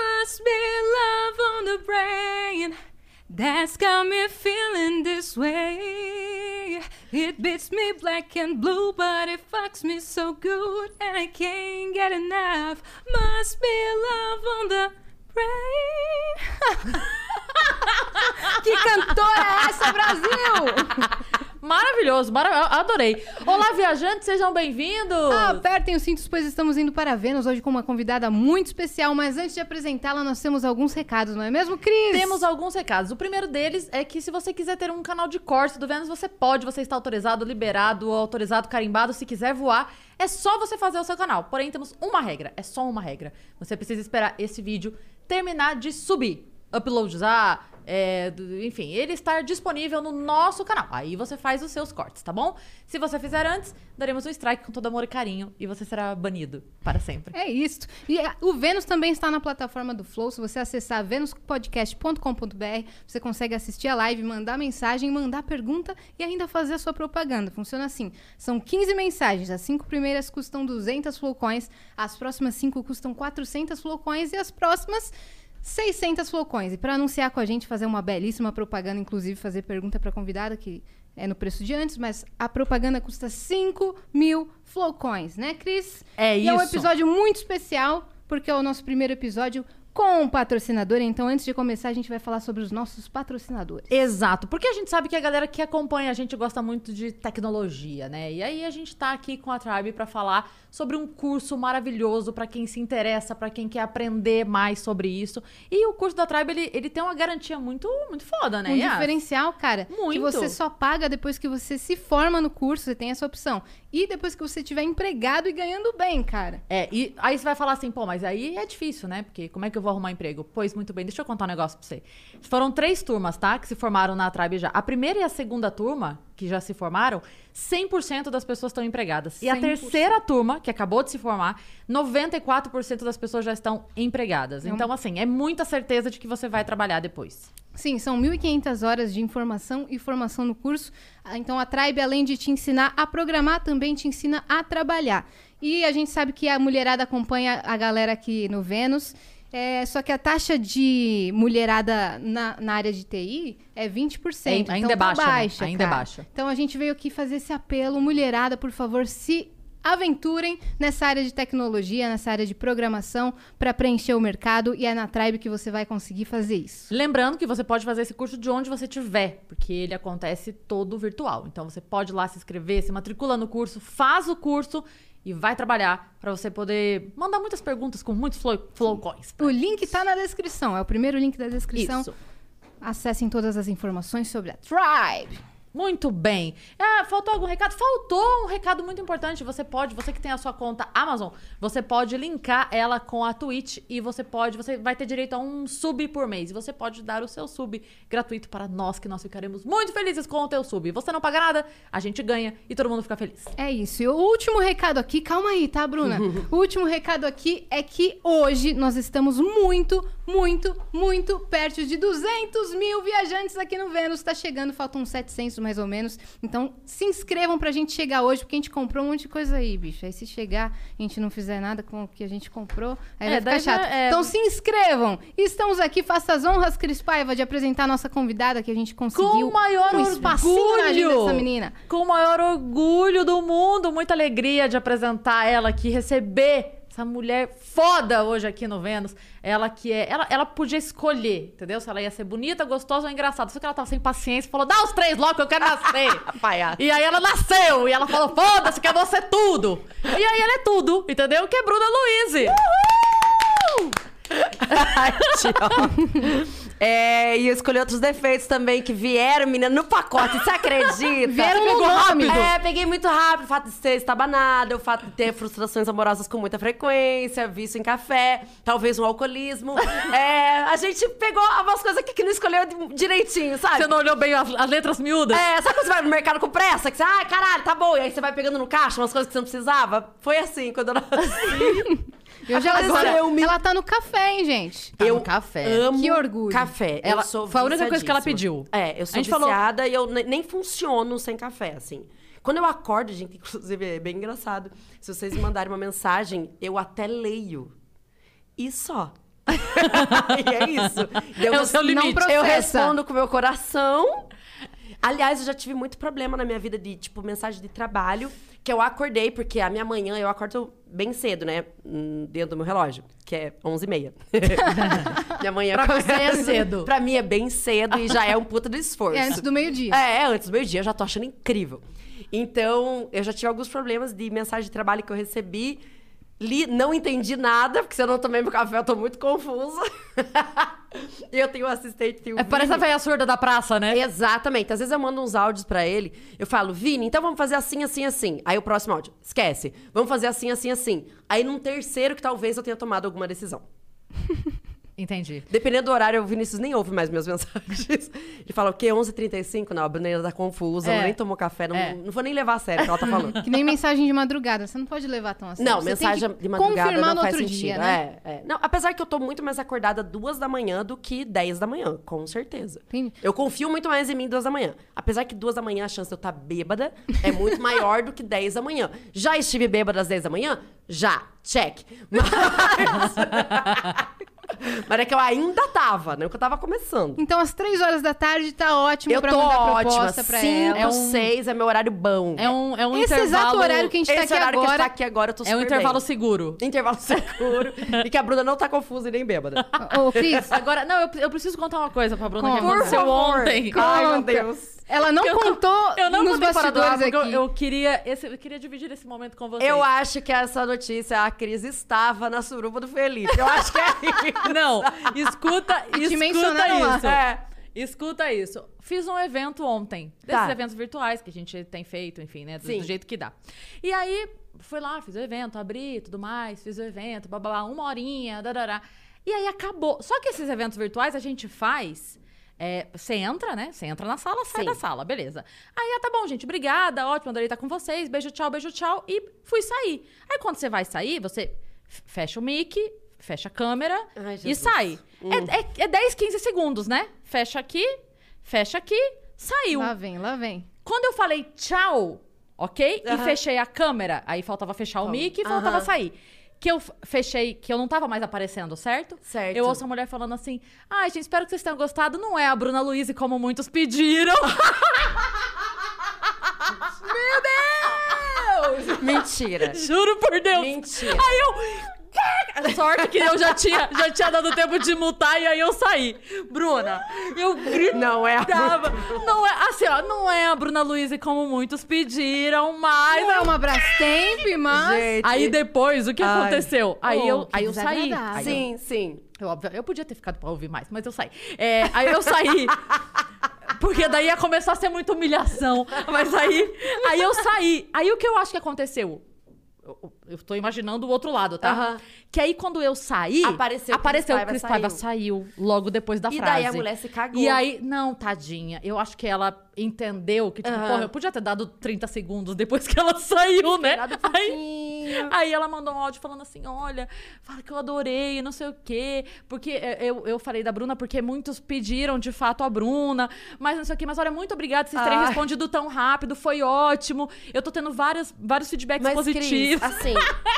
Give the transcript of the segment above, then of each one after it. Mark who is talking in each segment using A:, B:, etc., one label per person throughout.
A: must be love on the brain that's got me feeling this way. It beats me black and blue, but it fucks me so good, and I can't get enough. Must be love on the brain. que cantora é essa, Brasil?
B: Maravilhoso, maravilhoso, adorei. Olá, viajantes, sejam bem-vindos!
A: Apertem os cintos, pois estamos indo para Vênus hoje com uma convidada muito especial, mas antes de apresentá-la, nós temos alguns recados, não é mesmo, Cris?
B: Temos alguns recados. O primeiro deles é que se você quiser ter um canal de corte do Vênus, você pode, você está autorizado, liberado, autorizado, carimbado, se quiser voar. É só você fazer o seu canal. Porém, temos uma regra, é só uma regra. Você precisa esperar esse vídeo terminar de subir, uploadizar, é, enfim, ele está disponível no nosso canal. Aí você faz os seus cortes, tá bom? Se você fizer antes, daremos um strike com todo amor e carinho e você será banido para sempre.
A: É isso. E a, o Vênus também está na plataforma do Flow. Se você acessar venuspodcast.com.br, você consegue assistir a live, mandar mensagem, mandar pergunta e ainda fazer a sua propaganda. Funciona assim: são 15 mensagens. As cinco primeiras custam 200 flowcoins, as próximas cinco custam 400 flowcoins e as próximas. 600 flocões. E para anunciar com a gente, fazer uma belíssima propaganda, inclusive fazer pergunta para convidada, que é no preço de antes, mas a propaganda custa 5 mil flocões, né, Cris?
B: É
A: e
B: isso.
A: é um episódio muito especial, porque é o nosso primeiro episódio com um patrocinador. Então, antes de começar, a gente vai falar sobre os nossos patrocinadores.
B: Exato, porque a gente sabe que a galera que acompanha a gente gosta muito de tecnologia, né? E aí a gente tá aqui com a Tribe para falar sobre um curso maravilhoso para quem se interessa, para quem quer aprender mais sobre isso. E o curso da Tribe, ele, ele tem uma garantia muito, muito foda, né?
A: Um
B: Yas?
A: diferencial, cara. Que
B: Muito.
A: você só paga depois que você se forma no curso, você tem essa opção. E depois que você tiver empregado e ganhando bem, cara.
B: É, e aí você vai falar assim, pô, mas aí é difícil, né? Porque como é que eu vou arrumar emprego? Pois muito bem, deixa eu contar um negócio pra você. Foram três turmas, tá? Que se formaram na Tribe já. A primeira e a segunda turma, que já se formaram, 100% das pessoas estão empregadas. E a
A: 100%.
B: terceira turma, que acabou de se formar, 94% das pessoas já estão empregadas. Então, assim, é muita certeza de que você vai trabalhar depois.
A: Sim, são 1.500 horas de informação e formação no curso. Ah, Então, a Tribe, além de te ensinar a programar, também te ensina a trabalhar. E a gente sabe que a mulherada acompanha a galera aqui no Vênus. É, só que a taxa de mulherada na, na área de TI é 20%.
B: Ainda
A: então
B: é
A: tá
B: baixa, né?
A: baixa
B: Ainda é
A: cara.
B: baixa.
A: Então, a gente veio aqui fazer esse apelo. Mulherada, por favor, se aventurem nessa área de tecnologia, nessa área de programação, para preencher o mercado. E é na Tribe que você vai conseguir fazer isso.
B: Lembrando que você pode fazer esse curso de onde você estiver, porque ele acontece todo virtual. Então você pode ir lá se inscrever, se matricula no curso, faz o curso e vai trabalhar para você poder mandar muitas perguntas com muitos flow, flowcoins.
A: O link tá na descrição, é o primeiro link da descrição.
B: Isso.
A: Acessem todas as informações sobre a Tribe.
B: Muito bem. Ah, faltou algum recado? Faltou um recado muito importante. Você pode, você que tem a sua conta Amazon, você pode linkar ela com a Twitch e você pode, você vai ter direito a um sub por mês. E você pode dar o seu sub gratuito para nós, que nós ficaremos muito felizes com o teu sub. Você não paga nada, a gente ganha e todo mundo fica feliz.
A: É isso. E o último recado aqui, calma aí, tá, Bruna? o último recado aqui é que hoje nós estamos muito, muito, muito perto de 200 mil viajantes aqui no Vênus. Tá chegando, faltam uns 700 mais ou menos. Então se inscrevam pra gente chegar hoje, porque a gente comprou um monte de coisa aí, bicho. Aí se chegar, a gente não fizer nada com o que a gente comprou, aí vai
B: É,
A: ficar
B: daí já-
A: chato.
B: é.
A: Então se inscrevam. Estamos aqui, faça as honras, Cris Paiva, de apresentar a nossa convidada que a gente conseguiu
B: Com o maior
A: um espacinho na agenda
B: orgulho.
A: dessa menina.
B: Com o maior orgulho do mundo. Muita alegria de apresentar ela aqui, receber essa mulher foda hoje aqui no Vênus. Ela que é. Ela, ela podia escolher, entendeu? Se ela ia ser bonita, gostosa ou engraçada. Só que ela tava sem paciência e falou: dá os três logo que eu quero nascer.
C: Palhaço.
B: e aí ela nasceu. E ela falou: foda-se, que eu vou ser tudo. E aí ela é tudo, entendeu? Que é Bruna Luiz.
C: Ai, tio. é, e eu escolhi outros defeitos também que vieram, menina, no pacote. Você acredita?
A: Vieram no
C: Pegou
A: nome.
C: rápido. É, peguei muito rápido. O fato de ser estabanada, o fato de ter frustrações amorosas com muita frequência, vício em café, talvez um alcoolismo. é, a gente pegou algumas coisas que, que não escolheu direitinho, sabe?
B: Você não olhou bem as, as letras miúdas?
C: É, sabe quando você vai no mercado com pressa? Que você, ah, caralho, tá bom. E aí você vai pegando no caixa umas coisas que você não precisava. Foi assim, quando eu nasci.
A: Eu já
C: Aconteceu,
A: agora,
C: eu me-
A: ela tá no café, hein, gente?
B: Tá no
C: eu
B: café.
C: amo
A: Que orgulho.
C: café. Eu
B: Ela-
C: sou
B: foi a única coisa que ela
C: viciadíssima.
B: pediu.
C: É, eu sou
B: A gente falou-
C: viciada e eu ne- nem funciono sem café, assim. Quando eu acordo, gente, inclusive é bem engraçado. Se vocês me mandarem uma mensagem, eu até leio. E só. e é isso. Eu,
B: É o seu
C: não
B: limite.
C: Eu
A: processa.
C: respondo com o meu coração. Aliás, eu já tive muito problema na minha vida de, tipo, mensagem de trabalho. Que eu acordei, porque a minha manhã eu acordo bem cedo, né? Hum, Dentro do meu relógio, que é 11h30. minha manhã
B: Pra
C: começa-
B: você é cedo.
C: Pra mim é bem cedo e já é um puta do esforço.
A: É antes do meio-dia.
C: É, é, antes do meio-dia, eu já tô achando incrível. Então, eu já tive alguns problemas de mensagem de trabalho que eu recebi. Li, não entendi nada, porque se eu não tomei meu café, eu tô muito confusa. E eu tenho um assistente, tenho o
B: É, parece a
C: Vini.
B: velha surda da praça,
A: É.
B: né?
C: Exatamente. Às vezes eu mando uns áudios pra ele, eu falo, Vini, então vamos fazer assim, assim, assim. Aí o próximo áudio, esquece. Vamos fazer assim, assim, assim. Aí num terceiro que talvez eu tenha tomado alguma decisão.
B: Entendi.
C: Dependendo do horário, o Vinícius nem ouve mais minhas mensagens. Ele fala, o quê? 11h35? Não, a Brunella tá confusa,
B: É.
C: ela nem tomou café, não,
B: É.
C: não vou nem levar a sério o que ela tá falando.
A: Que nem mensagem de madrugada. Você não pode levar tão a sério.
C: Não,
A: Você tem
C: mensagem
A: que
C: de madrugada
A: confirmar
C: não
A: no
C: faz
A: outro
C: sentido.
A: dia, né?
C: É, é. Não, apesar que eu tô muito mais acordada duas da manhã do que 10 da manhã, com certeza.
A: Entendi.
C: Eu confio muito mais em mim duas da manhã. Apesar que duas da manhã a chance de eu estar bêbada é muito maior do que 10 da manhã. Já estive bêbada às 10 da manhã? Já, check. Mas, Mas é que eu ainda tava, né? Que eu tava começando.
A: Então, às três horas da tarde tá ótimo
C: eu
A: pra
C: tô
A: mandar
C: ótima.
A: proposta pra ela.
C: Cinco,
B: É um-
C: seis é meu horário bom.
B: É um, é um
A: Esse
B: intervalo...
A: exato horário que a gente tá
C: Esse
A: aqui
C: horário que a gente
A: agora.
C: tá aqui agora, eu tô super
B: É um intervalo
C: bem.
B: seguro.
C: Intervalo seguro. e que a Bruna não tá confusa e nem bêbada.
A: Ô, ô, Cris,
B: Agora, não, eu, eu preciso contar uma coisa pra Bruna que
A: Conta.
B: aconteceu ontem.
C: Ai, meu
A: Conta.
C: Deus.
A: ela não
B: Eu
A: contou
B: eu não
A: nos
B: contei fora do ar,
A: bastidores
B: porque eu-
A: aqui.
B: Eu, queria, esse- eu queria dividir esse momento com vocês.
C: Eu acho que essa notícia, a Cris estava na suruba do Felipe. Eu acho que é isso.
B: Não, escuta,
A: te mencionaram lá.
B: escuta isso.
C: É.
B: Escuta isso. Fiz um evento ontem. Desses
C: Tá.
B: eventos virtuais que a gente tem feito, enfim, né? Do,
C: Sim.
B: do jeito que dá. E aí, fui lá, fiz o evento, abri tudo mais, fiz o evento, bababá, uma horinha, darará. E aí acabou. Só que esses eventos virtuais a gente faz. é, Você entra, né? Você entra na sala, sai
C: Sim.
B: da sala, beleza. Aí, ah, tá bom, gente, obrigada, ótimo, adorei estar com vocês, beijo, tchau, beijo, tchau, e fui sair. Aí, quando você vai sair, você f- fecha o mic, fecha a câmera
C: Ai,
B: e
C: Jesus. Hum.
B: sai. É, é, é 10, 15 segundos, né? Fecha aqui, fecha aqui, saiu.
A: Lá vem, lá vem.
B: Quando eu falei tchau, ok? E
C: Aham.
B: fechei a câmera, aí faltava fechar o
C: Então,
B: mic e faltava
C: aham.
B: sair. Que eu f- fechei, que eu não tava mais aparecendo, certo?
C: Certo.
B: Eu ouço a mulher falando assim: ai, gente, espero que vocês tenham gostado. Não é a Bruna Luiz, como muitos pediram.
C: Mentira.
B: Juro por Deus.
C: Mentira.
B: Aí eu. A sorte que eu já tinha, já tinha dado tempo de multar e aí eu saí. Bruna, eu
C: Não é a
B: gritava. Não é, assim, ó, não é a Bruna Luiz e como muitos pediram, mas.
A: Não é uma Brastemp, mas...
C: Gente.
B: Aí depois, o que
C: Ai.
B: aconteceu? Aí
A: Oh,
B: eu,
A: que
B: aí eu saí.
A: desagradável.
B: Sim.
C: Sim, sim.
B: Eu, óbvio, eu podia ter ficado pra ouvir mais, mas eu saí. É, aí eu saí. Porque daí ia começar a ser muita humilhação. Mas aí, aí eu saí. Aí o que eu acho que aconteceu? Eu, eu tô imaginando o outro lado, tá?
C: Aham.
B: Que aí quando eu saí.
C: Apareceu o
B: apareceu o
C: Cris
B: Cris
C: Paiva,
B: Paiva, saiu logo depois da
C: E
B: frase.
C: daí a mulher se cagou.
B: E aí, não, tadinha. Eu acho que ela entendeu que, tipo,
C: Aham.
B: porra, eu podia ter dado 30 segundos depois que ela saiu, né?
C: Nada
B: Aí,
C: fofinho.
B: Aí ela mandou um áudio falando assim: olha, fala que eu adorei, não sei o quê. Porque é, eu, eu falei da Bruna porque muitos pediram de fato a Bruna, mas não sei o quê. Mas olha, muito obrigada vocês terem
C: Ai.
B: respondido tão rápido, foi ótimo. Eu tô tendo várias, vários feedbacks
C: Mas, Cris,
B: positivos.
C: assim,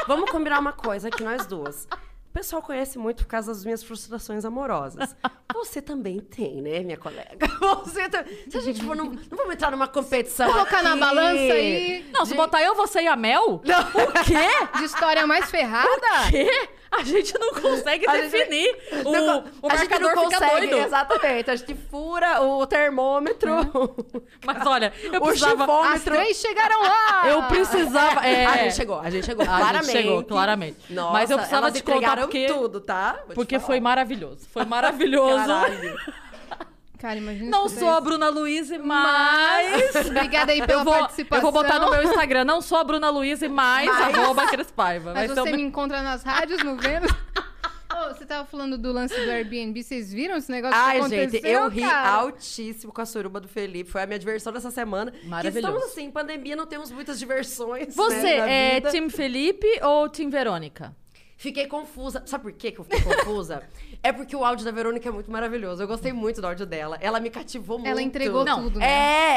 C: vamos combinar uma coisa aqui, nós duas. O pessoal conhece muito por causa das minhas frustrações amorosas. Você também tem, né, minha colega? Você tam- Se a gente for num... Não vamos entrar numa competição
A: Colocar na
C: aqui.
A: balança aí
B: não, se botar eu, você e a Mel, o quê?
A: de história mais ferrada.
B: quê? A gente não consegue
C: A gente-
B: definir. O,
C: Não,
B: o
C: a gente
B: marcador
C: não
B: fica
C: consegue,
B: doido.
C: exatamente. A gente fura o termômetro.
B: Mas olha, Uhum. eu
C: O
B: precisava.
C: chifão-
A: As três chegaram lá.
B: Eu precisava. É,
C: A gente chegou, a gente chegou,
B: A Ah, gente
C: claramente.
B: chegou, claramente.
C: Nossa,
B: Mas eu precisava
C: elas
B: te contar
C: entregaram
B: porque-
C: tudo, tá? Vou te
B: Porque
C: falar.
B: foi maravilhoso. Foi maravilhoso.
C: Caralho.
A: Cara, imagina
B: Não
A: se
B: sou a Bruna Luiz, mas.
A: Obrigada aí é pela
B: Eu vou, eu
A: participação.
B: vou botar no meu Instagram, não sou a Bruna Luiz, mas, arroba Cris Paiva. Vai
A: Mas
B: ser o
A: você me
B: meu-
A: encontra nas rádios, no Vênus. Ô, você tava falando do lance do Airbnb, vocês viram esse negócio É que
C: Ai,
A: aconteceu,
C: gente, eu ri
A: cara?
C: altíssimo com a suruba do Felipe. Foi a minha diversão dessa semana. Que
B: Maravilhoso.
C: Estamos assim, em pandemia, não temos muitas diversões.
B: Você
C: né, na
B: é
C: vida.
B: Tim Felipe ou Tim Verônica?
C: Fiquei confusa. Sabe por quê que eu fiquei confusa? é porque o áudio da Verônica é muito maravilhoso. Eu gostei muito do áudio dela. Ela me cativou muito.
A: Ela entregou
B: Não,
A: tudo, né?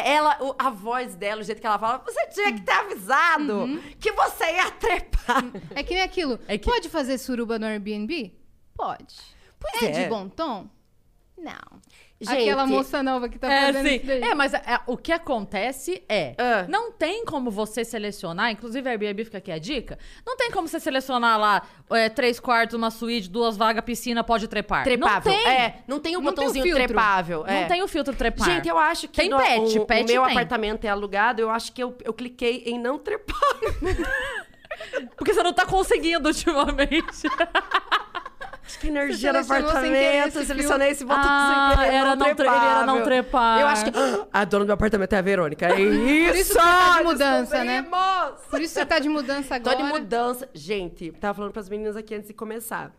C: É, ela, o- a voz dela, o jeito que ela fala, você tinha que ter avisado
A: Uhum.
C: que você ia trepar.
A: É que nem aquilo.
B: É que-
A: Pode fazer suruba no Airbnb? Pode. Pois é,
C: É.
A: de bom tom? Não.
C: Gente,
A: Aquela moça nova que tá
B: É,
A: fazendo
B: sim.
A: isso daí.
B: É, mas é, o que acontece é...
C: Ah.
B: Não tem como você selecionar... Inclusive, a Airbnb fica aqui a dica. Não tem como você selecionar lá... é, três quartos, uma suíte, duas vagas, piscina, pode trepar.
C: Trepável.
B: Não tem.
C: É, não tem um
A: Não um tem o
C: botãozinho
A: filtro.
C: trepável. é.
B: Não tem o filtro trepar.
C: Gente, eu acho que
B: Tem
C: no-
B: pet,
C: o,
B: pet
C: o meu
B: tem.
C: apartamento é alugado, eu acho que eu, eu cliquei em não trepar.
B: Porque você não tá conseguindo ultimamente.
C: Acho que a energia do
A: Você selecionou sem querer
C: apartamento,
A: esse
C: eu selecionei esse botão
B: Ah,
C: sem querer,
B: era não tre- ele era
C: trepável.
B: não trepar.
C: Eu acho que Ah, a dona do meu apartamento é a Verônica. É isso!
A: isso que tá de
C: nós
A: mudança,
B: né?
C: descobrimos!
A: Por isso você tá de mudança agora.
C: Tô de mudança. Gente, tava falando pras meninas aqui antes de começar.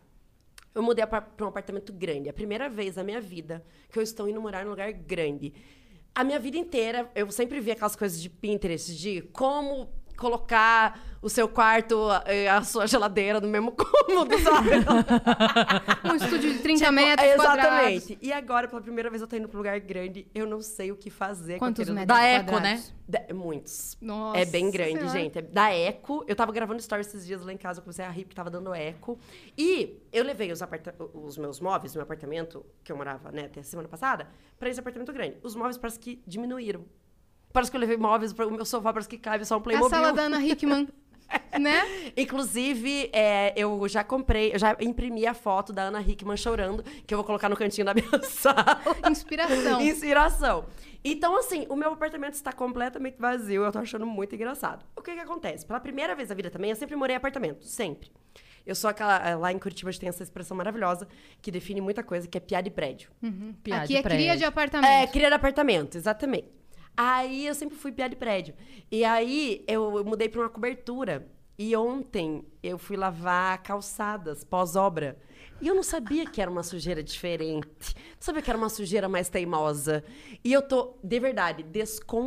C: Eu mudei pra pra um apartamento grande. É a primeira vez na minha vida que eu estou indo morar num lugar grande. A minha vida inteira, eu sempre vi aquelas coisas de Pinterest, de como colocar o seu quarto, eh, a sua geladeira no mesmo cômodo, sabe?
A: Um estúdio de 30
C: Tipo,
A: metros quadrados.
C: Exatamente. E agora, pela primeira vez, eu tô indo pra um lugar grande. Eu não sei o que fazer. com
A: Quantos
C: aquele
A: metros
B: Da
C: lugar.
B: Eco,
A: quadrados?
B: né?
C: Da- Muitos.
A: Nossa
C: é bem grande,
A: Senhora.
C: gente. É da eco. Eu tava gravando stories esses dias lá em casa, eu comecei a rir porque tava dando eco. E eu levei os, aparta- os meus móveis, meu apartamento, que eu morava, né, até semana passada, pra esse apartamento grande. Os móveis parece que diminuíram. Parece que eu levei móveis, pra... o meu sofá parece que cabe só um
A: A
C: Playmobil.
A: sala da Ana Hickman. né?
C: Inclusive, é, eu já comprei, eu já imprimi a foto da Ana Hickman chorando, que eu vou colocar no cantinho da minha sala.
A: Inspiração.
C: Inspiração. Então, assim, o meu apartamento está completamente vazio. Eu tô achando muito engraçado. O que que acontece? Pela primeira vez na vida também, eu sempre morei em apartamento. Sempre. Eu sou aquela... eh, Lá em Curitiba, a gente tem essa expressão maravilhosa que define muita coisa, que é piada de prédio.
B: Piada
A: Aqui
B: de
A: é cria de
B: prédio.
A: apartamento.
C: É, criar apartamento, exatamente. Aí eu sempre fui piada de prédio. E aí eu, eu mudei pra uma cobertura. E ontem eu fui lavar calçadas pós-obra. E eu não sabia que era uma sujeira diferente. Não sabia que era uma sujeira mais teimosa. E eu tô, de verdade,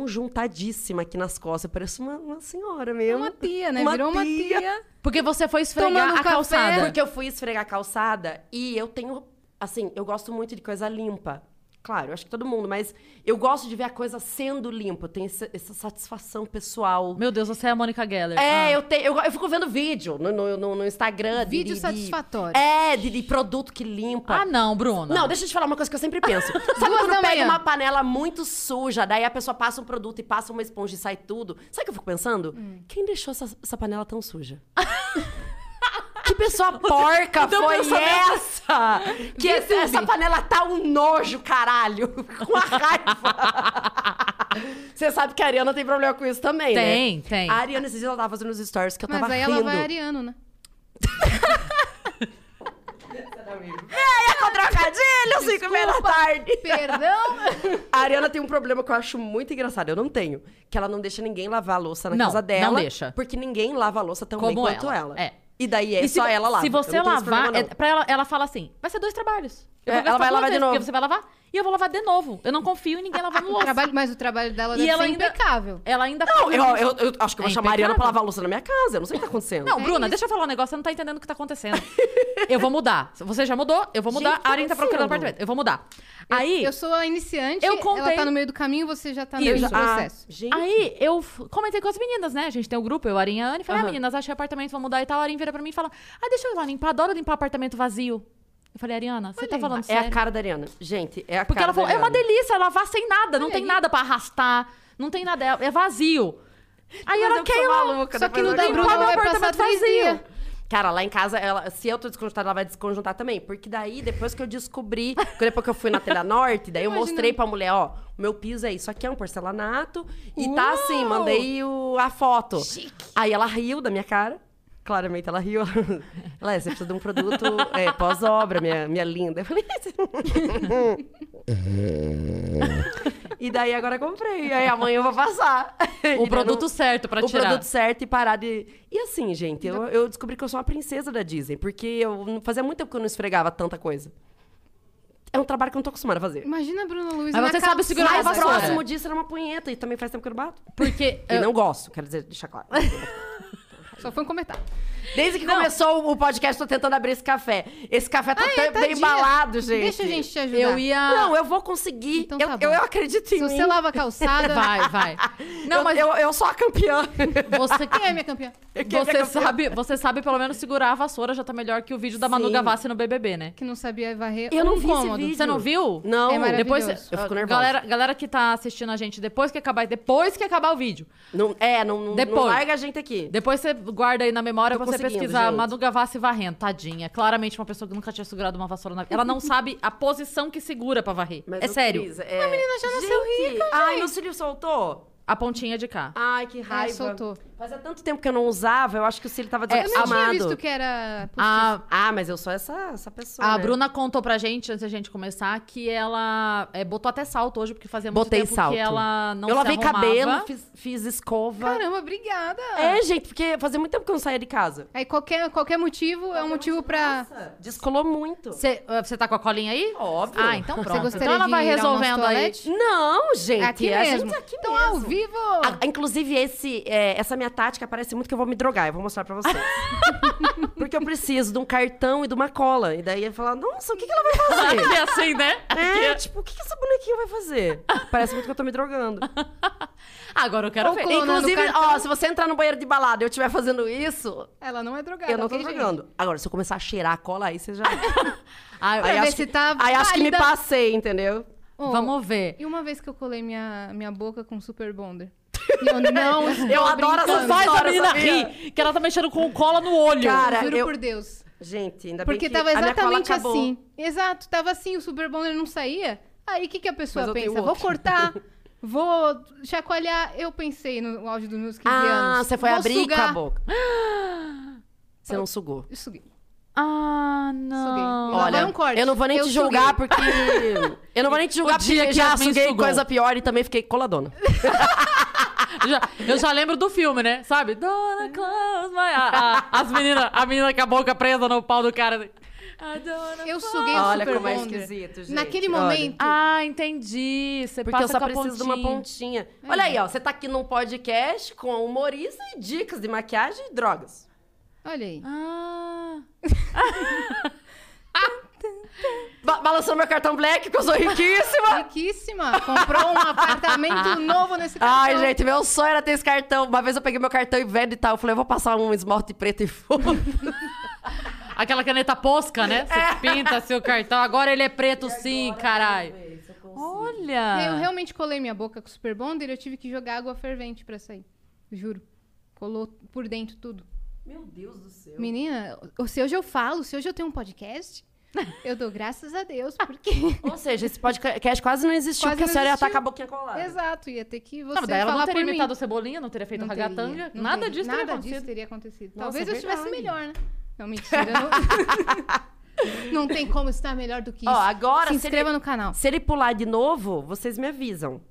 C: desconjuntadíssima aqui nas costas. Eu pareço uma, uma senhora mesmo.
A: Uma tia, né?
C: Uma
A: Virou uma
C: tia.
A: tia.
B: Porque você foi esfregar
A: Tomando
B: a
A: café.
B: calçada.
C: Porque eu fui esfregar a calçada e eu tenho. Assim, eu gosto muito de coisa limpa. Claro, eu acho que todo mundo, mas eu gosto de ver a coisa sendo limpa. Eu tenho essa, essa satisfação pessoal.
B: Meu Deus, você é a Mônica Geller.
C: É,
B: Ah.
C: eu, tenho, eu, eu fico vendo vídeo no, no, no- no Instagram. de-
A: Vídeo
C: de- de-
A: satisfatório.
C: É, de, de produto que limpa.
B: Ah, não, Bruno.
C: Não, deixa eu te falar uma coisa que eu sempre penso. Sabe
A: Duas
C: quando
A: da
C: pega
A: manhã.
C: uma panela muito suja, daí a pessoa passa um produto e passa uma esponja e sai tudo? Sabe o que eu fico pensando?
A: Hum.
C: Quem deixou essa, essa panela tão suja? que pessoa
A: Então,
C: porca
B: o teu
C: foi
B: pensamento-
C: essa? Que essa, essa
A: assim.
C: panela tá um nojo, caralho. Com a raiva. Você sabe que a Ariana tem problema com isso também, né?
B: Tem, tem.
C: A Ariana, esses dias, ela tava fazendo os stories que eu
A: Mas
C: tava
A: aí
C: rindo.
A: ela vai ariano, né?
C: Venha é com trocadilho, cinco e meia da tarde.
A: Perdão!
C: A Ariana tem um problema que eu acho muito engraçado. Eu não tenho. Que ela não deixa ninguém lavar a louça na
B: Não,
C: casa dela.
B: não deixa.
C: Porque ninguém lava a louça tão bem
B: Como
C: quanto
B: ela,
C: ela.
B: é.
C: E daí é
B: E
C: só
B: vo-
C: ela lava.
B: Se você
C: Eu não tenho esse
B: lavar,
C: problema,
B: é, pra ela, ela fala assim: vai ser dois trabalhos. Eu
C: É,
B: vou gastar duas
C: ela vai lavar de
B: vezes,
C: novo.
B: Porque você vai lavar e eu vou lavar de novo. Eu não confio em ninguém lavando
A: O
B: louça.
A: trabalho, mas o trabalho dela
B: E
A: deve
B: ela
A: ser
B: ainda-
A: impecável.
B: Ela ainda
C: não. Não,
B: faz
C: eu,
B: isso.
C: eu, eu- eu acho que eu
B: É
C: vou chamar a Ariana pra
B: impecável.
C: lavar a louça na minha casa. Eu não sei o que tá acontecendo.
B: Não,
A: É
B: Bruna,
A: isso.
B: deixa eu falar um negócio, você não tá entendendo o que tá acontecendo. eu vou mudar. Você já mudou, eu vou mudar.
C: Gente, tá
B: a Arin tá procurando
C: acontecendo?
B: apartamento. Eu vou mudar. Aí,
A: Eu sou a iniciante,
B: Eu
A: ela
B: contei-
A: tá no meio do caminho, você já tá no
B: Isso. é um
A: meio do
C: Ah,
A: processo.
C: gente.
B: Aí eu f- comentei com as meninas, né? A gente tem o grupo, eu, Arinha e a Anne. Falei, ah,
C: Aham.
B: meninas, achei apartamento, vou mudar e tal. A Arinha vira pra mim e fala, ah, deixa eu ir lá limpar, adoro limpar apartamento vazio. Eu falei, Ariana, você
A: Olha
B: tá
A: aí.
B: falando
C: é
B: sério?
C: a cara da Ariana. Gente, é a
B: Porque
C: cara
B: ela falou,
C: da
B: é uma
C: Ariana.
B: delícia lavar sem nada, não
A: Olha
B: tem
A: aí.
B: nada pra arrastar, não tem nada, é é vazio. Aí
C: Mas
B: ela é
C: eu
B: quer
C: sou
B: ir lá,
C: maluca,
B: só que
C: depois
B: não
C: eu
B: dá
C: vou
B: limpar
A: embora. Vai
B: meu
A: passar
B: apartamento
A: três dias.
B: vazio.
C: Cara, lá em casa, ela, se eu tô desconjuntada, ela vai desconjuntar também. Porque daí, depois que eu descobri, que depois que eu fui na Telha Norte, daí eu
A: Imaginando.
C: mostrei pra mulher, ó, o meu piso é isso aqui, é um porcelanato. E
B: Uau!
C: tá assim, mandei o- a foto. Aí ela riu da minha cara. Claramente ela riu. Ela é, você precisa de um produto é, pós-obra, minha, minha linda. Eu falei, e daí agora eu comprei. Aí amanhã eu vou passar. E
B: O
C: daí
B: produto
C: não-
B: certo pra
C: o
B: tirar.
C: produto certo e parar de. E assim, gente, eu, eu descobri que eu sou uma princesa da Disney, porque eu não- fazia muito tempo que eu não esfregava tanta coisa. É um trabalho que eu não tô acostumada a fazer.
A: Imagina a Bruna Luiz
B: Aí
A: na
B: Ah, você sabe
A: calça.
B: segurar a
C: Mais
B: vassoura.
C: próximo disso era uma punheta, e também faz tempo que eu não bato.
B: Porque
C: E não gosto, quero dizer, deixar claro.
A: Só foi um comentário.
C: Desde que começou o podcast, tô tentando abrir esse café. Esse café tá, tão- tá
A: Ah, é, tadinha.
C: embalado, gente.
A: Deixa a gente te ajudar.
B: Eu ia.
C: Não, eu vou conseguir.
A: Então
C: eu,
A: tá bom.
C: eu acredito em
A: Se
C: mim.
A: você lava a calçada...
B: Vai, vai. Não,
C: eu,
B: mas
C: eu, eu sou a campeã.
B: você.
A: Quem é minha campeã?
C: Quem é que
B: Você
C: eu-
B: sabe, você sabe pelo menos segurar a vassoura já tá melhor que o vídeo da Manu
C: Sim.
B: Gavassi no BBB, né?
A: Que não sabia varrer
C: Eu não
A: um
C: vi esse
A: cômodo.
C: vídeo.
B: Você não viu?
C: Não.
A: É maravilhoso.
B: Depois,
C: Eu fico nervosa.
B: galera, galera que tá assistindo a gente, depois que acabar, depois que acabar o vídeo,
C: Não, é, não, não,
B: Depois.
C: não larga a gente aqui.
B: depois você guarda aí na memória
C: Tô
B: pra você
C: conseguindo,
B: pesquisar
C: gente.
B: Manu Gavassi varrendo, tadinha. É Claramente uma pessoa que nunca tinha segurado uma vassoura na vida. Ela não sabe a posição que segura pra varrer.
C: Mas
B: é
C: não
B: sério.
C: precisa, é... A menina
A: já nasceu rica,
C: Ai,
A: gente.
C: meu cílio soltou.
B: A pontinha de cá.
C: Ai, que raiva.
A: soltou. É,
C: Fazia tanto tempo que eu não usava, eu acho que o cílio tava
A: Eu nem
C: desacostumado.
A: tinha visto que Ah, era...
B: A,
C: Ah, mas eu sou essa, essa pessoa,
B: a
C: né?
B: Bruna contou pra gente, antes da gente começar, que ela é, botou até salto hoje, porque fazia muito
C: Botei
B: tempo
C: salto.
B: que ela não
C: eu
B: se
C: lavei
B: arrumava.
C: cabelo, fiz, fiz escova.
A: Caramba, obrigada!
C: É, gente, porque fazia muito tempo que eu não saía de casa.
A: Aí qualquer, qualquer motivo é um motivo pra...
C: Nossa, descolou muito.
B: Você ah, você tá com a colinha aí?
C: Óbvio.
B: Ah, então pronto.
A: gostaria
B: Então ela
A: de
B: vai
A: ir ao nosso
B: resolvendo aí.
A: toalete?
C: Não, gente.
A: É Aqui
C: a
A: mesmo.
C: gente é aqui
A: então,
C: mesmo.
A: ao vivo!
C: A- inclusive, esse, é, essa minha tática parece muito que eu vou me drogar. Eu vou mostrar pra vocês. Porque eu preciso de um cartão e de uma cola. E daí eu ia falar, nossa, o que, que ela vai fazer?
B: Aqui assim, né?
C: É, tipo, o que, que essa bonequinha vai fazer? Parece muito que eu tô me drogando.
B: Agora eu quero
A: Ô,
B: ver.
A: Clô, Colando né, no
C: Inclusive,
A: cartão.
C: ó, se você entrar no banheiro de balada e eu estiver fazendo isso,
A: Ela não é drogada,
C: eu não tô
A: ok, gente?
C: drogando. Agora, se eu começar a cheirar a cola, aí você já.
B: Ah, eu-
C: aí
A: ver
C: acho
A: se
C: que,
A: tá
C: aí acho que me
A: válida.
C: passei, entendeu?
A: Ô,
B: Vamos ver.
A: E uma vez que eu colei minha, minha boca com Super Bonder. E eu não estou
C: Eu adoro
A: brincando.
C: essas
B: Faz a
C: Adoro,
B: menina
C: sabia?
B: rir, que ela tá mexendo com cola no olho.
C: Cara,
A: Juro
C: eu-
A: por Deus.
C: Gente, ainda
A: Porque
C: bem que
A: tava
C: a minha cola
A: exatamente
C: acabou.
A: assim. Exato, tava assim, o Super Bonder não saía. Aí o que, que a
C: Mas
A: pessoa
C: eu tenho
A: pensa? Vou
C: outro.
A: cortar, vou chacoalhar. Eu pensei no áudio dos meus 15
C: Ah,
A: anos.
C: você foi
A: vou
C: abrir
A: sugar.
C: com a boca. Você não sugou.
A: Eu suguei.
B: Ah, não.
A: Suguei. Lá vai
C: Olha,
A: um corte.
C: eu não vou nem
A: Eu
C: te julgar
A: suguei.
C: porque... Eu não vou nem te julgar
B: O dia
C: porque
B: que
C: já
B: Yasmin
C: suguei
B: sugou.
C: coisa pior e também fiquei coladona.
B: Eu já- eu já lembro do filme, né? Sabe? Dona Claus, vai. A, a- as meninas, a menina com a boca presa no pau do cara. assim. A dona-
A: Eu suguei
C: Olha
A: o Super
C: como é
A: Bonder.
C: esquisito, gente.
A: Naquele
C: Olha.
A: momento,
B: Ah, entendi. Você
C: Porque
B: passa
C: eu só
B: com a
C: preciso de uma pontinha. Olha aí, ó. Você tá aqui num podcast com humorista e dicas de maquiagem e drogas.
A: olha aí.
B: Ah.
C: Ba- balançou meu cartão black, que eu sou riquíssima.
A: Riquíssima. Comprou um apartamento novo nesse cartão.
C: Ai, gente, meu sonho era ter esse cartão. Uma vez eu peguei meu cartão e vendo e tal. Eu falei, eu vou passar um esmalte preto e fundo.
B: Aquela caneta posca, né? Você pinta seu cartão. Agora ele é preto sim, caralho.
A: E aí Eu
B: Olha!
A: realmente colei minha boca com o Super Bonder e eu tive que jogar água fervente pra sair. Juro. Colou por dentro tudo.
C: Meu Deus do céu.
A: Menina, o- se hoje eu falo, se hoje eu tenho um podcast, eu dou graças a Deus,
B: Ah,
A: porque.
C: Ou seja, esse podcast quase não existiu,
A: Quase
C: porque a
A: não
C: senhora ia
A: existiu.
C: tá com a boquinha colada.
A: Exato, ia ter que você
B: Não, mas daí ela
A: falar
B: não teria
A: por
B: imitado o
A: mim.
B: Cebolinha, não teria feito
A: Não teria,
B: ragatanga.
A: não
B: nada
A: teria,
B: disso teria
A: nada
B: acontecido.
A: disso teria acontecido.
C: Nossa,
A: Talvez
C: é
A: eu estivesse
C: verdade.
A: melhor, né? Não, mentira. Não... não tem como estar melhor do que isso.
C: Ó, agora,
A: Se
C: se
A: inscreva
C: ele-
A: no canal.
C: Se ele pular de novo, vocês me avisam.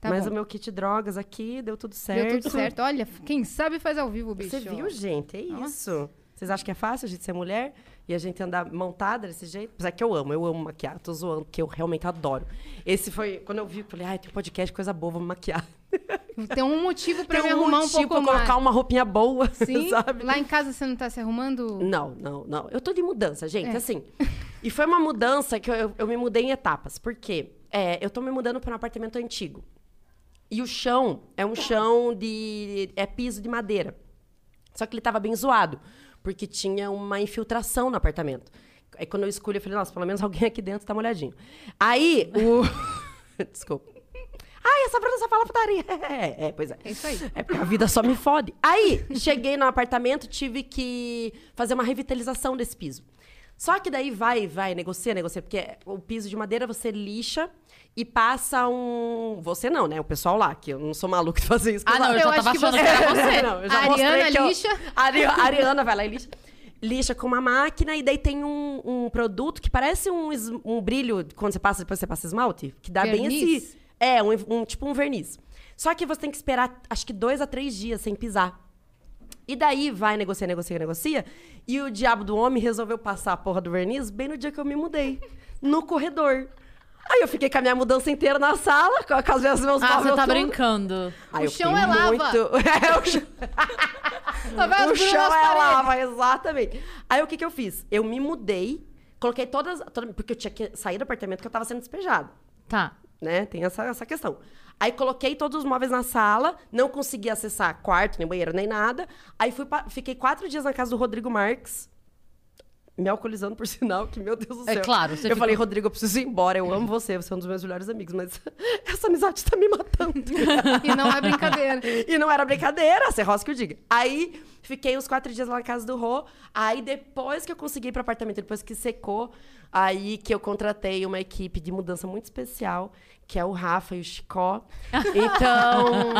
A: Tá
C: Mas
A: bom.
C: o meu kit drogas aqui deu tudo certo.
A: Deu tudo certo. Olha, quem sabe faz ao vivo, bicho.
C: Você viu, gente? É isso. Vocês acham que é fácil a gente ser mulher e a gente andar montada desse jeito? Apesar que eu amo, eu amo maquiar. Tô zoando, porque eu realmente adoro. Esse foi, quando eu vi, eu falei, ai, tem um podcast, coisa boa, vamos maquiar.
A: Tem um motivo pra
C: tem
A: me
C: um
A: arrumar um pouco
C: motivo pra
A: mais.
C: colocar uma roupinha boa,
A: Sim,
C: sabe?
A: lá em casa você não tá se arrumando?
C: Não, não, não. Eu tô de mudança, gente,
A: É.
C: assim. E foi uma mudança que eu, eu, eu me mudei em etapas. Por quê? É, eu tô me mudando para um apartamento antigo. E o chão é um chão de. é piso de madeira. Só que ele tava bem zoado, porque tinha uma infiltração no apartamento. Aí quando eu escolhi, eu falei, nossa, pelo menos alguém aqui dentro tá molhadinho. Aí, o. Desculpa. Ai, essa Bruna só fala putaria. É, é, pois é.
A: É isso aí.
C: É porque a vida só me fode. Aí, cheguei no apartamento, tive que fazer uma revitalização desse piso. Só que daí vai, vai, negocia, negocia, porque o piso de madeira você lixa e passa um. Você não, né? O pessoal lá, que eu não sou maluco de fazer isso.
B: Ah, não, eu,
A: Eu
B: já
A: acho
B: tava
A: que
B: achando
A: você-
B: que era você.
C: Não, eu
A: A
C: já mostrei Ah,
A: Ariana
C: que eu-
A: lixa.
C: Ari- A Ariana vai lá e lixa. Lixa com uma máquina e daí tem um, um produto que parece um, es- um brilho quando você passa, depois você passa esmalte, que dá bem
A: Verniz?
C: esse. É, um, um- tipo um verniz. Só que você tem que esperar acho que dois a três dias sem pisar. E daí vai negocia, negocia, negocia. E o diabo do homem resolveu passar a porra do verniz bem no dia que eu me mudei. No corredor. Aí eu fiquei com a minha mudança inteira na sala, com com as minhas meus
B: Ah,
C: móveis,
B: você tá
C: tudo.
B: brincando.
C: Aí
A: O
C: eu
A: chão
C: fiquei
A: é lava.
C: muito- É, o chão-
A: Lá vai as
C: o
A: Bruna
C: chão
A: nas
C: é
A: paredes.
C: lava, exatamente. Aí o que, que eu fiz? Eu me mudei, coloquei todas. toda- porque eu tinha que sair do apartamento que eu tava sendo despejada.
B: Tá.
C: Né? Tem essa, essa questão. Aí coloquei todos os móveis na sala, não consegui acessar quarto, nem banheiro, nem nada. Aí fui pa- fiquei quatro dias na casa do Rodrigo Marques. Me alcoolizando, por sinal, que meu Deus do
B: É
C: céu.
B: claro, você
C: eu
B: ficou-
C: falei, Rodrigo, eu preciso ir embora, eu amo você, você é um dos meus melhores amigos, mas essa amizade tá me matando.
A: E não é brincadeira.
C: E não era brincadeira, você rosa que eu diga. Aí fiquei uns quatro dias lá na casa do Rô. Aí depois que eu consegui ir pro apartamento, depois que secou, aí que eu contratei uma equipe de mudança muito especial, que é o Rafa e o Chicó. Então.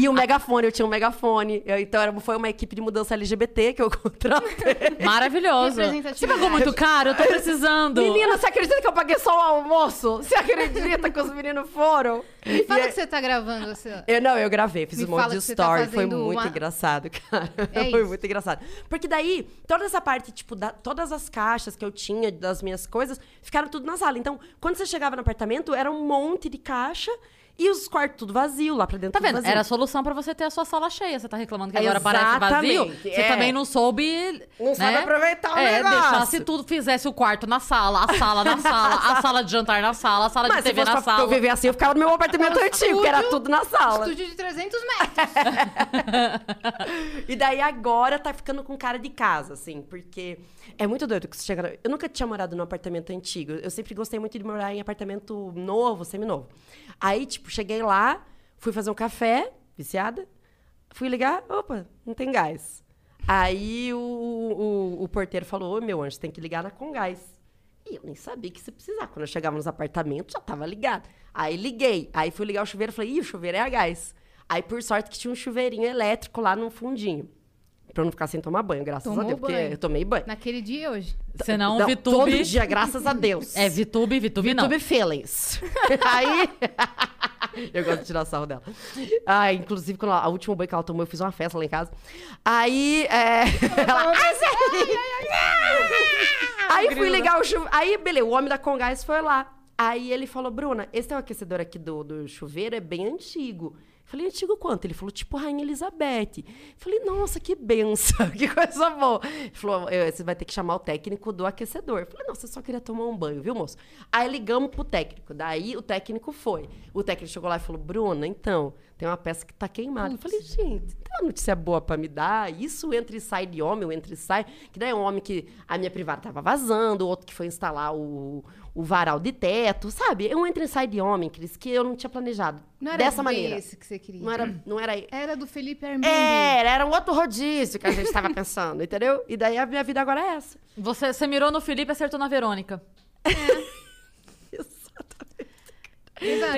C: e o megafone, eu tinha um megafone. Eu- Então era, foi uma equipe de mudança LGBT que eu contratei.
B: Maravilhoso.
A: Representatividade.
B: Você pagou muito caro, eu tô precisando.
C: Menina, você acredita que eu paguei só o almoço? Você acredita que os meninos foram?
A: Me fala
C: E- é
A: que você tá gravando essa.
C: Eu não, eu gravei, fiz
A: Me
C: um monte
A: fala
C: de
A: que você tá
C: story, foi
A: fazendo
C: muito
A: uma-
C: engraçado, cara.
A: É
C: foi
A: isso.
C: muito engraçado. Porque daí, toda essa parte, tipo, da- todas as caixas que eu tinha das minhas coisas, ficaram tudo na sala. Então, quando você chegava no apartamento, era um monte de caixa e os quartos tudo vazio lá pra dentro.
B: Tá
C: tudo
B: vendo?
C: vazio.
B: Era a solução pra você ter a sua sala cheia. Você tá reclamando que agora parece
C: Exatamente,
B: vazio. Você
C: é.
B: também não soube.
C: Não
B: né?
C: sabe aproveitar o
B: é,
C: negócio.
B: deixasse tudo, fizesse o quarto na sala, a sala na sala, a sala de jantar na sala, a sala
C: Mas
B: de
C: se
B: TV
C: fosse
B: na
C: pra
B: sala.
C: eu viver assim, eu ficava no meu apartamento antigo, que era
A: estúdio-
C: tudo na sala.
A: Estúdio de 300 metros.
C: E daí agora tá ficando com cara de casa, assim, porque é muito doido que você chega. na- Eu nunca tinha morado num apartamento antigo. Eu sempre gostei muito de morar em apartamento novo, seminovo. Aí, tipo, cheguei lá, fui fazer um café, viciada, fui ligar, opa, não tem gás. Aí o, o, o porteiro falou: Ô meu anjo, tem que ligar na com gás. E eu nem sabia que se precisar. Quando eu chegava nos apartamentos, já tava ligado. Aí liguei. Aí fui ligar o chuveiro e falei, ih, o chuveiro é a gás. Aí, por sorte, que tinha um chuveirinho elétrico lá no fundinho. Pra eu não ficar sem tomar banho, graças
A: Tomou
C: a Deus.
A: banho.
C: Porque eu tomei banho.
A: Naquele dia e hoje.
B: Senão,
C: Não,
B: é um Vitube.
C: Todo dia, graças a Deus.
B: É, Vitube, Vitube não.
C: Tube Feelings. Aí. eu gosto de tirar sarro dela. Ah, inclusive, quando ela- a última banho que ela tomou, eu fiz uma festa lá em casa. Aí. É... ela, "Ai, sério?" aí fui ligar o chuveiro. Aí, beleza, o homem da Congás foi lá. Aí ele falou: Bruna, esse teu aquecedor aqui do, do chuveiro é bem antigo. Eu Falei, antigo quanto? Ele falou, tipo, Rainha Elizabeth. Eu Falei, nossa, que benção, que coisa boa. Ele falou, "É, você vai ter que chamar o técnico do aquecedor. Eu Falei, nossa, eu só queria tomar um banho, viu, moço? Aí ligamos pro técnico. Daí o técnico foi. O técnico chegou lá e falou, Bruna, então, tem uma peça que tá queimada. Eu falei, gente, tem uma notícia boa pra me dar? Isso entra e sai de homem, o entra e sai. Que daí é um homem que a minha privada tava vazando, o outro que foi instalar o, o varal de teto, sabe? É um entra e sai de homem, Cris, que eu não tinha planejado.
A: Não era
C: dessa maneira.
A: esse que você queria.
C: Não era, É, não era
A: Era do Felipe Armin.
C: era, era um outro rodízio que a gente tava pensando, entendeu? E daí a minha vida agora é essa.
B: Você, você mirou no Felipe e acertou na Verônica.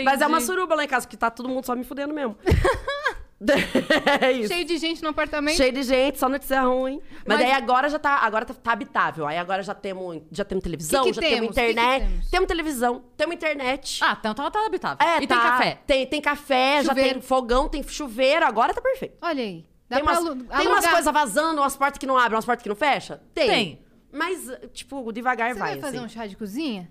C: Mas é uma
B: Entendi.
C: suruba lá em casa, que tá todo mundo só me fudendo mesmo. é isso.
A: Cheio de gente no apartamento.
C: Cheio de gente, só notícia ruim. Mas,
A: Mas-
C: aí agora já tá, agora tá, tá habitável. Aí agora já temos, já temos televisão,
A: Que que
C: já
A: temos?
C: temos
A: Que que
C: internet.
A: temos?
C: temos? televisão, temos internet.
B: Ah, então tá, tá habitável.
C: É,
B: e tem
C: tá.
B: café.
C: Tem, tem café, já
A: Chuveiro.
C: tem fogão, tem chuveiro, agora tá perfeito.
A: Olha aí. Dá
C: tem
A: pra
C: umas,
A: alu-
C: tem
A: alugar.
C: umas coisas vazando, umas portas que não abrem, umas portas que não fecham? Tem.
B: Tem.
C: Mas, tipo, devagar
A: Você vai fazer
C: assim.
A: um chá de cozinha?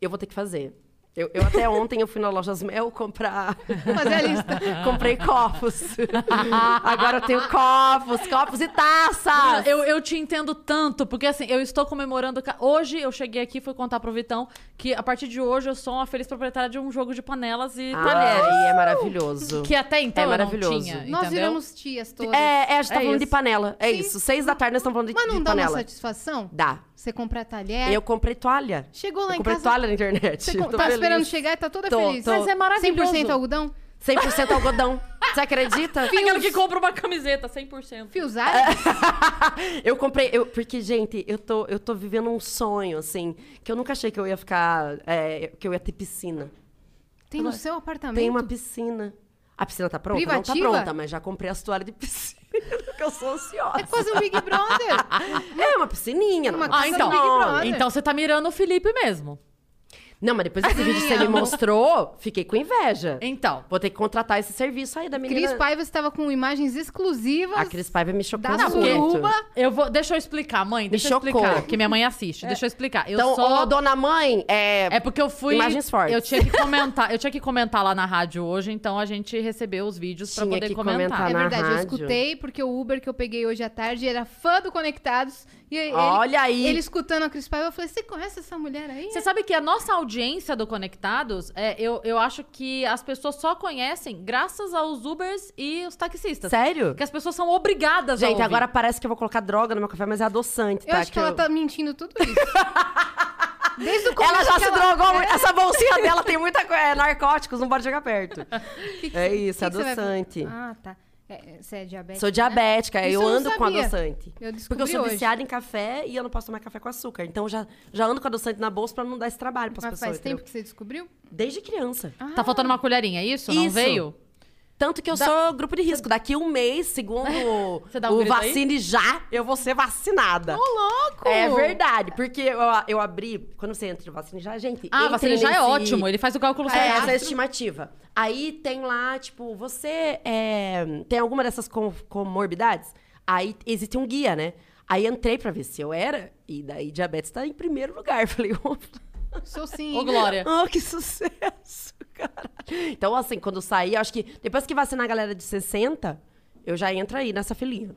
C: Eu vou ter que fazer. Eu, eu até ontem eu fui na Lojas Mel comprar.
A: Fazer a lista.
C: Comprei copos. Agora eu tenho copos, copos e
B: Menina,
C: taças.
B: Eu, eu te entendo tanto, porque assim, eu estou comemorando. ca- Hoje eu cheguei aqui e fui contar pro Vitão que a partir de hoje eu sou uma feliz proprietária de um jogo de panelas e
C: Ah,
B: talheres.
C: e é maravilhoso.
B: Que até então
C: É
B: eu
C: maravilhoso.
B: não tinha. Entendeu?
A: Nós viramos tias todas.
C: É, é, a gente tá
B: É
C: falando
B: isso.
C: de panela. É isso. Seis da tarde nós estamos falando de,
A: Mas não
C: de
A: dá
C: panela.
A: uma satisfação?
C: Dá.
A: Você comprar talher.
C: Eu comprei toalha.
A: Chegou lá
C: eu
A: em
C: comprei
A: casa.
C: toalha na internet. Então,
A: Você
C: Eu
A: com-
C: tô
A: tá
C: feliz.
A: esperando chegar e tá toda
C: Tô,
A: feliz.
C: tô.
A: Mas é maravilhoso. 100%
B: 100%
A: algodão?
C: 100% algodão. Você acredita?
B: Aquela que compra uma camiseta, 100%.
C: É.
A: Fios árabes?
C: eu comprei, eu- porque, gente, eu tô, eu tô vivendo um sonho, assim, que eu nunca achei que eu ia ficar, é, que eu ia ter piscina.
A: Tem no seu apartamento?
C: Tem uma piscina. A piscina tá pronta? Não
A: Privativa?
C: tá pronta, mas já comprei as toalhas de piscina, porque eu sou ansiosa.
A: É quase um Big Brother.
C: É uma piscininha.
A: Uma
C: não,
A: casa
B: Ah, então.
C: né?
A: do Big Brother.
B: Então você tá mirando o Felipe mesmo.
C: Não, mas depois que esse vídeo que você me mostrou, fiquei com inveja.
B: Então.
C: Vou ter que contratar esse serviço aí da menina.
A: Cris Paiva estava com imagens exclusivas
C: A Cris Paiva me chocou
A: da
C: muito.
A: suruba.
B: Eu vou. Deixa eu explicar, mãe. Deixa eu
C: chocou. É.
B: explicar. Que minha mãe assiste. Deixa eu explicar. Eu
C: Então,
B: sou.
C: ô, dona mãe, é...
B: É porque eu fui.
C: Imagens fortes.
B: Eu tinha que comentar. Eu tinha que comentar lá na rádio hoje, então a gente recebeu os vídeos pra
C: Tinha
B: poder
C: que
B: comentar.
C: comentar.
A: É
C: tá na
A: verdade, eu
C: rádio.
A: escutei porque o Uber que eu peguei hoje à tarde era fã do Conectados. E ele,
C: Olha aí.
A: ele escutando a Cris Paiva, eu falei: Você conhece essa mulher aí?
B: Você sabe que a nossa audiência do Conectados, é, eu, eu acho que as pessoas só conhecem graças aos Ubers e os taxistas.
C: Sério?
B: Porque as pessoas são obrigadas a
C: Gente,
B: ouvir.
C: agora parece que eu vou colocar droga no meu café, mas é adoçante,
A: Eu
C: tá?
A: acho que ela
C: eu-
A: tá mentindo tudo isso. Desde o começo.
C: Ela já
A: que É,
C: se drogou. muito. Essa bolsinha dela tem muita coisa. É narcóticos, não pode chegar perto. é isso,
A: Que que você vai-
C: adoçante.
A: Ah, tá. É, é, você é diabética?
C: Sou
A: né? Isso
C: diabética, eu
A: eu não
C: ando com
A: sabia.
C: adoçante.
A: Eu descobri
C: Porque eu sou
A: hoje.
C: viciada em café e eu não posso tomar café com açúcar. Então eu já, já ando com adoçante na bolsa pra não dar esse trabalho pras
A: Mas
C: pessoas.
A: faz tempo
C: entendeu?
A: que você descobriu?
C: Desde criança.
B: Tá faltando uma colherinha, é isso? Não
C: Isso.
B: veio?
C: Tanto que eu
B: Da-
C: sou grupo de risco. Daqui um mês, segundo o-
B: Você dá um
C: o
B: grito aí?
C: Vacine Já, eu vou ser vacinada.
A: louco!
C: É verdade, porque eu, eu abri. Quando você entra no Vacine Já, gente.
B: Ah,
C: entrem
B: vacina já é
C: nesse-
B: ótimo. Ele faz o cálculo
C: É,
B: certo.
C: essa é a estimativa. Aí tem lá, tipo, você é, tem alguma dessas com- comorbidades? Aí existe um guia, né? Aí entrei pra ver se eu era, e daí diabetes tá em primeiro lugar. Falei, ô,
A: Sou sim.
B: Ô, Glória.
C: oh, que sucesso, cara. Então, assim, quando eu sair, eu acho que depois que vacinar a galera de 60, eu já entro aí nessa filinha.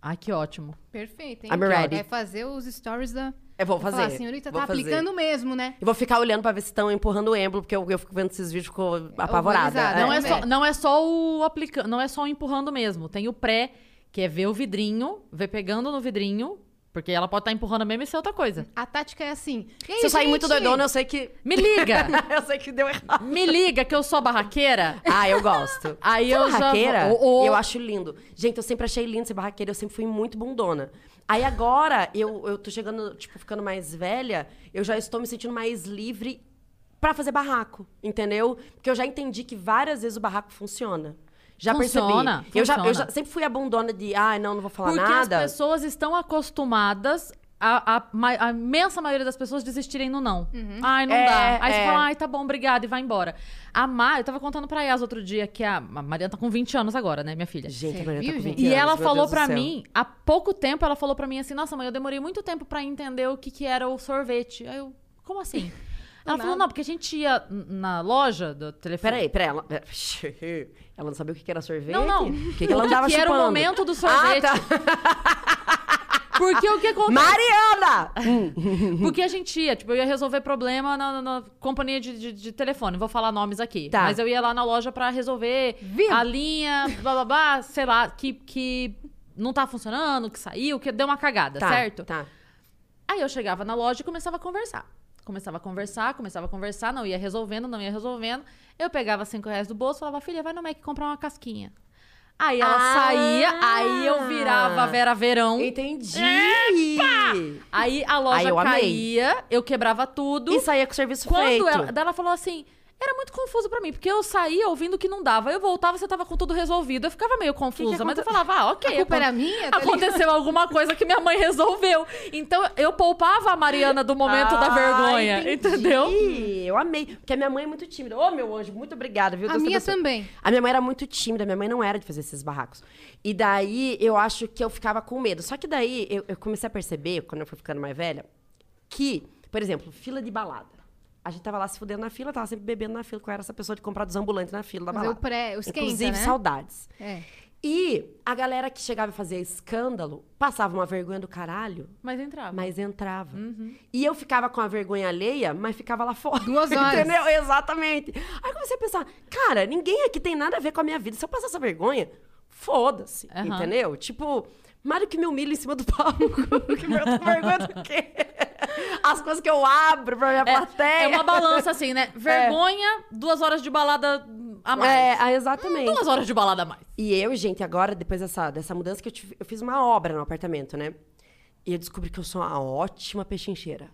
B: Ai, que ótimo.
A: Perfeito, hein?
C: I'm ready.
A: É fazer os stories da.
C: Eu vou
A: Vai
C: fazer.
A: falar, a senhorita
C: vou
A: tá
C: fazer.
A: aplicando mesmo, né?
C: E vou ficar olhando pra ver se estão empurrando o êmbolo, porque eu, eu fico vendo esses vídeos, fico apavorada.
A: horrorizada.
B: Não é,
A: É.
C: né?
B: só, não é só o aplicando, não é só o empurrando mesmo. Tem o pré, que é ver o vidrinho, ver pegando no vidrinho, porque ela pode estar empurrando mesmo e ser outra coisa.
A: A tática é assim. E aí,
C: Se eu sair muito
A: gente?
C: doidona, eu sei que.
B: Me liga!
C: eu sei que deu errado.
B: Me liga que eu sou barraqueira.
C: Ah, eu gosto.
B: Aí
C: Ser
B: eu já
C: barraqueira,
B: vou- ou- ou-
C: eu acho lindo. Gente, eu sempre achei lindo ser barraqueira, eu sempre fui muito bundona. Aí agora, eu, eu tô chegando, tipo, ficando mais velha, eu já estou me sentindo mais livre pra fazer barraco, entendeu? Porque eu já entendi que várias vezes o barraco funciona. Já
B: Funciona,
C: percebi. Eu já, eu
B: funciona.
C: já sempre fui a bundona de, ai, não, não vou falar
B: Porque
C: nada.
B: as pessoas estão acostumadas. A, a ma- a imensa maioria das pessoas desistirem no não. Ai, não
C: É,
B: dá. Aí você
C: é.
B: fala, ai, tá bom, obrigada, e vai embora. A Mar, eu tava contando pra Yas outro dia que a, a Mariana tá com 20 anos agora, né, minha filha?
C: Gente,
A: Você
C: a Mariana
A: viu,
C: tá com
A: gente?
C: 20
B: E
C: anos,
B: ela
C: meu
B: falou
C: Deus do
B: pra
C: céu.
B: mim, há pouco tempo, ela falou pra mim assim: Nossa, mãe, eu demorei muito tempo pra entender o que, que era o sorvete. Aí eu, como assim? Ela falou: Não, porque a gente ia n- na loja do telefone.
C: Peraí, peraí, ela... Ela não sabia o que que era sorvete?
B: Não, não.
C: O que, que ela
B: O que
C: andava
B: que era o
C: chupando?
B: momento do sorvete.
C: Ah, tá.
B: Porque o que acontece?
C: Mariana!
B: Porque a gente ia, tipo, eu ia resolver problema na, na- na companhia de, de- de telefone, vou falar nomes aqui.
C: Tá.
B: Mas eu ia lá na loja pra resolver
A: Viu?
B: a linha, blá blá blá, sei lá, que, que não tá funcionando, que saiu, que deu uma cagada,
C: Tá,
B: certo?
C: Tá.
B: Aí eu chegava na loja e começava a conversar. Começava a conversar, começava a conversar, não ia resolvendo, não ia resolvendo. Eu pegava cinco reais do bolso e falava, filha, vai no Mac comprar uma casquinha. Aí ela
C: Ah!
B: saía, aí eu virava Vera Verão.
C: Entendi!
B: Aí a loja
C: Aí eu amei.
B: caía, eu quebrava tudo.
C: E saía é com o serviço feito.
B: Quando ela, daí ela falou assim, era muito confuso pra mim, porque eu saía ouvindo que não dava. Eu voltava, você tava com tudo resolvido. Eu ficava meio confusa, mas eu falava, ah, ok.
A: A culpa
B: aconte-
A: era minha? tá ligado?
B: aconteceu alguma coisa que minha mãe resolveu. Então eu poupava a Mariana do momento da
C: Ah,
B: vergonha,
C: entendi.
B: entendeu?
C: Eu amei. Porque a minha mãe é muito tímida. Ô, meu anjo, muito obrigada, viu?
A: A
C: Deus te
A: minha
C: abençoe.
A: também.
C: A minha mãe era muito tímida, minha mãe não era de fazer esses barracos. E daí eu acho que eu ficava com medo. Só que daí eu, eu comecei a perceber, quando eu fui ficando mais velha, que, por exemplo, fila de balada. A gente tava lá se fudendo na fila, tava sempre bebendo na fila, que eu era essa pessoa de comprar dos ambulantes na fila da
A: Fazer
C: balada.
A: o pré, o esquenta,
C: Inclusive,
A: né?
C: saudades.
A: É.
C: E a galera que chegava e fazia escândalo passava uma vergonha do caralho,
B: Mas entrava.
C: mas entrava.
B: Uhum.
C: E eu ficava com a vergonha alheia, mas ficava lá fora.
A: Duas horas.
C: Entendeu? Exatamente. Aí eu comecei a pensar, cara, ninguém aqui tem nada a ver com a minha vida. Se eu passar essa vergonha, foda-se.
B: Aham.
C: Entendeu? Tipo, Mário que me humilha em cima do palco. que eu tô com vergonha do quê? As coisas que eu abro pra minha
B: É,
C: plateia.
B: é uma balança assim, né? Vergonha, duas horas de balada a mais.
C: É, ah, exatamente.
B: Duas horas de balada a mais.
C: E eu, gente, agora, depois dessa, dessa mudança, que eu, tive- eu fiz uma obra no apartamento, né? E eu descobri que eu sou uma ótima pechincheira.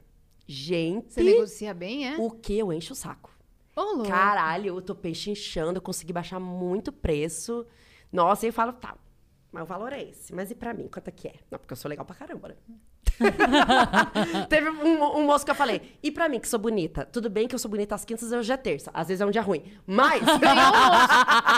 C: Gente,
A: Você negocia bem, é? Ô,
C: o que eu encho o saco.
A: louco.
C: Caralho, eu tô pechinchando, eu consegui baixar muito preço. Nossa, aí eu falo, tá, mas o valor é esse. Mas e pra mim, quanto é que é? Não, porque eu sou legal pra caramba, né? Teve um, um moço que eu falei, e pra mim, que sou bonita? Tudo bem que eu sou bonita às quintas e hoje é terça. Às vezes é um dia ruim. Mas.
A: Ganhou o moço.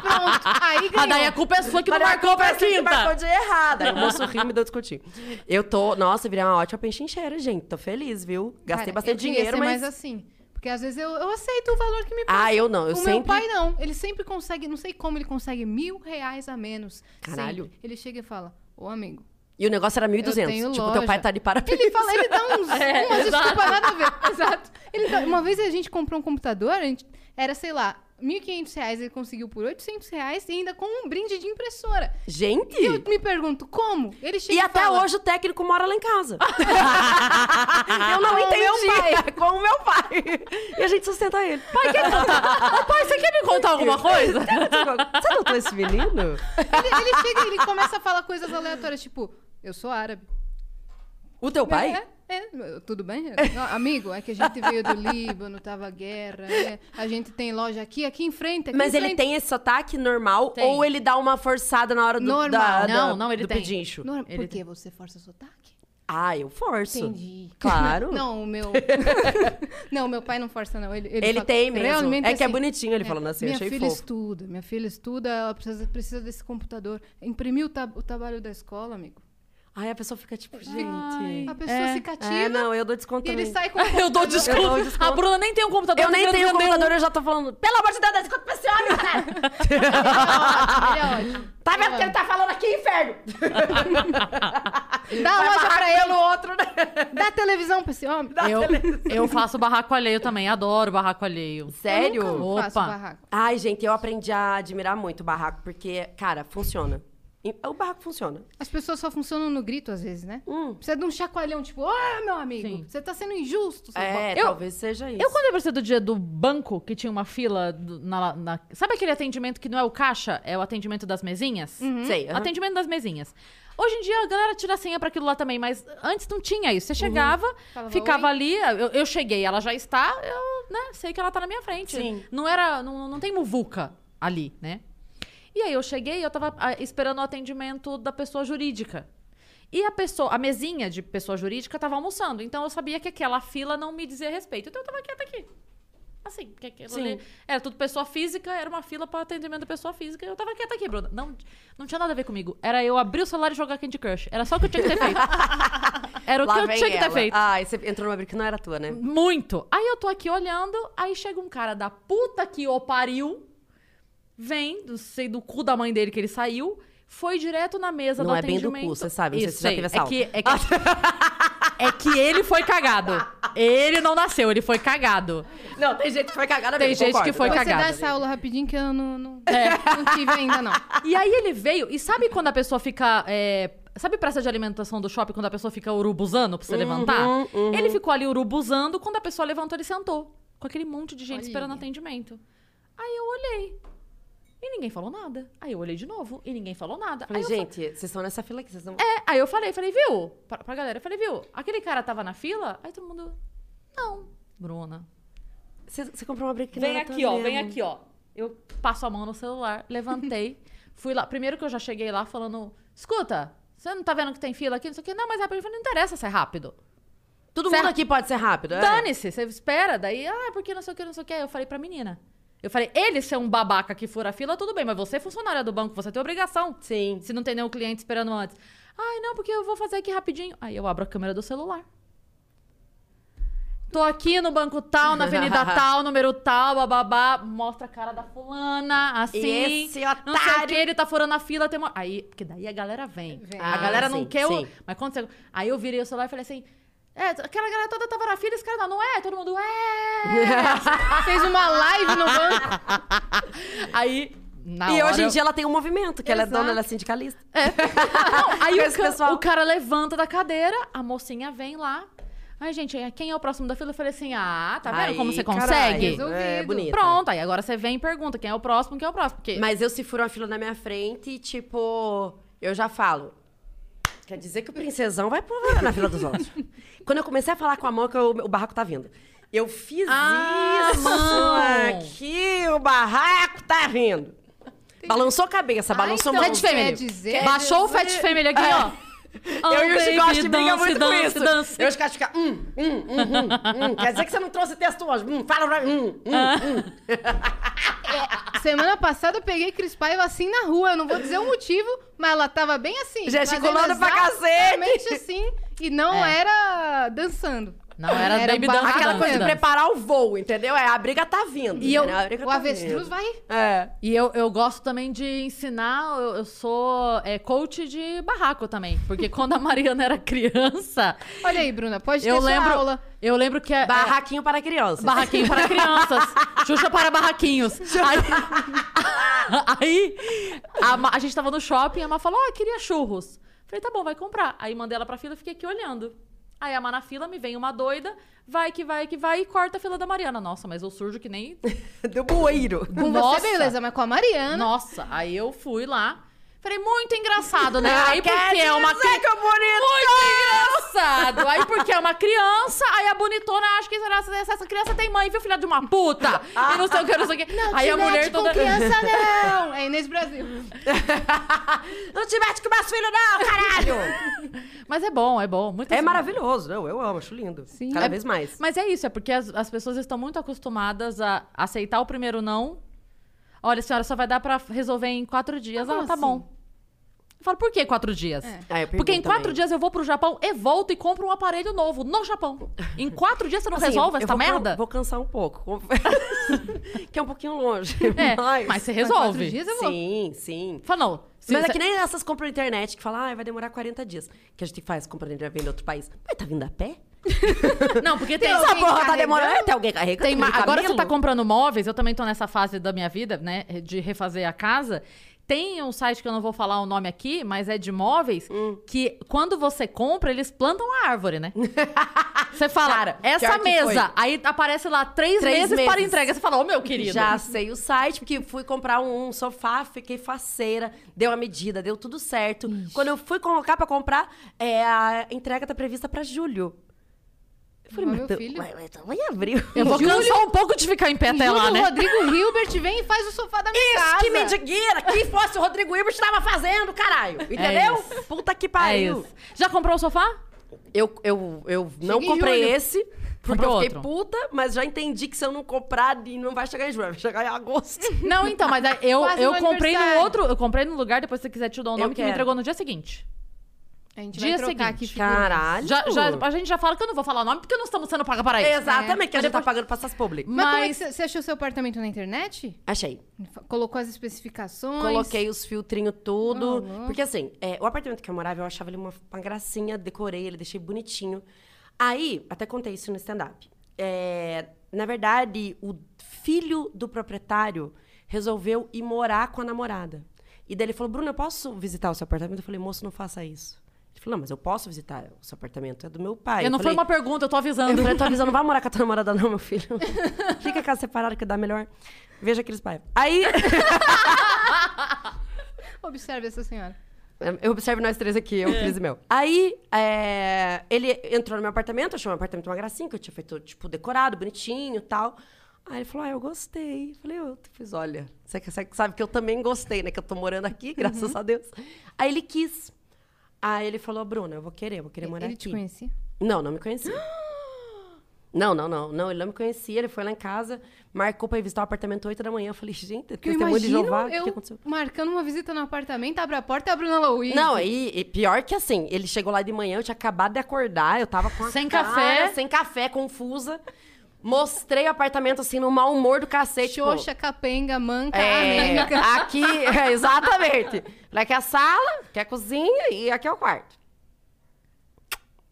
A: Pronto. Aí ganhou.
B: Ah, daí a culpa é sua que não
C: Mas
A: "Ah,
B: marcou pra
C: você que marcou
B: quinta.
C: de errada. Aí o moço riu e me deu discutir. Eu tô. Nossa, eu virei uma ótima penchincheira, gente. Tô feliz, viu? Gastei
A: Cara,
C: bastante
A: eu queria
C: dinheiro,
A: ser
C: mas.
A: mais assim. Porque às vezes eu, eu aceito o valor que me pagam.
C: Ah, eu não. Eu
A: o
C: sempre.
A: meu pai não. Ele sempre consegue, não sei como ele consegue mil reais a menos.
C: Caralho.
A: Sempre. Ele chega e fala, ô amigo.
C: E o negócio era 1.200.
A: tenho
C: Tipo,
A: loja.
C: teu pai tá de parabéns.
A: Ele fala, ele dá uns, um,
B: É,
A: umas
B: exato.
A: desculpas nada a ver. Exato. Ele dá- uma vez a gente comprou um computador, a gente, era, sei lá, 1.500 reais, ele conseguiu por 800 reais e ainda com um brinde de impressora.
C: Gente!
A: E eu me pergunto, como? Ele chega
C: E até
A: fala,
C: hoje o técnico mora lá em casa. eu não
A: Com
C: entendi.
A: meu pai.
C: Com o meu pai. E a gente sustenta ele. Pai, quer
B: Ô, pai, você quer me
A: tá
B: contar alguma coisa?
C: Você adotou esse menino?
A: Ele, ele chega e ele começa a falar coisas aleatórias, tipo, eu sou árabe.
C: O teu pai?
A: É, é, tudo bem? Não, amigo, é que a gente veio do Líbano, tava a guerra, é, a gente tem loja aqui, aqui em frente. Aqui
C: Mas
A: em
C: ele
A: frente.
C: tem esse sotaque normal
B: Tem.
C: ou ele dá uma forçada na hora do,
A: Normal.
C: da- da-
B: Não, não, ele
C: do
B: tem.
C: pedincho?
A: Norma-
B: ele
A: por
B: tem.
A: que você força o sotaque?
C: Ah, eu forço.
A: Entendi.
C: Claro.
A: Não, o meu. não, o meu pai não força, não. Ele, ele,
C: Ele
A: fala-
C: tem mesmo.
A: Realmente,
C: é que é
A: assim,
C: bonitinho ele falando assim,
A: minha
C: achei
A: filha
C: fofo.
A: estuda, minha filha estuda, ela precisa, precisa desse computador. Imprimiu o, tra- o trabalho da escola, amigo.
C: Ai, a pessoa fica tipo, gente.
A: A pessoa
B: É.
A: se
C: É,
A: cativa
C: não, eu dou
A: e
C: desconto
A: ele sai
C: também.
A: com.
B: Eu dou
C: Eu dou
B: desconto.
C: desconto.
B: A Bruna nem tem um computador.
C: Eu nem
B: mas eu
C: tenho
B: dei um.
C: computador, eu já tô falando. Pelo amor de Deus, dá desconto pra esse homem, cara!
A: Ele é ótimo.
C: Tá vendo o que ele tá falando aqui, inferno?
A: Dá a loja pra ele,
C: pelo outro, né?
A: dá televisão pra esse homem.
B: Eu, eu faço barraco alheio também, adoro barraco alheio.
C: Sério?
A: Eu nunca faço
B: Opa.
A: barraco.
C: Ai, gente, eu aprendi a admirar muito o barraco, porque, cara, funciona. E- O barraco funciona.
A: As pessoas só funcionam no grito às vezes, né?
C: Hum.
A: Precisa de um chacoalhão, tipo, ah, meu amigo,
B: Sim.
A: você tá sendo injusto. seu
C: É,
B: Eu-
C: talvez seja isso.
B: Eu, quando eu percebi do dia do banco, que tinha uma fila do- na, na- Sabe aquele atendimento que não é o caixa? É o atendimento das mesinhas?
C: Sei. aham.
B: Atendimento das mesinhas. Hoje em dia a galera tira a senha pra aquilo lá também, mas antes não tinha isso. Você
C: Uhum.
B: chegava,
A: Falava,
B: ficava
A: "Oi?"
B: ali, eu, eu cheguei, ela já está, eu né, sei que ela tá na minha frente.
C: Sim.
B: Não era. Não, não tem muvuca ali, né? E aí eu cheguei, eu tava ah, esperando o atendimento da pessoa jurídica. E a pessoa, a mesinha de pessoa jurídica tava almoçando, então eu sabia que aquela fila não me dizia respeito. Então eu tava quieta aqui. Assim, porque aquilo
C: Sim.
B: ali era tudo pessoa física, era uma fila pra atendimento da pessoa física. Eu tava quieta aqui, Bruna. Não, não tinha nada a ver comigo. Era eu abrir o celular e jogar Candy Crush. Era só o que eu tinha que ter feito. Era o
C: Lá
B: que eu
C: vem
B: tinha que ter
C: ela.
B: feito.
C: Ai, você entrou numa briga que não era tua, né?
B: Muito. Aí eu tô aqui olhando, aí chega um cara da puta que o pariu, vem, não sei do cu da mãe dele que ele saiu, foi direto na mesa
C: Não
B: do
C: é bem do
B: atendimento.
C: cu, você sabe, não sei se você já
B: sei.
C: teve essa
B: é
C: aula.
B: que, é, que, é que ele foi cagado. Ele não nasceu, ele foi cagado.
C: Não, tem gente que foi cagada
B: Tem
C: mesmo,
B: gente
C: concordo.
B: que foi
A: Depois você
B: cagada.
A: dá
C: né?
A: essa aula rapidinho que eu não, não,
B: É.
A: não tive ainda, não.
B: E aí ele veio, e sabe quando a pessoa fica. é, sabe praça de alimentação do shopping quando a pessoa fica urubuzando pra você levantar? Ele ficou ali urubuzando, quando a pessoa levantou, ele sentou. Com aquele monte de gente
A: Olha.
B: esperando atendimento. Aí eu olhei. E ninguém falou nada. Aí eu olhei de novo e ninguém falou nada.
C: Falei,
B: aí, eu
C: gente, vocês estão nessa fila aqui, vocês não...
B: fa- é, aí eu falei, falei, viu? Pra, pra galera, eu falei, viu? Aquele cara tava na fila? Aí todo mundo. Não, Bruna.
C: Você você comprou uma briga que
B: Vem
C: não era tua
B: aqui, ó, vem
C: mesmo.
B: aqui, ó. Eu passo a mão no celular, levantei, fui lá. Primeiro que eu já cheguei lá falando: escuta, você não tá vendo que tem fila aqui? Não sei o quê. Não, mas é rápido. Eu falei, não interessa se é rápido.
C: Todo
B: Certo.
C: mundo aqui pode ser rápido, é?
B: Dane-se, você espera. Daí, ah, porque não sei o que, não sei o que. Eu falei pra menina. Eu falei, ele ser um babaca que fura a fila, tudo bem, mas você é funcionária do banco, você tem obrigação.
C: Sim.
B: Se não tem nenhum cliente esperando antes. Ai, não, porque eu vou fazer aqui rapidinho. Aí eu abro a câmera do celular. Tô aqui no banco tal, na avenida tal, número tal, bababá. Mostra a cara da fulana, assim.
C: Esse
B: Não sei o que,
C: otário.
B: ele tá furando a fila, tem uma... Aí, porque daí a galera vem.
A: Vem.
B: A
C: Ah,
B: galera não
C: sim,
B: quer o...
C: sim.
B: Mas quando você... Aí eu virei o celular e falei assim... É, aquela galera toda tava na fila, esse cara não, não é? Todo mundo, é!
A: Fez uma live no banco.
B: Aí, na
C: E
B: hora...
C: hoje em dia ela tem um movimento, que ela é
A: Exato.
C: dona, ela é sindicalista.
B: Não, aí o,
C: Esse
B: ca-
C: pessoal.
B: o cara levanta da cadeira, a mocinha vem lá. Ai, gente, quem é o próximo da fila? Eu falei assim: ah, tá vendo
C: Aí,
B: como você
C: caralho,
B: consegue?
A: Resolvido.
C: É bonito.
B: Pronto, aí agora você vem e pergunta quem é o próximo, quem é o próximo. Porque
C: Mas eu se for uma fila na minha frente, tipo, eu já falo. Quer dizer que o princesão vai pro- na fila dos outros. Quando eu comecei a falar com a mão, que eu- o barraco tá vindo. Eu fiz
B: Ah,
C: isso
B: mão!
C: aqui, o barraco tá vindo. Balançou a cabeça,
A: Ah,
C: balançou
A: então,
C: a
B: Fat
C: mão.
A: quer
B: Family.
A: dizer-
B: Baixou o Fat Family aqui, ó. Oh,
C: É. eu e o
B: baby,
C: Chico Gosta briga
B: dance,
C: muito
B: dance,
C: com isso.
B: dance.
C: Eu e o Chico Gosta fica, hum, hum, hum, hum, hum. Quer dizer que você não trouxe texto hoje. Hum, fala pra mim. Hum,
B: Ah,
C: hum, hum.
A: Semana passada eu peguei Cris Paiva assim na rua. Eu não vou dizer o motivo, mas ela tava bem assim.
C: Gesticulando
A: fazendo
C: pra cacete.
A: exatamente assim. E não
B: É.
A: era dançando.
B: Não, era baby
A: barra-
B: dance,
C: Aquela
B: dance,
C: coisa de
B: dance.
C: preparar o voo, entendeu? É, a briga tá vindo.
A: E eu,
C: né? A briga
A: o
C: tá
A: avestruz
C: vindo.
A: vai.
C: É.
B: E eu, eu gosto também de ensinar, eu, eu sou é, coach de barraco também. Porque quando a Mariana era criança,
A: Olha aí, Bruna, pode ter
B: eu
A: sua
B: lembro.
A: aula.
B: Eu lembro que. é-
C: Barraquinho para crianças.
B: Barraquinho para crianças. Xuxa para barraquinhos. Aí, aí a, Ma- a gente tava no shopping, a Má falou, ó, queria churros. Falei, tá bom, vai comprar. Aí mandei ela pra fila e fiquei aqui olhando. Aí a Má na fila, me vem uma doida, vai que vai que vai e corta a fila da Mariana. Nossa, mas eu surjo que nem...
C: Do bueiro.
A: Com
B: Nossa.
A: você, beleza, mas com a Mariana.
B: Nossa, aí eu fui lá. Falei, muito engraçado, né?
C: Ah,
B: Aí
C: quer
B: porque é uma...
C: dizer
B: cri-
C: que é bonito.
B: Muito engraçado! Aí porque é uma criança, aí a bonitona acha que será- essa, essa criança tem mãe, viu, filha de uma puta? E não sei o que, não sei o que. aí a
A: Não te
B: mulher
A: mete com
B: toda.
A: criança, não! É Inês Brasil.
C: Não te mete com meus filhos, não, caralho!
B: Mas é bom, é bom. Muito
C: é
B: assim.
C: maravilhoso, não, eu amo, acho lindo.
A: Sim.
C: Cada
A: É-
C: vez mais.
B: Mas é isso, é porque as, as pessoas estão muito acostumadas a aceitar o primeiro não. Olha, senhora, só vai dar pra resolver em quatro dias.
A: Ah,
B: Ah,
A: como
B: tá
A: assim?
B: bom. Eu falo, por que quatro dias?
A: É.
C: Ah, eu pergunto
B: Porque em quatro
C: também.
B: dias eu vou pro Japão e volto e compro um aparelho novo no Japão. Em quatro dias você não
C: Assim,
B: resolve
C: eu
B: essa
C: vou-
B: merda?
C: Vou cansar um pouco, confesso. que é um pouquinho longe.
B: É, mas você
A: Mas quatro
B: resolve.
A: dias eu vou.
C: Sim, sim.
B: Fala, não. se
C: mas
B: você-
C: é que nem essas compras na internet que falam, ah, vai demorar 40 dias. Que a gente faz comprando e venda em outro país. Mas tá vindo a pé?
B: Não, porque tem.
C: Essa
A: alguém
C: porra tá
A: carregando?
C: demorando? Tem alguém carregando?
B: tem ma-
C: Tem um
B: Agora
C: camelo?
B: você tá comprando móveis, eu também tô nessa fase da minha vida, né? De refazer a casa. Tem um site que eu não vou falar o nome aqui, mas é de móveis, que quando você compra, eles plantam a árvore, né? Você fala,
C: Cara,
B: essa
C: pior que
B: mesa. Aí aparece lá três,
C: Três
B: meses, para
C: meses.
B: entrega. Você fala, ô meu querido.
C: Já sei o site, porque fui comprar um, um sofá, fiquei faceira, deu a medida, deu tudo certo. Quando eu fui colocar pra comprar, é, a entrega tá prevista pra julho. Eu
A: Ó,
C: falei,
A: meu filho.
C: mas, filho. Mas, mas, mas em abril.
B: Eu vou
A: Júlio-
B: cansar um pouco de ficar em pé até
A: Júlio
B: lá, né?
A: Rodrigo Hilbert vem e faz o sofá da minha casa.
C: Isso, que mendigueira! Quem fosse o Rodrigo Ibert tava fazendo, caralho! Entendeu?
B: isso.
C: Puta que
B: É
C: pariu!
B: isso. Já comprou o sofá?
C: eu, eu, eu não
A: em
C: comprei
A: julho.
C: esse, porque
B: Comprou
C: eu fiquei
B: outro.
C: puta, mas já entendi que se eu não comprar, não vai chegar em julho, vai chegar em agosto.
B: Não, então, mas aí eu,
A: Quase
B: eu
A: no
B: comprei no
A: aniversário.
B: outro. Eu comprei no lugar, depois se você quiser te dar o
C: Eu
B: nome, que me
C: quero.
B: entregou no dia seguinte.
A: A gente vai
B: Dia
A: trocar
B: seguinte.
A: aqui. figurinha.
C: Caralho!
B: Já, já- a gente já fala que eu não vou falar o nome porque não estamos sendo paga para isso.
C: é Exatamente, que a
B: Mas
C: gente tá pagando pra essas públicas.
A: Mas, como é que
B: Mas,
A: você- você achou seu apartamento na internet?
C: Achei.
A: Fa- Colocou as especificações?
C: Coloquei os filtrinhos tudo.
A: Aham.
C: Porque assim, é, o apartamento que eu morava, eu achava ele uma, uma gracinha, decorei ele, deixei bonitinho. Aí, até contei isso no stand-up. É, na verdade, o filho do proprietário resolveu ir morar com a namorada. E daí ele falou, Bruna, eu posso visitar o seu apartamento? Eu falei, moço, não faça isso. Ele falou, não, mas eu posso visitar o seu apartamento, é do meu pai.
B: eu não foi
C: falei,
B: uma pergunta, eu tô
C: Eu
B: avisando. né?
C: falei, tô avisando, não vai morar com a tua namorada não, meu filho. Fica com a casa separada que dá melhor. Veja aqueles pais. Aí...
A: Observe essa senhora.
C: Eu observo nós três aqui, eu, Cris e Mel. Aí, é, ele entrou no meu apartamento, achou meu apartamento uma gracinha, que eu tinha feito, tipo, decorado, bonitinho e tal. Aí ele falou, ah, eu gostei. Falei, eu fiz, olha, você que- você que sabe que eu também gostei, né? Que eu tô morando
A: Uhum.
C: aqui, graças a Deus. Aí ele quis. Aí ele falou, Bruna, eu vou querer, eu vou querer morar
A: Ele
C: aqui.
A: te conhecia?
C: Não, não me conhecia. Não, não, não, não, ele não me conhecia, ele foi lá em casa, marcou pra ir visitar o apartamento 8 da manhã. Eu falei, gente,
A: Porque eu
C: testemunho de
A: imagino
C: Jeová, o que que
A: eu
C: aconteceu?
A: marcando uma visita no apartamento, abre a porta e abre Bruna Louise.
C: Não,
B: é
C: e, e pior que assim, ele chegou lá de manhã, eu tinha acabado de acordar, eu tava com a
B: Sem
C: cara,
B: café.
C: sem café, confusa. Mostrei o apartamento assim, no mau humor do cacete. tipo,
A: Xoxa, capenga, manca,
C: é,
A: amiga.
B: Ah,
C: aqui, é, exatamente. Lá que é a sala, que é a cozinha e aqui é o quarto.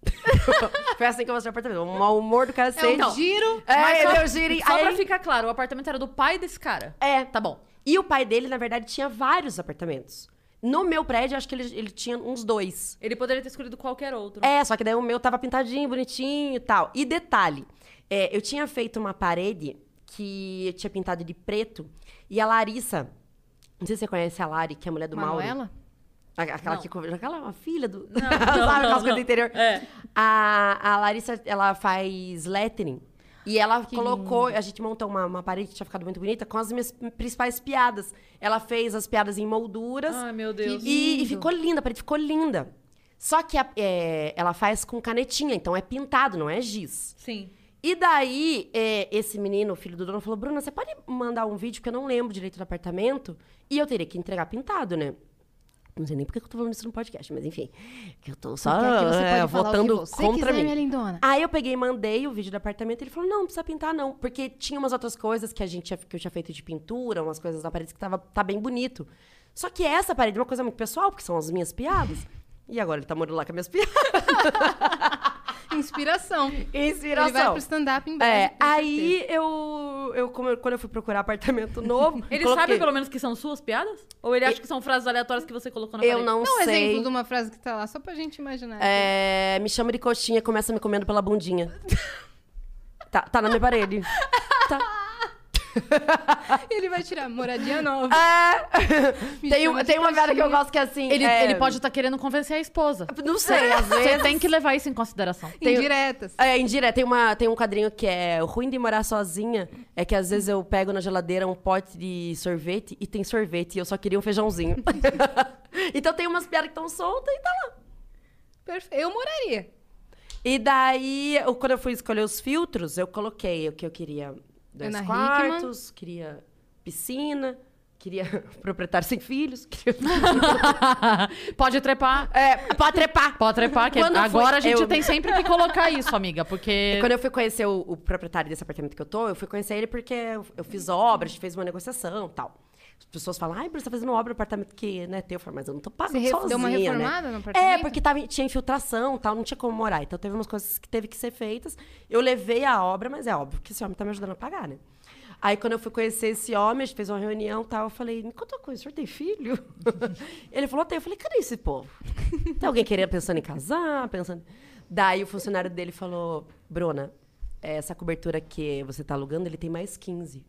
C: Foi assim que eu mostrei o apartamento, um mau humor do
A: É
C: cacete.
A: um giro.
C: É,
B: Mas só-
C: deu giro.
B: Só
C: aí
B: pra
C: ele-
B: ficar claro, o apartamento era do pai desse cara.
C: É.
B: Tá bom.
C: E o pai dele, na verdade, tinha vários apartamentos. No meu prédio, acho que ele, ele tinha uns dois.
B: Ele poderia ter escolhido qualquer outro.
C: É, só que daí o meu tava pintadinho, bonitinho e tal. E detalhe, é, eu tinha feito uma parede que eu tinha pintado de preto. E a Larissa, não sei se você conhece a Lari, que é a mulher do Mauro.
A: Manuela?
C: A- Aquela
B: Não.
C: que conversa, aquela é uma filha do.
B: não,
C: Não, sabe,
B: não,
C: aquelas coisas
B: não.
C: do interior.
B: É.
C: A, a Larissa, ela faz lettering. E ela colocou, a gente montou uma, uma parede que tinha ficado muito bonita com as minhas principais piadas. Ela fez as piadas em molduras.
B: Ai, meu Deus.
A: Que-
C: E, e
A: Lindo.
C: ficou linda, a parede ficou linda. Só que a- é, ela faz com canetinha, então é pintado, não é giz.
B: Sim.
C: E daí, é, esse menino, o filho do dono, falou: Bruna, você pode mandar um vídeo que eu não lembro direito do apartamento? E eu teria que entregar pintado, né? Não sei nem por que eu tô falando isso no podcast, mas enfim. Que eu tô só
A: Porque aqui você
C: é,
A: pode falar o que
C: votando
A: você
C: contra
A: quiser,
C: mim.
A: minha lindona.
C: Aí eu peguei e mandei o vídeo do apartamento. Ele falou: não, não precisa pintar, não. Porque tinha umas outras coisas que a gente tinha- que eu tinha feito de pintura, umas coisas na parede que tava, tá bem bonito. Só que essa parede é uma coisa muito pessoal, porque são as minhas piadas. E agora ele tá morando lá com as minhas piadas.
A: Inspiração.
C: Inspiração.
A: Ele vai pro stand-up em breve. com
C: É,
A: certeza.
C: aí eu, eu como eu- quando eu fui procurar apartamento novo,
B: Ele
C: coloquei-
B: sabe pelo menos que são suas piadas? Ou ele acha que são frases aleatórias que você colocou na
C: Eu
B: parede?
C: não,
A: Dá um
C: sei.
A: exemplo de uma frase que tá lá, só pra gente imaginar.
C: É, me chama de coxinha, começa me comendo pela bundinha. tá, tá na minha parede. Tá.
A: Ele vai tirar moradia nova.
C: É.
A: Me
C: tem,
A: chama
C: um-
A: de
C: tem uma piada que eu
A: coxinha.
C: gosto que é assim.
B: Ele,
C: é,
B: ele pode estar querendo convencer a esposa.
C: Não sei, às
B: Você
C: vezes. Então.
B: tem que levar isso em consideração.
C: tem-
A: Indiretas.
C: É, indira, tem, uma, tem um quadrinho que é o ruim de morar sozinha é que às vezes eu pego na geladeira um pote de sorvete e tem sorvete e eu só queria um feijãozinho. então tem umas piadas que estão soltas e tá lá.
A: Perfe- Eu moraria.
C: E daí, eu- quando eu fui escolher os filtros, eu coloquei o que eu queria. Dois
A: Ana
C: quartos, queria piscina, queria proprietário sem filhos. Queria...
B: Pode trepar.
C: É, pode trepar.
B: Pode trepar. Que
C: Quando eu
B: agora
C: fui-
B: a gente
C: eu-
B: tem sempre que colocar isso, amiga. Porque.
C: É, Quando eu fui conhecer o, o proprietário desse apartamento que eu tô, eu fui conhecer ele porque eu, eu fiz obra, a gente fez uma negociação e tal. As pessoas falam, ai, Bruno, você tá fazendo obra no apartamento que não é teu. Eu falo, mas eu não tô pagando
A: Você re-
C: sozinha,
A: deu uma
C: né?"
A: reformada no
C: É,
A: apartamento?
C: porque tava, tinha infiltração e tal, não tinha como morar. Então teve umas coisas que teve que ser feitas. Eu levei a obra, mas é óbvio que esse homem tá me ajudando a pagar, né? Aí quando eu fui conhecer esse homem, a gente fez uma reunião e tal, eu falei, me conta uma coisa, o senhor tem filho? Ele falou, tem. Eu falei, cadê esse povo? Tem alguém querendo, pensando em casar, pensando... Daí o funcionário dele falou, Bruna, essa cobertura que você tá alugando, ele tem mais 15.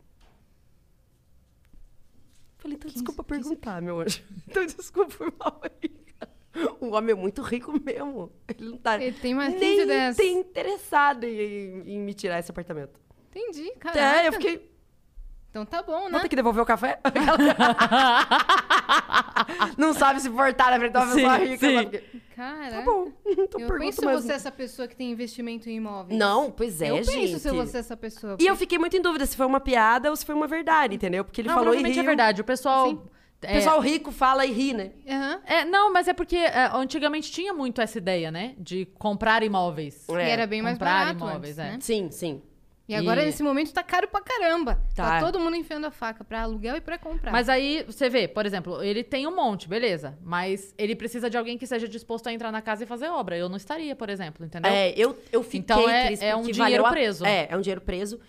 C: Falei, então desculpa perguntar, meu anjo. Então desculpa, foi mal aí. O homem é muito rico mesmo. Ele não tá
A: Ele tem mais 15
C: nem
A: dessas.
C: tem interessado em, em me tirar esse apartamento.
A: Entendi,
C: É,
A: cara.
C: eu fiquei,
A: Então tá bom, né?
C: vou ter que devolver o café? não sabe se portar na frente de uma pessoa
B: Sim,
C: rica.
B: sim.
C: sabe? Tá
A: Cara,
C: bom, não tô
A: eu penso
C: perguntando mais. um.
A: você essa pessoa que tem investimento em imóveis.
C: Não, pois é,
A: Eu penso
C: gente.
A: se você essa pessoa.
C: E eu fiquei muito em dúvida se foi uma piada ou se foi uma verdade, entendeu? Porque ele
B: não,
C: falou e
B: provavelmente
C: riu.
B: é verdade. O pessoal.
C: O
B: é-
C: pessoal rico fala e ri, né?
A: Aham.
B: É, não, mas é porque é, antigamente tinha muito essa ideia, né? De comprar imóveis.
C: É.
A: E era bem mais
B: Comprar
A: barato
B: imóveis,
A: antes,
B: é.
A: né?
C: Sim, sim.
A: E agora,
B: E-
A: nesse momento, tá caro pra caramba. Tá.
C: Tá.
A: todo mundo enfiando a faca pra aluguel e pra comprar.
B: Mas aí você vê, por exemplo, ele tem um monte, beleza. Mas ele precisa de alguém que seja disposto a entrar na casa e fazer obra. Eu não estaria, por exemplo, entendeu?
C: É, eu, eu fiquei
B: Então é-
C: triste.
B: é um
C: porque
B: dinheiro
C: valeu a-
B: preso.
C: É, é um dinheiro preso.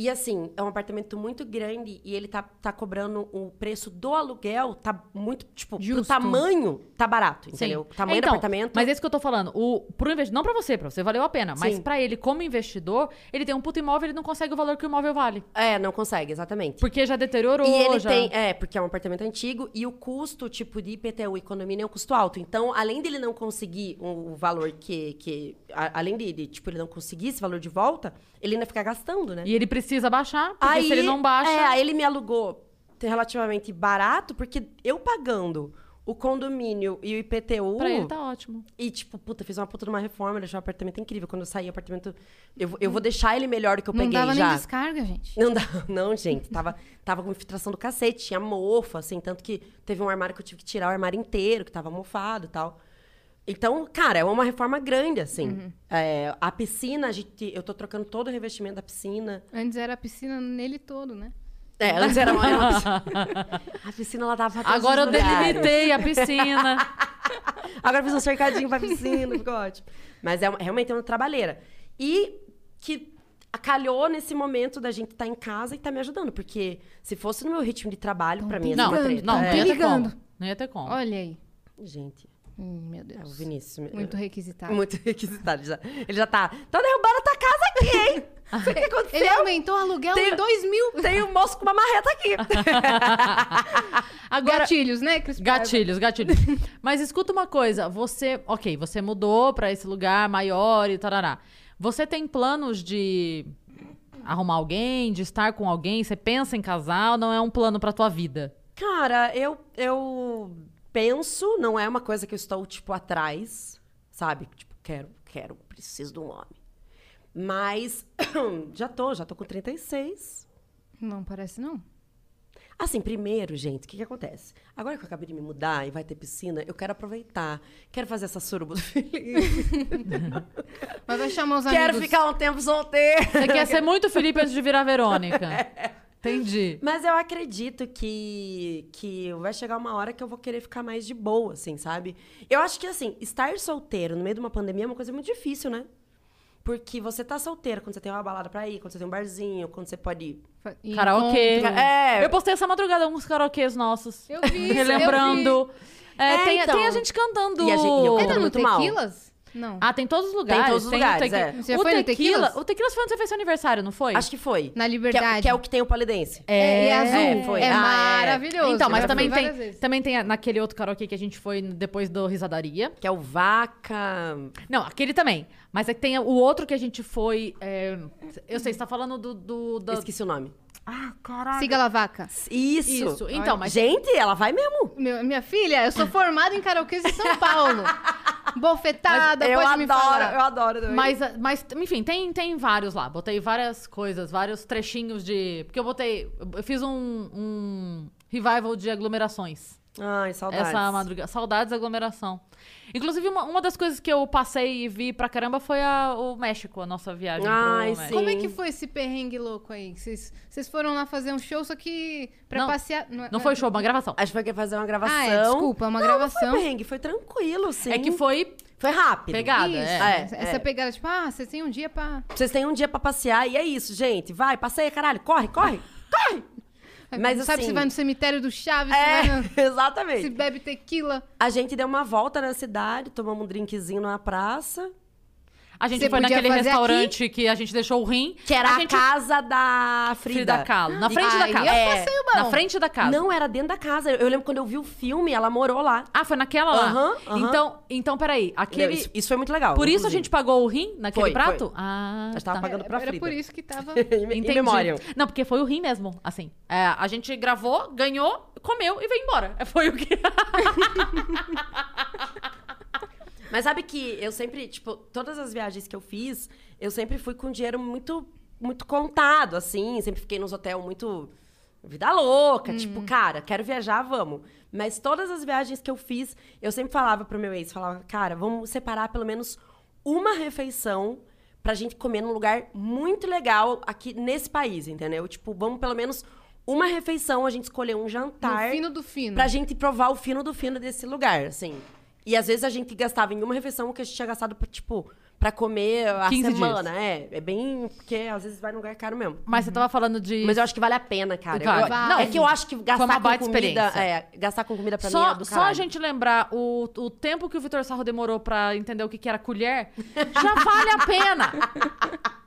C: E assim, é um apartamento muito grande e ele tá, tá cobrando o preço do aluguel, tá muito, tipo,
A: Justo.
C: pro tamanho, tá barato, entendeu? O tamanho
B: então,
C: do apartamento.
B: Mas é isso que eu tô falando. O, pro investi- não pra você, pra você valeu a pena. Mas
C: Sim.
B: pra ele, como investidor, ele tem um puto imóvel, ele não consegue o valor que o imóvel vale.
C: É, não consegue, exatamente.
B: Porque já deteriorou,
C: E ele
B: já...
C: tem, é, porque é um apartamento antigo e o custo, tipo, de IPTU e condomínio é um custo alto. Então, além dele não conseguir o o valor que. que a- além de, de, tipo, ele não conseguir esse valor de volta, ele ainda fica gastando, né?
B: E ele precisa baixar, porque se ele não baixa...
C: É, aí ele me alugou relativamente barato, porque eu pagando o condomínio e o IPTU.
B: Pra ele tá ótimo.
C: E, tipo, puta, fiz uma puta de uma reforma, deixou o apartamento incrível. Quando eu sair, o apartamento. Eu, vou- eu vou deixar ele melhor do que eu
A: não
C: peguei
A: dava
C: já.
A: nem descarga, gente.
C: Não dá, não, gente. Tava, tava com infiltração do cacete, tinha mofa, assim, tanto que teve um armário que eu tive que tirar o armário inteiro, que tava mofado e tal. Então, cara, é uma reforma grande, assim. É, a piscina, a gente, eu tô trocando todo o revestimento da piscina.
A: Antes era a piscina nele todo, né?
C: É, antes era uma. era uma piscina- a piscina ela dava pra todos
B: Agora eu
C: os lugares.
B: delimitei a piscina.
C: Agora eu fiz um cercadinho pra piscina, ficou ótimo. Mas é uma- realmente é uma trabalheira. E que calhou nesse momento da gente estar em casa e tá me ajudando. Porque se fosse no meu ritmo de trabalho, pra mim ia ser
B: não,
C: uma
A: ligando,
C: treta.
B: não,
A: tá
B: não ia ter
A: ligando.
B: como. Não ia ter como.
A: Olha aí.
C: Gente,
A: Hum, meu
C: é o
A: Deus.
C: Vinícius.
A: Muito
C: é,
A: requisitado.
C: Muito requisitado. Já. Ele já tá. Tô derrubando a tua casa aqui, hein? O que que aconteceu?
A: Ele aumentou o aluguel
C: Tem-
A: em 2 mil
C: Tem um moço com uma marreta aqui.
B: Agora,
A: gatilhos, né,
C: tá
A: Cris? Paiva?
B: Gatilhos, gatilhos. Mas escuta uma coisa, você, ok, você mudou pra esse lugar maior e tarará. Você tem planos de arrumar alguém, de estar com alguém? Você pensa em casar ou não é um plano pra tua vida?
C: Cara, eu, eu penso, não é uma coisa que eu estou, tipo, atrás. sabe? Tipo, quero, quero, preciso de um homem. Mas já tô, já tô com 36.
A: Não parece, não.
C: Assim, primeiro, gente, o que, que acontece? Agora que eu acabei de me mudar e vai ter piscina, eu quero aproveitar. Quero fazer essa suruba do Felipe.
A: Mas vai chamar os
C: quero
A: amigos.
C: ficar um tempo solteira.
B: Você quer ser muito Felipe antes de virar Verônica. Entendi.
C: Mas eu acredito que, que vai chegar uma hora que eu vou querer ficar mais de boa, assim, sabe? Eu acho que, assim, estar solteiro no meio de uma pandemia é uma coisa muito difícil, né? Porque você tá solteiro quando você tem uma balada pra ir, quando você tem um barzinho, quando você pode ir.
A: Fa- e
B: Karaokê.
A: encontro.
C: É.
B: Eu postei essa madrugada alguns karaokês nossos.
A: Eu vi. Eu
B: Relembrando. É,
C: É,
B: tem,
C: então.
B: tem a gente cantando. Então,
C: E a gente- e eu
A: vi.
C: Conta
A: Era É no
C: Tá muito mal.
A: Tequilas? Não.
B: Ah, tem todos os lugares.
C: todos os
B: o
C: lugares,
B: tequi-
C: é.
A: Você
B: o
A: foi no
B: tequila,
A: Tequilas?
B: O tequila foi onde você fez seu aniversário, não foi?
C: Acho que foi.
A: Na
C: Que é,
A: Liberdade.
C: que é o que tem o polidense.
A: É, e azul.
C: é, foi.
A: É
C: Ah, é.
A: maravilhoso.
B: Então, mas
A: Já
B: também
A: fui várias
B: tem,
A: vezes.
B: também tem a- naquele outro karaokê que a gente foi depois do Risadaria.
C: Que é o vaca.
B: Não, aquele também. Mas é que tem o outro que a gente foi. é, eu sei, você tá falando do. do da-
C: Esqueci o nome.
B: Ah, caralho.
A: Siga a vaca.
C: Isso.
B: Isso, então, mas.
C: Gente, ela vai mesmo.
A: Meu- minha filha, eu sou formada em karaokê de São Paulo. Bofetada,
C: eu
A: pode
C: adoro,
A: Ah, me falar.
C: eu adoro também.
B: Mas, mas, enfim, tem, tem vários lá. Botei várias coisas, vários trechinhos de. Porque eu botei. Eu fiz um, um revival de aglomerações.
C: Ai, saudades.
B: Essa madrugada. Saudades da aglomeração. Inclusive, uma, uma das coisas que eu passei e vi pra caramba foi a- o México, a nossa viagem pro
C: Ai, sim.
B: México.
A: Como é
C: Sim.
A: que foi esse perrengue louco aí? Vocês vocês foram lá fazer um show, só que pra
B: Não,
A: passear. é-
B: Não foi show, uma gravação.
C: Acho que foi que fazer uma gravação.
A: Ah, é, desculpa, uma gravação.
C: Não foi um perrengue, foi tranquilo, sim.
B: É que foi
C: Foi rápido.
B: pegada,
A: Isso,
B: é.
C: É,
A: essa
C: é.
A: pegada, tipo, ah, vocês têm um dia pra.
C: Vocês têm um dia pra passear e é isso, gente. Vai, passeia, caralho. Corre, corre, corre. Mas
A: não sabe
C: assim-
A: se vai no cemitério do Chaves, se, vai no-
C: É,
A: se
C: exatamente.
A: bebe tequila.
C: A gente deu uma volta na cidade, tomamos um drinkzinho na praça.
B: A gente
A: Você
B: foi
A: podia
B: naquele
A: fazer
B: restaurante que a gente deixou o rim.
C: Que era
B: a
C: a, é,
B: gente...
C: casa da Frida.
B: Frida Kahlo. Na frente
A: Aí
B: da casa.
A: eu passei o bom.
B: Na frente da casa.
C: Não, era dentro da casa. Eu lembro quando eu vi o filme, ela morou lá.
B: Ah, foi naquela lá?
C: Aham, aham.
B: Então, então, peraí. Aquele...
C: Isso, isso foi muito legal.
B: Por isso a
C: inclusive.
B: gente pagou o rim naquele
C: Foi,
B: prato?
C: foi.
B: Ah,
C: A gente tava
B: tá.
C: pagando pra
A: Era
C: Frida.
A: por isso que tava.
C: em, em
B: Entendi.
C: memória.
B: Não, porque foi o rim mesmo, assim. É, a gente gravou, ganhou, comeu e veio embora. É, Foi o que...
C: Mas sabe que eu sempre, tipo, todas as viagens que eu fiz, eu sempre fui com dinheiro muito, muito contado, assim. Sempre fiquei nos hotéis muito. Vida louca,
A: Uhum.
C: tipo, cara, quero viajar, vamos. Mas todas as viagens que eu fiz, eu sempre falava pro meu ex, falava, cara, vamos separar pelo menos uma refeição pra gente comer num lugar muito legal aqui nesse país, entendeu? Tipo, vamos pelo menos uma refeição, a gente escolher um jantar
A: No fino do fino.
C: pra gente provar o fino do fino desse lugar, assim. E às vezes a gente gastava em uma refeição o que a gente tinha gastado, pra, tipo, pra comer a
B: 15
C: semana. É, é bem... Porque às vezes vai num lugar caro mesmo.
B: Mas você tava falando de...
C: Mas eu acho que vale a pena, cara.
B: Vale.
C: Eu-
A: Vale.
C: É que eu acho que gastar
B: uma
C: com
B: baita
C: comida...
B: experiência.
C: É, gastar com comida pra mim é
B: Só,
C: do
B: só a
C: caralho.
B: gente lembrar o, o tempo que o Vitor Sarro demorou pra entender o que, que era colher, já vale a pena.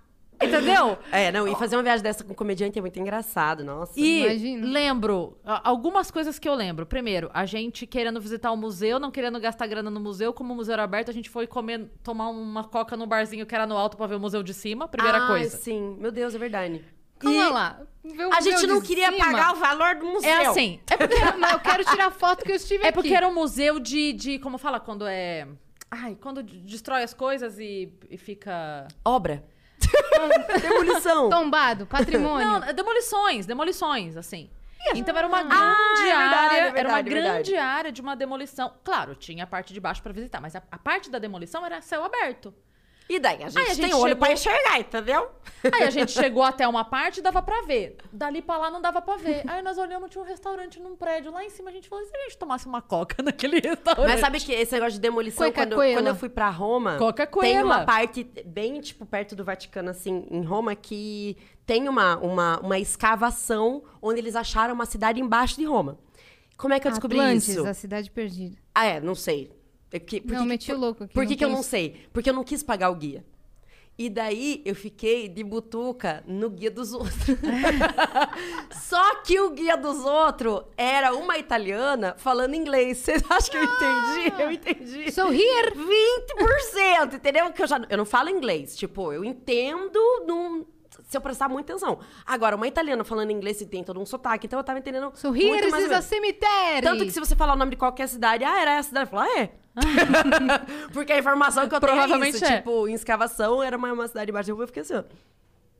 B: Entendeu?
C: É, não, e fazer uma viagem dessa com comediante é muito engraçado, nossa.
B: E
A: Imagino.
B: lembro, a- algumas coisas que eu lembro. Primeiro, a gente querendo visitar o museu, não querendo gastar grana no museu. Como o museu era aberto, a gente foi comer, tomar uma coca no barzinho que era no alto pra ver o museu de cima. Primeira
C: Ai,
B: coisa.
C: sim. Meu Deus, é verdade.
A: Calma lá. vê o
C: A gente
A: meu
C: não
A: de
C: queria
A: cima.
C: pagar o valor do museu.
B: É assim, é porque,
A: Mas eu quero tirar foto que eu estive
B: é
A: aqui.
B: porque era um museu de, de. Como fala? Quando é. Ai, quando d- destrói as coisas e, e fica.
C: Obra. Demolição.
A: Tombado, patrimônio.
B: Não, é demolições, demolições, assim. Então era uma grande
C: é verdade,
B: área,
C: é
B: era uma
C: verdade, é verdade.
B: grande área de uma demolição. Claro, tinha a parte de baixo pra visitar, mas a, a parte da demolição era céu aberto.
C: E daí, a gente,
B: Aí a gente
C: tem Ah, olho
B: chegou-
C: pra enxergar, entendeu?
B: Aí a gente chegou até uma parte e dava pra ver. Dali pra lá não dava pra ver. Aí nós olhamos, tinha um restaurante num prédio lá em cima, a gente falou, e se a gente tomasse uma coca naquele restaurante?
C: Mas sabe que esse negócio de demolição,
A: Coca
C: quando,
A: Coela.
C: quando eu fui pra Roma,
B: Coca
C: tem
B: Coela.
C: uma parte bem, tipo, perto do Vaticano, assim, em Roma, que tem uma, uma, uma escavação onde eles acharam uma cidade embaixo de Roma. Como é que eu descobri
A: Atlantis,
C: isso?
A: a cidade perdida.
C: Ah, é, não sei. É que- por
A: Não,
C: que-
A: meti o
C: por-
A: louco aqui,
C: Por que,
A: não
C: que eu
A: tem
C: não
A: isso.
C: sei? Porque eu não quis pagar o guia. E daí eu fiquei de butuca no guia dos outros. Só que o guia dos outros era uma italiana falando inglês. Vocês acham que eu
A: Ah!
C: entendi? É Eu entendi.
A: So here!
C: 20%, entendeu? Que eu já eu não falo inglês, tipo, eu entendo num- se eu prestar muita atenção. Agora, uma italiana falando inglês e tem todo um sotaque, então eu tava entendendo
A: So
C: muito
A: here
C: mais ou
A: is a
C: menos.
A: cemitério!
C: Tanto que se você falar o nome de qualquer cidade, ah, era essa cidade, eu falo, ah, é. Porque a informação que eu tenho
B: Provavelmente
C: é isso.
B: é.
C: Tipo, em escavação era uma, uma cidade embaixo de rua, eu fiquei assim, ó.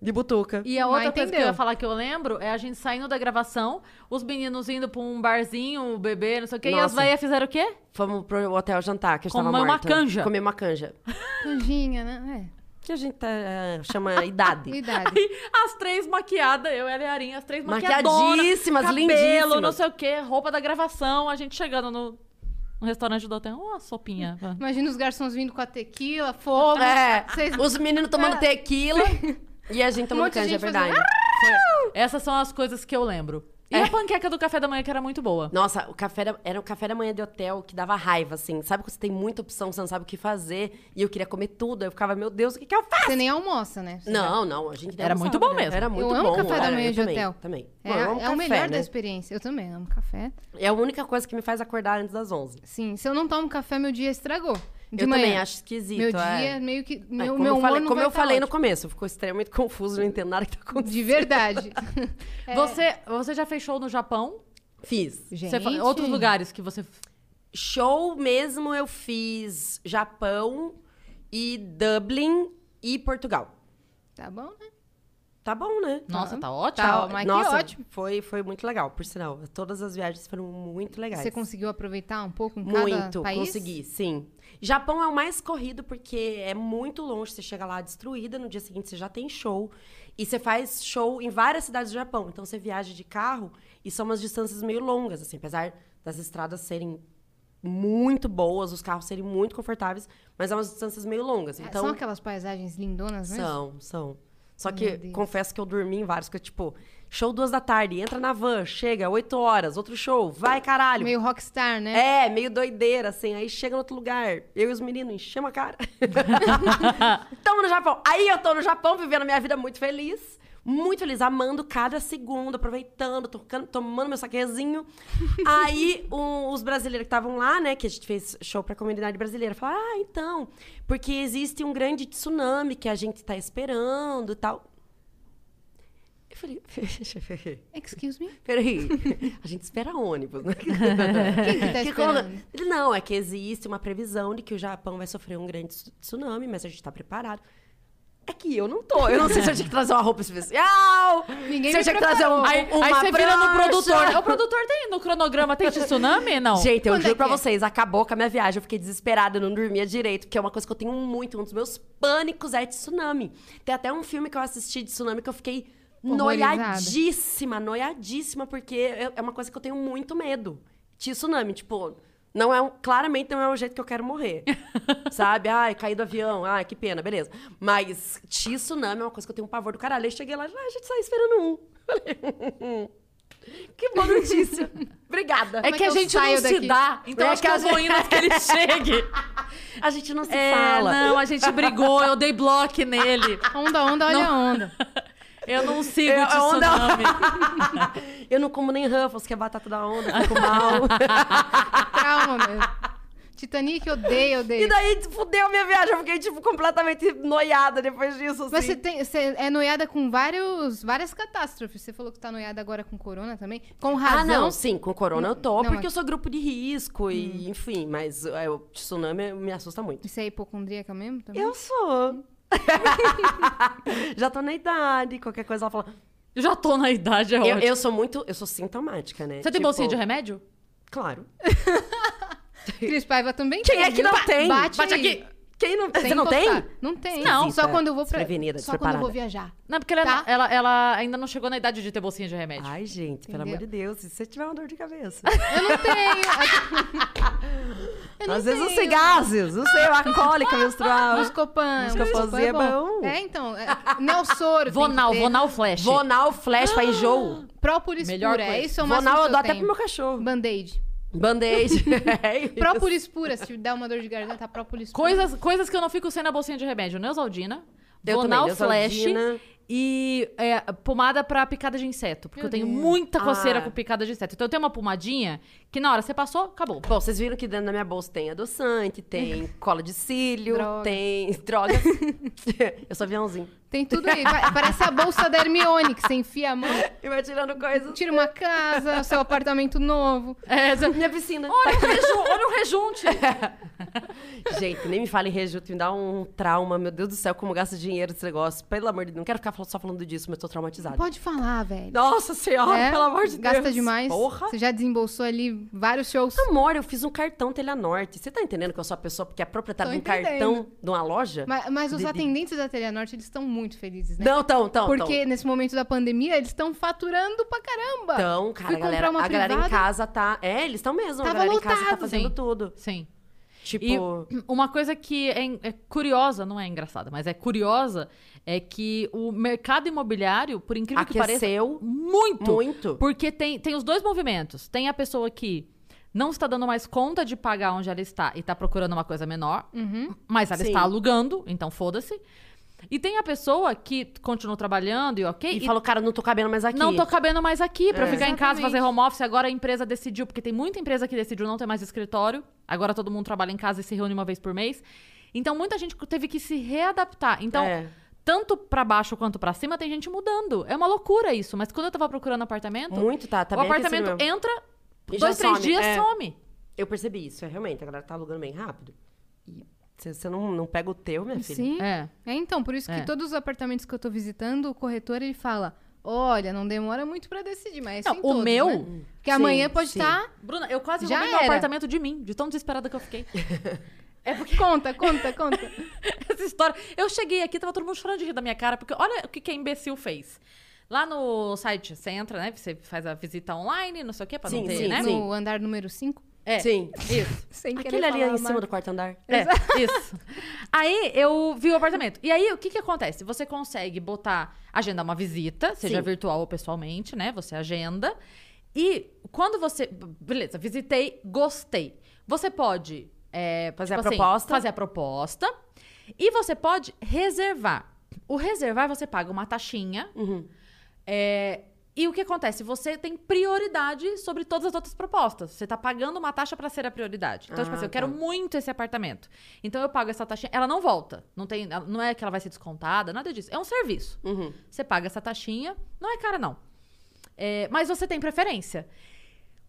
C: De butuca.
B: E a
A: Mas
B: outra coisa que eu
A: entendeu.
B: ia falar que eu lembro é a gente saindo da gravação, os meninos indo pra um barzinho, beber, não sei o quê, e as
C: Nossa.
B: veias fizeram o quê?
C: Fomos pro hotel jantar, que eu estava
B: Comeu uma
C: morta.
B: canja.
C: Comer uma canja.
A: Canjinha, né?
C: Que a gente tá, eh, chama
A: É.
C: idade.
A: Idade.
B: Aí, as três maquiadas, eu e a Learinha, as três maquiadoras.
C: Maquiadíssimas,
B: cabelo,
C: lindíssimas.
B: não sei o quê, roupa da gravação, a gente chegando no, no restaurante do hotel, uma sopinha. vá.
A: Imagina os garçons vindo com a tequila, fogo.
C: É,
A: tá Vocês-
C: os meninos tomando tequila e a gente tomando
A: monte de
C: canja, é
A: gente fazendo,
C: verdade.
B: Essas são as coisas que eu lembro. E
C: É.
B: a panqueca do café da manhã, que era muito boa.
C: Nossa, o café da- era o café da manhã de hotel que dava raiva, assim. Sabe quando você tem muita opção, você não sabe o que fazer. E eu queria comer tudo. Eu ficava, meu Deus, o que, que eu faço?
A: Você nem almoça, né? Você
C: Não, não, a gente
B: Era
C: almoçava,
B: muito bom
C: né?
B: mesmo.
C: Era muito
A: eu amo
C: bom.
A: café da
C: era,
A: manhã
C: eu
A: de
C: também,
A: hotel.
C: Também.
A: É,
C: Bom, eu
A: é
C: amo
A: o
C: café,
A: melhor da
C: né?
A: experiência. Eu também amo café.
C: É a única coisa que me faz acordar antes das 11.
A: Sim, se eu não tomo café, meu dia estragou. De
C: eu
A: manhã.
C: também acho esquisito.
A: Meu
C: é.
A: dia meio que.
C: É,
A: Meu,
C: como
A: meu
C: eu
A: humor
C: falei,
A: não
C: como
A: vai
C: eu
A: tá
C: falei no
A: ótimo.
C: começo, ficou extremamente confuso, não entendo nada que tá acontecendo.
A: De verdade. É,
B: Você, você já fez show no Japão?
C: Fiz.
A: Gente,
B: Você fa- outros lugares que você.
C: Show mesmo eu fiz Japão e Dublin e Portugal.
A: Tá bom, né?
C: Tá bom, né?
B: Nossa,
A: Tá.
B: tá ótimo.
A: Tá, mas que
C: Nossa,
A: ótimo.
C: Foi, foi muito legal, por sinal. Todas as viagens foram muito legais.
A: Você conseguiu aproveitar um pouco em
C: Muito,
A: cada país?
C: consegui, sim. Japão é o mais corrido porque é muito longe, você chega lá destruída, no dia seguinte você já tem show. E você faz show em várias cidades do Japão. Então você viaja de carro e são umas distâncias meio longas, assim, apesar das estradas serem muito boas, os carros serem muito confortáveis, mas é umas distâncias meio longas.
A: É,
C: Então,
A: São aquelas paisagens lindonas, né?
C: são, são. Só
A: Meu
C: que
A: Deus.
C: confesso que eu dormi em vários, que eu, tipo, show duas da tarde, entra na van, chega, oito horas, outro show, vai caralho.
A: Meio rockstar, né?
C: É, meio doideira, assim. Aí chega no outro lugar, eu e os meninos enchemos a cara. Tamo no Japão. Aí eu tô no Japão vivendo a minha vida muito feliz. Muito feliz, amando cada segundo, aproveitando, tocando, tomando meu saquezinho. Aí o- os brasileiros que estavam lá, né, que a gente fez show pra comunidade brasileira, falaram: ah, então, porque existe um grande tsunami que a gente tá esperando e tal. Eu falei:
A: Excuse me?
C: Peraí, a gente espera ônibus, né?
A: Quem que tá
C: Que quando-
A: esperando?
C: Ele, não, é que existe uma previsão de que o Japão vai sofrer um grande tsu- tsunami, mas a gente tá preparado. É que eu não tô. Eu não sei se eu tinha que trazer uma roupa especial.
A: Ninguém
C: se eu
A: me
C: tinha que trazer um,
A: preparou.
B: Aí,
C: uma
B: aí você vira no
C: prancha.
B: produtor. né? O produtor tem no cronograma, tem tsunami? Não.
C: Gente, eu
A: Quando
C: juro
A: é
C: pra
A: que é?
C: vocês, acabou com a minha viagem. Eu fiquei desesperada, eu não dormia direito, porque é uma coisa que eu tenho muito. Um dos meus pânicos é tsunami. Tem até um filme que eu assisti de tsunami que eu fiquei
A: Horrorizada.
C: noiadíssima, noiadíssima, porque é é uma coisa que eu tenho muito medo. De tsunami, tipo, não é um- claramente não é o jeito que eu quero morrer. sabe? Ai, caí do avião, ai, que pena, beleza. Mas de tsunami é uma coisa que eu tenho um pavor do caralho. Aí cheguei lá, ai, a gente saiu esperando um. Falei, hum, que boa notícia. Obrigada.
B: É
A: Como é
B: que a
A: que eu
B: gente não
A: saio
B: se
A: daqui?
B: dá, então
C: É
B: acho que
C: que
B: eu
C: a
B: vou indo até que ele chegue.
C: A gente não se
B: É,
C: fala.
B: não, a gente brigou, eu dei bloco nele.
A: Onda, onda, olha a onda.
B: Eu não sigo
C: Eu-
B: o
C: eu ando-
B: tsunami.
C: Eu não como nem Ruffles, que é batata da onda, eu fico mal.
A: Calma, meu. Titanic, odeio, odeio.
C: e daí fudeu minha viagem, eu fiquei, tipo, completamente noiada depois disso, assim.
A: Mas você, tem, você é noiada com vários, várias catástrofes. Você falou que tá noiada agora com corona também. Com razão.
C: Ah, não, sim, com corona eu tô,
A: Não,
C: porque
A: mas-
C: eu sou grupo de risco e, enfim, mas é, o tsunami me assusta muito.
A: Isso é hipocondríaca mesmo? Também?
C: Eu sou. Já tô na idade, qualquer coisa ela fala.
B: Eu já tô na idade, é
C: Eu,
B: ótimo.
C: eu sou muito, eu sou sintomática, né?
B: Você tem
C: Tipo,
B: bolsinha de remédio?
C: Claro.
A: Cris Paiva também
C: Quem é que não
A: viu?
C: tem?
A: Bate,
B: Bate
A: aí.
B: aqui.
C: Quem não tem?
A: Sem
C: Você não
A: encostar.
C: tem? tá.
A: Não tem.
B: Não.
A: Só quando eu vou pra...
C: Desprevenida,
A: Só quando eu vou
C: despreparada.
A: viajar.
B: Não, porque ela,
A: Tá.
B: ela, ela ainda não chegou na idade de ter bolsinha de remédio.
C: Ai, gente, pelo amor de
A: Entendeu?
C: Deus, e se você tiver uma dor de cabeça?
A: Eu não tenho. Eu não
C: Às vezes
A: tenho.
C: os gases, não sei, a cólica
A: Ah,
C: menstrual.
A: Buscopan.
C: Buscopanzinho
A: Buscopan é bom.
C: é bom.
A: É, então. É, Nelsoro.
B: Vonal,
A: tem que ter.
B: Vonal Flash.
C: Vonal, flash pra enjoo.
A: Própolis
B: Melhor
A: pura.
B: coisa.
A: Isso é o máximo
C: Vonal eu
A: que
C: dou
A: eu
C: até pro
A: tenho.
C: meu cachorro.
A: Band-aid.
C: Band-aid. É isso.
A: Própolis pura. Se der uma dor de garganta, tá própolis pura.
B: Coisas, coisas que eu não fico sem na bolsinha de remédio. Neusaldina,
C: Eu
B: Vonal
C: também,
B: Flash
C: Neosaldina.
B: e é, pomada pra picada de inseto. Porque
A: Meu
B: eu tenho
A: Deus.
B: muita coceira
C: Ah.
B: com picada de inseto. Então eu tenho uma pomadinha que na hora você passou, acabou.
C: Bom, vocês viram que dentro da minha bolsa tem adoçante, tem cola de cílio,
A: Droga.
C: tem drogas. eu sou aviãozinho.
A: Tem tudo aí. Pa- Parece a bolsa da Hermione, que você enfia a mão,
C: E vai tirando coisas.
A: tira uma casa, seu apartamento novo.
B: É, exa-
C: Minha piscina.
B: olha, o reju- olha o rejunte.
C: um Gente, nem me fale em rejuto, me dá um trauma. Meu Deus do céu, como gasta dinheiro esse negócio. Pelo amor de Deus, não quero ficar fal- só falando disso, mas tô traumatizada.
A: Pode falar, velho.
C: Nossa senhora,
A: É,
C: pelo amor de Deus.
A: Gasta demais.
C: Porra.
A: Você já desembolsou ali vários shows.
C: Amor, eu fiz um cartão Telha Norte. Você tá entendendo que eu sou a pessoa porque é proprietária
A: Tô
C: de um cartão de uma loja?
A: Ma- Mas, os
C: De- de-
A: atendentes da Telenorte, eles estão muito felizes, né?
C: Não, tão, tão.
A: Porque
C: tão.
A: nesse momento da pandemia, eles estão faturando pra caramba.
C: Então, cara,
A: Fui
C: a
A: comprar
C: galera,
A: uma
C: a galera em
A: privada.
C: casa tá. É, eles estão mesmo.
A: Tava
C: a galera em casa tá
A: lotado,
C: fazendo
B: sim.
C: tudo.
B: Sim. E
C: Tipo.
B: uma coisa que é, en- é curiosa, não é engraçada, mas é curiosa, é que o mercado imobiliário, por incrível que pareça,
C: Aqueceu
B: muito.
C: muito.
B: Porque tem, tem os dois movimentos. Tem a pessoa que não está dando mais conta de pagar onde ela está e está procurando uma coisa menor,
A: Uhum,
B: mas ela
C: Sim.
B: está alugando, então foda-se. E tem a pessoa que continua trabalhando e ok.
C: E,
B: e
C: falou, cara, não tô cabendo mais aqui.
B: não tô cabendo mais aqui pra
C: É.
B: ficar em casa,
A: Exatamente.
B: fazer home office. Agora a empresa decidiu, porque tem muita empresa que decidiu não ter mais escritório. Agora todo mundo trabalha em casa e se reúne uma vez por mês. Então muita gente teve que se readaptar. Então,
C: É.
B: tanto pra baixo quanto pra cima, tem gente mudando. É uma loucura isso. Mas quando eu tava procurando apartamento,
C: Muito, tá. Tá
B: o
C: bem aquecido
B: apartamento
C: mesmo.
B: entra,
C: E já
B: dois, três
C: some,
B: dias,
C: é.
B: some.
C: Eu percebi isso, é realmente. A galera tá alugando bem rápido. E se você não, não pega o teu, minha filha.
A: Sim.
B: É.
A: É, então, por isso que
B: É.
A: todos os apartamentos que eu tô visitando, o corretor, ele fala, olha, não demora muito pra decidir, mas é
B: Não,
A: isso em
B: o
A: todos,
B: meu-
A: né? Porque
C: Sim,
A: amanhã pode tá
C: sim.
A: estar...
B: Bruna, eu quase
A: Já
B: roubei meu
A: era.
B: apartamento de mim, de tão desesperada que eu fiquei.
A: É Conta, conta, conta.
B: Essa história. Eu cheguei aqui, tava todo mundo chorando de rir da minha cara, porque olha o que, que a imbecil fez. Lá no site, você entra, né? Você faz a visita online, não sei o quê, pra não
C: Sim,
B: ter,
C: sim,
B: né?
C: sim.
A: No andar número 5,
B: É,
C: Sim.
B: isso.
A: sem querer
C: Aquele ali é
A: falar
C: em
A: a
C: cima
A: marca.
C: do quarto andar.
B: É, isso. Aí eu vi o apartamento. E aí, o que que acontece? Você consegue botar, agendar uma visita, seja
C: Sim.
B: virtual ou pessoalmente, né? Você agenda. E quando você. Beleza, visitei, gostei. Você pode é,
C: Fazer a
B: tipo assim,
C: proposta.
B: fazer a proposta. E você pode reservar. O reservar, você paga uma taxinha. É, e o que acontece? Você tem prioridade sobre todas as outras propostas. Você tá pagando uma taxa para ser a prioridade. Então,
C: Ah,
B: tipo assim, eu
C: tá.
B: quero muito esse apartamento. Então eu pago essa taxinha. Ela não volta. Não, tem, ela- não é que ela vai ser descontada, nada disso. É um serviço.
C: Uhum.
B: Você paga essa taxinha. Não é cara, não. É, mas você tem preferência.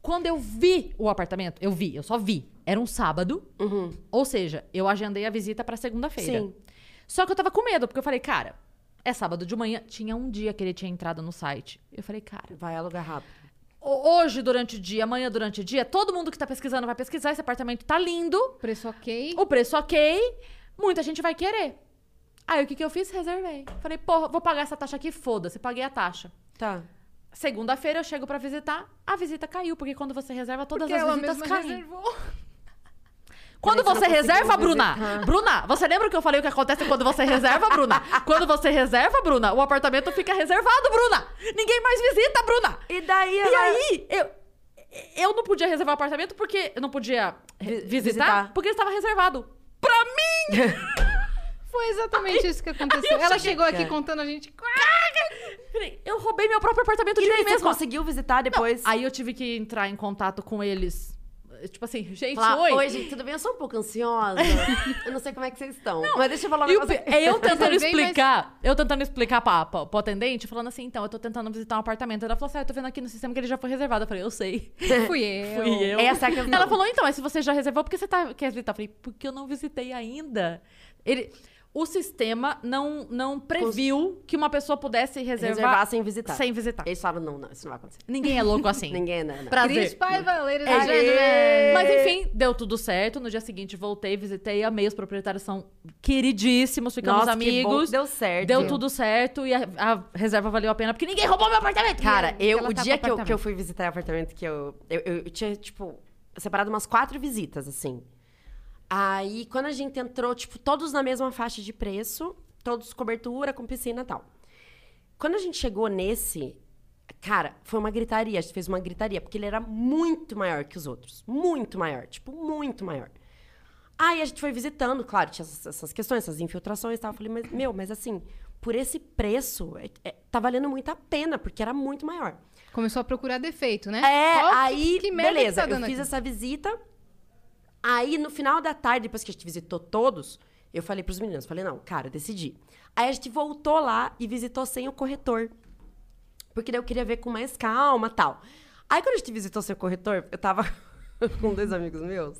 B: Quando eu vi o apartamento, eu vi, eu só vi. Era um sábado. Ou seja, eu agendei a visita pra segunda-feira.
C: Uhum. Sim.
B: Só que eu tava com medo, porque eu falei, cara, é sábado de manhã, tinha um dia que ele tinha entrado no site. Eu falei, cara,
C: Vai alugar rápido.
B: ho- hoje durante o dia, amanhã durante o dia, todo mundo que tá pesquisando vai pesquisar, esse apartamento tá lindo,
A: Preço ok.
B: o preço ok, muita gente vai querer. Aí o que que eu fiz? Reservei. Falei, porra, vou pagar essa taxa aqui, foda-se, paguei a taxa.
C: Tá.
B: Segunda-feira eu chego pra visitar, a visita caiu, porque quando você reserva, todas
A: Porque
B: as
A: ela
B: visitas
A: mesma
B: caem.
A: reservou.
B: Quando
C: Peraí, você
B: você
C: não Ah. conseguiu
B: reserva, Bruna.
C: visitar.
B: Bruna, você lembra que eu falei o que acontece quando você reserva, Bruna? Quando você reserva, Bruna, o apartamento fica reservado, Bruna. Ninguém mais visita, Bruna.
C: E daí
B: E aí, eu, eu não podia reservar o apartamento porque eu não podia re-
C: Vi-
B: visitar,
C: visitar.
B: porque ele estava reservado. Pra mim!
A: Foi exatamente isso que aconteceu.
B: eu
A: Ela
B: cheguei-
A: chegou aqui
C: Cara.
A: contando a gente.
B: Falei, Eu roubei meu próprio apartamento
C: E
B: de
C: daí
B: mim
C: você
B: mesma.
C: conseguiu visitar depois?
B: Aí eu tive que entrar em contato com eles. Tipo assim, gente,
C: Falar,
B: oi.
C: Oi, gente, tudo bem? Eu sou um pouco ansiosa. eu não sei como é que vocês estão. Mas deixa eu falar
B: E
C: uma
B: o
C: coisa.
B: pe- é eu tentando
A: Tudo bem, mas-
B: explicar, eu tentando explicar pra, pra, pro atendente, falando assim, então, eu tô tentando visitar um apartamento. Ela falou assim, ah, eu tô vendo aqui no sistema que ele já foi reservado. Eu falei, eu sei.
A: Fui eu.
B: Fui eu.
C: Essa é a questão.
B: Ela falou, então, mas se você já reservou, por que você tá, quer visitar? Eu falei, porque eu não visitei ainda. Ele... O sistema não, não previu que uma pessoa pudesse reservar,
C: reservar sem visitar.
B: sem visitar.
C: Eles falaram, não, não, isso não vai acontecer.
B: Ninguém é louco assim.
C: Ninguém, né, não, não.
B: Prazer.
A: Cris né? Paiva, Leiras
C: É,
A: da Gênero.
B: né? Mas enfim, deu tudo certo. No dia seguinte voltei, visitei, amei. Os proprietários são queridíssimos, ficamos
C: Nossa, que bom
B: amigos.
C: que deu certo.
B: Deu tudo certo e a, a reserva valeu a pena, porque ninguém roubou meu apartamento.
C: Cara,
A: Porque
C: eu,
A: ela
C: o
A: tá com
C: dia que eu, que eu
A: apartamento.
C: fui visitar o apartamento, que eu, eu, eu tinha, tipo, separado umas quatro visitas, assim. Aí, quando a gente entrou, tipo, todos na mesma faixa de preço, todos cobertura, com piscina e tal. Quando a gente chegou nesse, cara, foi uma gritaria, a gente fez uma gritaria, porque ele era muito maior que os outros. Muito maior, tipo, muito maior. Aí a gente foi visitando, claro, tinha essas, essas questões, essas infiltrações e tal. Eu falei, mas, meu, mas assim, por esse preço, é- é- tá valendo muito a pena, porque era muito maior.
A: Começou a procurar defeito, né?
C: É,
A: Qual que-
C: aí,
A: que merda
C: beleza,
A: que tá
C: eu
A: dando
C: fiz
A: aqui?
C: essa visita. Aí, no final da tarde, depois que a gente visitou todos, Eu falei pros meninos, falei, não, cara, decidi. Aí a gente voltou lá e visitou sem o corretor. Porque daí eu queria ver com mais calma tal. Aí quando a gente visitou seu corretor, eu tava com dois amigos meus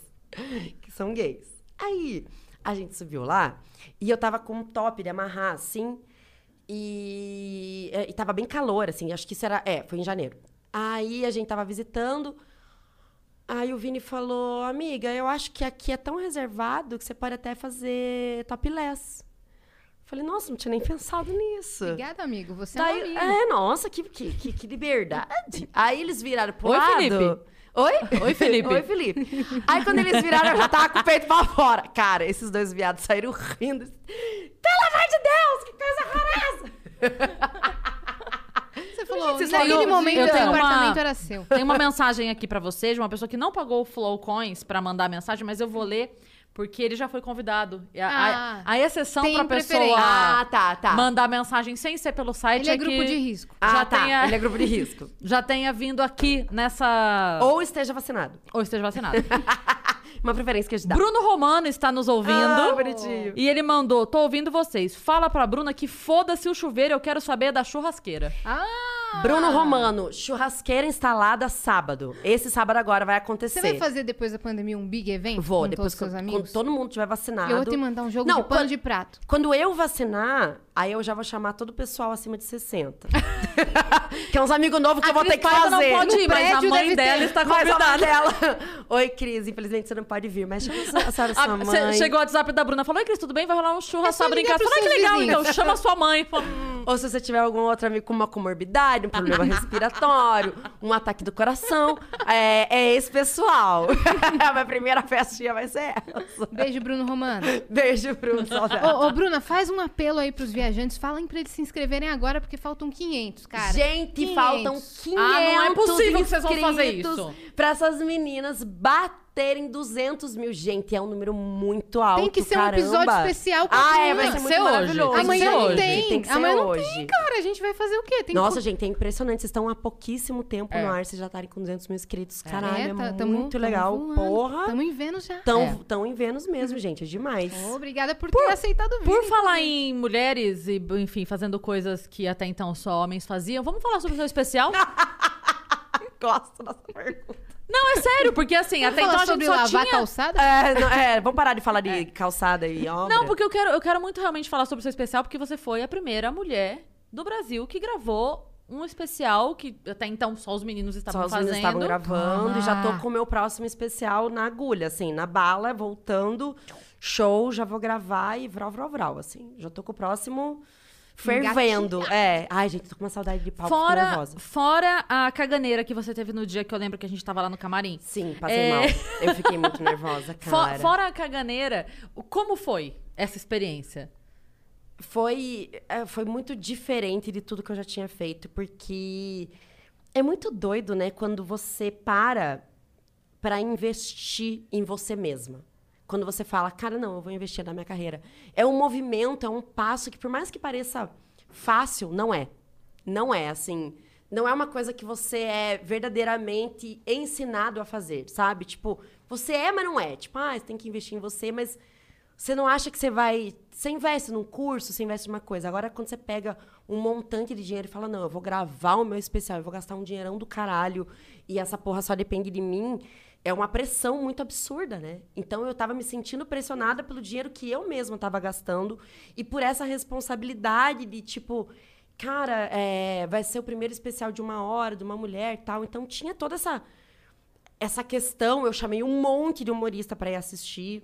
C: que são gays. Aí a gente subiu lá e eu tava com um top de amarrar assim. E, é, e tava bem calor, assim, acho que isso era. É, foi em janeiro. Aí a gente tava visitando. Aí o Vini falou, amiga, eu acho que aqui é tão reservado que você pode até fazer topless. Falei, nossa, não tinha nem pensado nisso.
A: Obrigada, amigo. Você
C: Daí-
A: é um amigo.
C: é, nossa, que, que, que, que liberdade. Aí eles viraram pro
B: Oi,
C: lado.
B: Felipe.
C: Oi?
B: Oi, Felipe.
C: Oi, Felipe. Aí quando eles viraram, eu já tava com o peito pra fora. Cara, esses dois viados saíram rindo. Pelo amor de Deus, que coisa horrorosa!
A: Você falou,
C: vocês
A: naquele
C: falam,
A: momento
B: eu
A: o
B: tenho uma-
A: apartamento era seu.
B: Tem uma mensagem aqui pra você de uma pessoa que não pagou o Flow Coins pra mandar a mensagem, mas eu vou ler porque ele já foi convidado. E a- a-
A: Ah,
B: a, exceção
A: tem
B: pra pessoa
A: preferência.
C: Ah, tá, tá.
B: mandar mensagem sem ser pelo site
A: Ele é
B: que
A: grupo de risco.
C: ah,
B: já
C: tá.
B: tenha-
C: Ele é grupo de risco.
B: já tenha vindo aqui nessa. Ou,
C: Ou esteja vacinado.
B: esteja vacinado.
A: Tá.
C: Uma preferência que a gente dá.
B: Bruno Romano está nos ouvindo.
C: Ah, bonitinho.
B: E ele mandou: tô ouvindo vocês. Fala pra Bruna que foda-se o chuveiro, eu quero saber da churrasqueira.
A: Ah!
C: Bruno Romano, churrasqueira instalada sábado. Esse sábado agora vai acontecer.
A: Você vai fazer depois da pandemia um big event
C: Vou,
A: com todos
C: depois
A: os
C: que eu-
A: seus amigos?
C: quando todo mundo tiver vacinado.
A: Eu vou te mandar um jogo
C: Não,
A: de pano
C: quando-
A: de prato.
C: Quando eu vacinar, aí eu já vou chamar todo o pessoal acima de 60. que é uns amigos novos que eu vou ter que
B: Paiva
C: fazer.
B: não pode ir,
A: No
B: mas a
A: prédio
B: mãe
A: deve ter.
B: dela está
C: Mas a mãe
B: convidada.
C: dela. Oi, Cris, infelizmente você não pode vir, mas chama a senhora sua
B: Ah, cê-
C: mãe.
B: chegou o WhatsApp da Bruna, falou, ei, Cris, tudo bem? Vai rolar um
A: É
B: churras
A: só
B: só brincar.
A: ligar pros
B: Falou, ah, que
A: seus
B: legal,
A: vizinhos."
B: então, chama sua mãe. Falou, "Hum."
C: Ou se você tiver algum outro amigo com uma comorbidade, um problema respiratório, um ataque do coração, é, é esse pessoal. a minha primeira festinha vai ser essa.
A: Beijo, Bruno Romano.
C: Beijo, Bruno. saudade.
A: Ô, ô, Bruna, faz um apelo aí pros viajantes. Falem pra eles se inscreverem agora, porque faltam 500, cara.
C: Gente,
A: 500.
C: faltam 500
B: Ah, não é possível que vocês vão fazer
C: inscritos
B: isso.
C: Pra essas meninas baterem 200 mil. Gente, é um número muito alto,
A: Tem que ser um
C: caramba.
A: episódio especial com
C: Ah, é,
A: Bruna.
C: vai
B: Tem
C: ser
B: que
C: muito
B: ser hoje.
C: maravilhoso.
B: Tem que
A: Amanhã
B: ser
A: não
B: hoje.
A: tem.
C: Tem que ser
A: Amanhã
C: hoje.
A: não tem, cara. A gente vai fazer o quê? Tem
C: Nossa,
A: que...
C: gente, é impressionante. Vocês estão há pouquíssimo tempo
B: É.
C: no ar, vocês já estarem com 200 mil inscritos. Caralho, é,
A: tá-
C: muito
A: tamo- tamo
C: legal.
A: voando.
C: Porra.
A: Tamo em Vênus já.
C: Tão,
B: É.
C: tão em Vênus mesmo, gente. É demais.
A: Obrigada por ter aceitado o vídeo.
B: Por falar em mulheres e, enfim, fazendo coisas que até então só homens faziam, vamos falar sobre o seu especial?
C: Gosto dessa pergunta.
B: Não, é sério, porque assim, até então
A: falar
B: a gente
A: sobre
B: só
A: lavar
B: tinha...
A: calçada?
C: É, não- é, vamos parar de falar de calçada e obra.
B: Não, porque eu quero, eu quero muito realmente falar sobre o seu especial, porque você foi a primeira mulher do Brasil que gravou um especial que até então só os meninos estavam
C: Só os
B: fazendo.
C: meninos estavam gravando
A: Ah.
C: e já tô com o meu próximo especial na agulha, assim, na bala, voltando. Show, já vou gravar e vral, vral, vral, assim. Já tô com o próximo fervendo. É. Ai, gente, tô com uma saudade de palco, tô
B: Fora,
C: nervosa.
B: fora a caganeira que você teve no dia que eu lembro que a gente tava lá no camarim.
C: Sim, passei
B: É.
C: mal. Eu fiquei muito nervosa,
B: Fo-
C: cara.
B: fora a caganeira, o- como foi essa experiência?
C: Foi, é, foi muito diferente de tudo que eu já tinha feito, porque é muito doido, né? Quando você para para investir em você mesma. Quando você fala, cara, não, eu vou investir na minha carreira. É um movimento, é um passo que, por mais que pareça fácil, não é. Não é, assim. Não é uma coisa que você é verdadeiramente ensinado a fazer, sabe? Tipo, você é, mas não é. Tipo, ah, você tem que investir em você, mas você não acha que você vai. Você investe num curso, você investe numa coisa. Agora, quando você pega um montante de dinheiro e fala, não, eu vou gravar o meu especial, eu vou gastar um dinheirão do caralho e essa porra só depende de mim, é uma pressão muito absurda, né? Então eu tava me sentindo pressionada pelo dinheiro que eu mesma tava gastando e por essa responsabilidade de, tipo, cara, é, vai ser o primeiro especial de uma hora, de uma mulher e tal. Então tinha toda essa essa questão, eu chamei um monte de humorista pra ir assistir.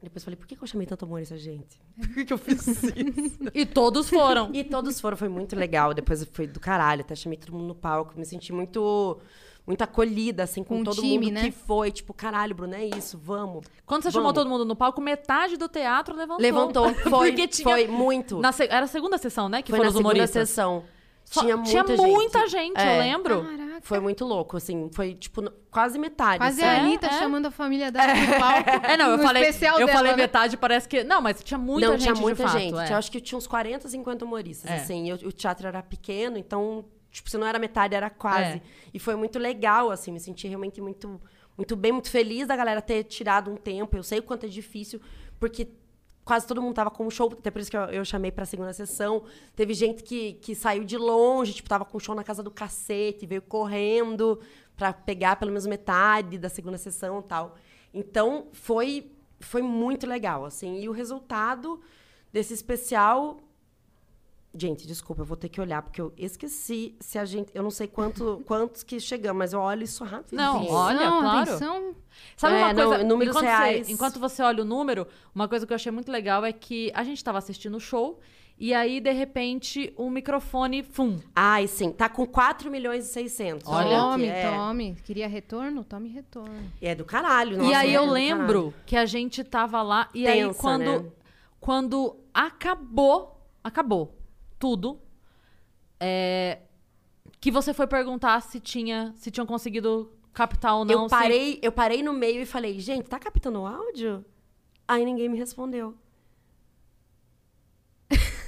C: Depois falei, por que, que eu chamei tanto humorista, gente? Por que, que eu fiz isso?
B: E todos foram.
C: e todos foram, foi muito legal. Depois foi do caralho, até chamei todo mundo no palco. Me senti muito, muito acolhida, assim, com,
A: Com o
C: todo
A: time,
C: mundo
A: né?
C: que foi. Tipo, caralho, Bruno, é isso, vamos.
B: Quando você chamou
C: Vamos.
B: todo mundo no palco, metade do teatro levantou.
C: Levantou, foi,
B: Porque tinha...
C: foi muito.
B: na se- Era a segunda sessão, né? Que
C: foi
B: foram os
C: na segunda
B: humoristas.
C: sessão.
B: Só-
C: Tinha muita gente.
B: muita gente, eu
C: É.
B: lembro.
A: Caraca.
C: Foi muito louco, assim. Foi, tipo, no- quase metade.
A: Quase
C: assim. sabe?
A: a Anitta
B: é.
A: chamando a família dela pro palco.
B: É, não, eu
A: no
B: falei,
A: especial
B: eu
A: dela,
B: falei
A: né?
B: metade, parece que... Não, mas tinha muita
C: não,
B: gente,
C: tinha
B: de
C: muita
B: fato,
C: gente.
B: é.
C: Tinha, acho que tinha uns 40, 50 humoristas,
B: É.
C: assim. E o, o teatro era pequeno, então, tipo, se não era metade, era quase.
B: É.
C: E foi muito legal, assim. Me senti realmente muito, muito bem, muito feliz da galera ter tirado um tempo. Eu sei o quanto é difícil, porque quase todo mundo tava com show, até por isso que eu, eu chamei pra segunda sessão. Teve gente que, que saiu de longe, tipo, tava com show na casa do cacete, veio correndo pra pegar pelo menos metade da segunda sessão e tal. Então, foi, foi muito legal, assim. E o resultado desse especial Gente, desculpa, eu vou ter que olhar, porque eu esqueci se a gente. Eu não sei quanto, quantos que chegamos, mas eu olho isso rapidinho.
B: Não, olha,
A: Atenção,
B: claro.
A: atenção.
B: Sabe
C: É,
B: uma
C: não,
B: coisa?
C: números
B: enquanto,
C: reais.
B: Você, enquanto você olha o número, uma coisa que eu achei muito legal é que a gente tava assistindo o show e aí, de repente, o microfone, fum.
C: Ai, sim, tá com 4 milhões e 600.
B: Olha
A: tome,
C: que é,
A: tome. Queria retorno? Tome retorno.
C: é do caralho, nossa,
B: e aí
C: é
B: eu
C: do
B: lembro que a gente tava lá e aí
C: Tensa,
B: quando
C: né?
B: quando acabou, acabou tudo, é, que você foi perguntar se tinha se tinham conseguido captar ou não.
C: eu
B: se-
C: parei, eu parei no meio e falei, gente, tá captando o áudio? Aí ninguém me respondeu.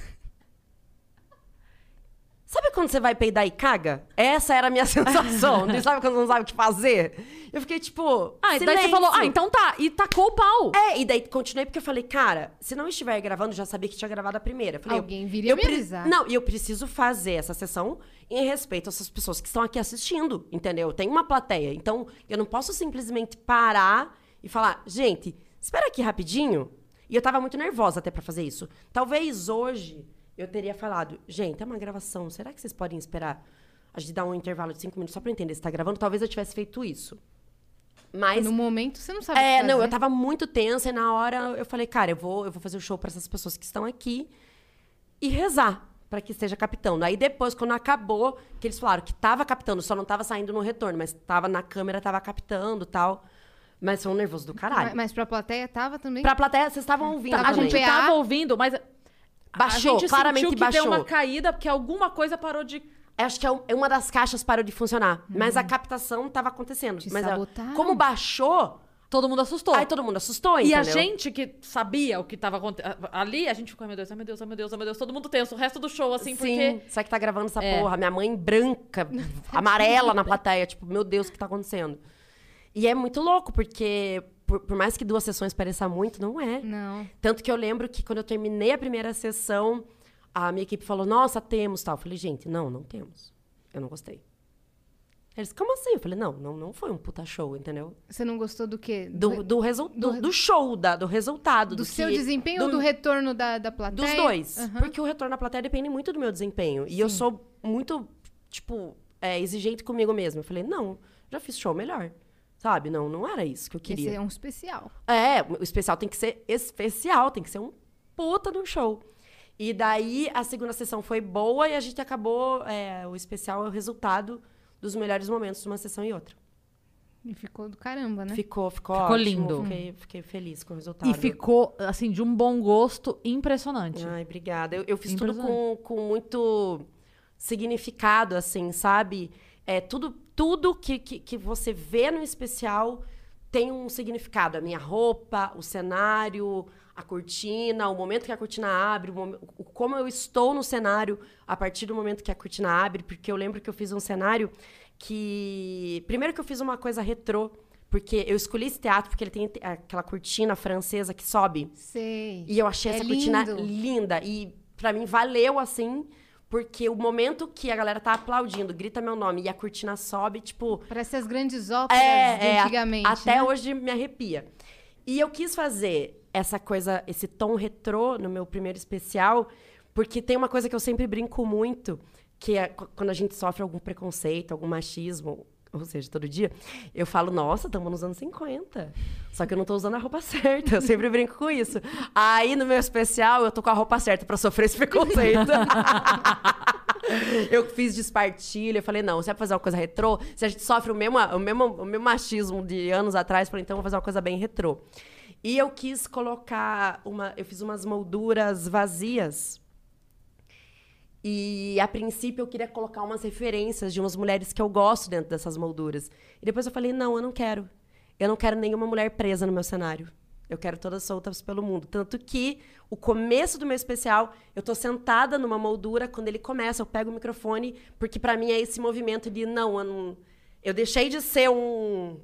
C: sabe quando você vai peidar e caga? Essa era a minha sensação. de, sabe quando você não sabe o que fazer? Eu fiquei tipo.
B: Ah, e daí você
C: silêncio.
B: falou, ah, então tá, e tacou o pau.
C: É, e daí continuei porque eu falei, cara, se não estiver gravando, já sabia que tinha gravado a primeira. Eu Falei,
A: Alguém
C: eu-
A: viria
C: eu
A: me
C: pre-
A: avisar.
C: Não, e eu preciso fazer essa sessão em respeito a essas pessoas que estão aqui assistindo, entendeu? Tem uma plateia, então eu não posso simplesmente parar e falar, gente, espera aqui rapidinho. E eu tava muito nervosa até pra fazer isso. Talvez hoje eu teria falado, gente, é uma gravação, será que vocês podem esperar? A gente dar um intervalo de cinco minutos só pra eu entender se tá gravando. Talvez eu tivesse feito isso. Mas
A: No momento, você não sabe o que
C: é, não,
A: fazer.
C: eu tava muito tensa e na hora eu falei, cara, eu vou, eu vou fazer o show pra essas pessoas que estão aqui e rezar pra que esteja captando. Aí depois, quando acabou, que eles falaram que tava captando, só não tava saindo no retorno, mas tava na câmera, tava captando e tal. Mas foi um nervoso do caralho.
A: Mas, Tá, mas pra plateia tava também.
C: Pra plateia, vocês estavam ouvindo.
A: Tava
B: A
A: com
C: também.
B: gente
A: PA.
B: tava ouvindo, mas
C: Baixou,
B: a gente
C: claramente
B: sentiu que
C: baixou.
B: deu uma caída porque alguma coisa parou de
C: Acho que é um- é uma das caixas parou de funcionar. Mas a captação tava acontecendo.
A: Uhum. Te
C: mas é-
A: sabotaram.
C: como baixou,
B: todo mundo assustou.
C: aí todo mundo assustou,
B: E
C: entendeu?
B: a gente que sabia o que tava acontecendo ali, a gente ficou, ai meu Deus, ai meu Deus, ai meu Deus, ai meu Deus, todo mundo tenso, o resto do show, assim, porque.
C: Será que tá gravando essa
B: É.
C: porra? Minha mãe branca, amarela na plateia. Tipo, meu Deus, o que tá acontecendo? E é muito louco, porque por, por mais que duas sessões pareça muito, não é.
A: Não.
C: Tanto que eu lembro que quando eu terminei a primeira sessão, a minha equipe falou, nossa, temos tal. Eu falei, gente, não, não temos. Eu não gostei. Eles, como assim? Eu falei, não, não, não foi um puta show, entendeu?
A: Você não gostou do quê?
C: Do, do, resu- do, do show, da, do resultado.
A: do
C: do
A: seu
C: que-
A: desempenho ou do retorno da, da plateia?
C: dos dois.
A: É, Aham.
C: Porque o retorno à plateia depende muito do meu desempenho. E eu sou muito, tipo, é, exigente comigo mesma. Eu falei, não, já fiz show melhor. Sabe? Não, não era isso que eu
A: Esse é
C: queria.
A: um especial.
C: É, o especial tem que ser especial, tem que ser um puta de um show. E daí a segunda sessão foi boa e a gente acabou. é, o especial é o resultado dos melhores momentos de uma sessão e outra.
A: E ficou do caramba, né?
C: Ficou, ficou,
B: Ficou
C: ótimo,
B: lindo.
C: Fiquei, fiquei feliz com o resultado.
B: E ficou, assim, de um bom gosto impressionante.
C: Ai, obrigada. Eu, eu fiz tudo com,
B: Impressionante.
C: com muito significado, assim, sabe? É, tudo tudo que, que, que você vê no especial tem um significado. A minha roupa, o cenário, a cortina, o momento que a cortina abre, o mom- o- como eu estou no cenário a partir do momento que a cortina abre, porque eu lembro que eu fiz um cenário que. Primeiro que eu fiz uma coisa retrô. Porque eu escolhi esse teatro porque ele tem te- aquela cortina francesa que sobe.
A: Sei.
C: E eu achei
A: É
C: essa cortina
A: lindo.
C: linda. E pra mim valeu assim, porque o momento que a galera tá aplaudindo, grita meu nome e a cortina sobe, tipo.
A: Parece as grandes óperas de
C: É, é, a-
A: antigamente.
C: até
A: né?
C: hoje me arrepia. E eu quis fazer essa coisa, esse tom retrô no meu primeiro especial, porque tem uma coisa que eu sempre brinco muito, que é qu- quando a gente sofre algum preconceito, algum machismo, ou seja, todo dia, eu falo, nossa, estamos nos anos 50. Só que eu não tô usando a roupa certa, eu sempre brinco com isso. Aí no meu especial, eu tô com a roupa certa pra sofrer esse preconceito. Eu fiz despartilha, eu falei, não, se é pra fazer uma coisa retrô, se a gente sofre o mesmo, o mesmo, o mesmo machismo de anos atrás, eu falei, então eu vou fazer uma coisa bem retrô. E eu quis colocar uma. Eu fiz umas molduras vazias. E a princípio eu queria colocar umas referências de umas mulheres que eu gosto dentro dessas molduras. E depois eu falei, não, eu não quero. Eu não quero nenhuma mulher presa no meu cenário. Eu quero todas soltas pelo mundo. Tanto que o começo do meu especial, eu tô sentada numa moldura, quando ele começa, eu pego o microfone, porque pra mim é esse movimento de não, eu não. Eu deixei de ser um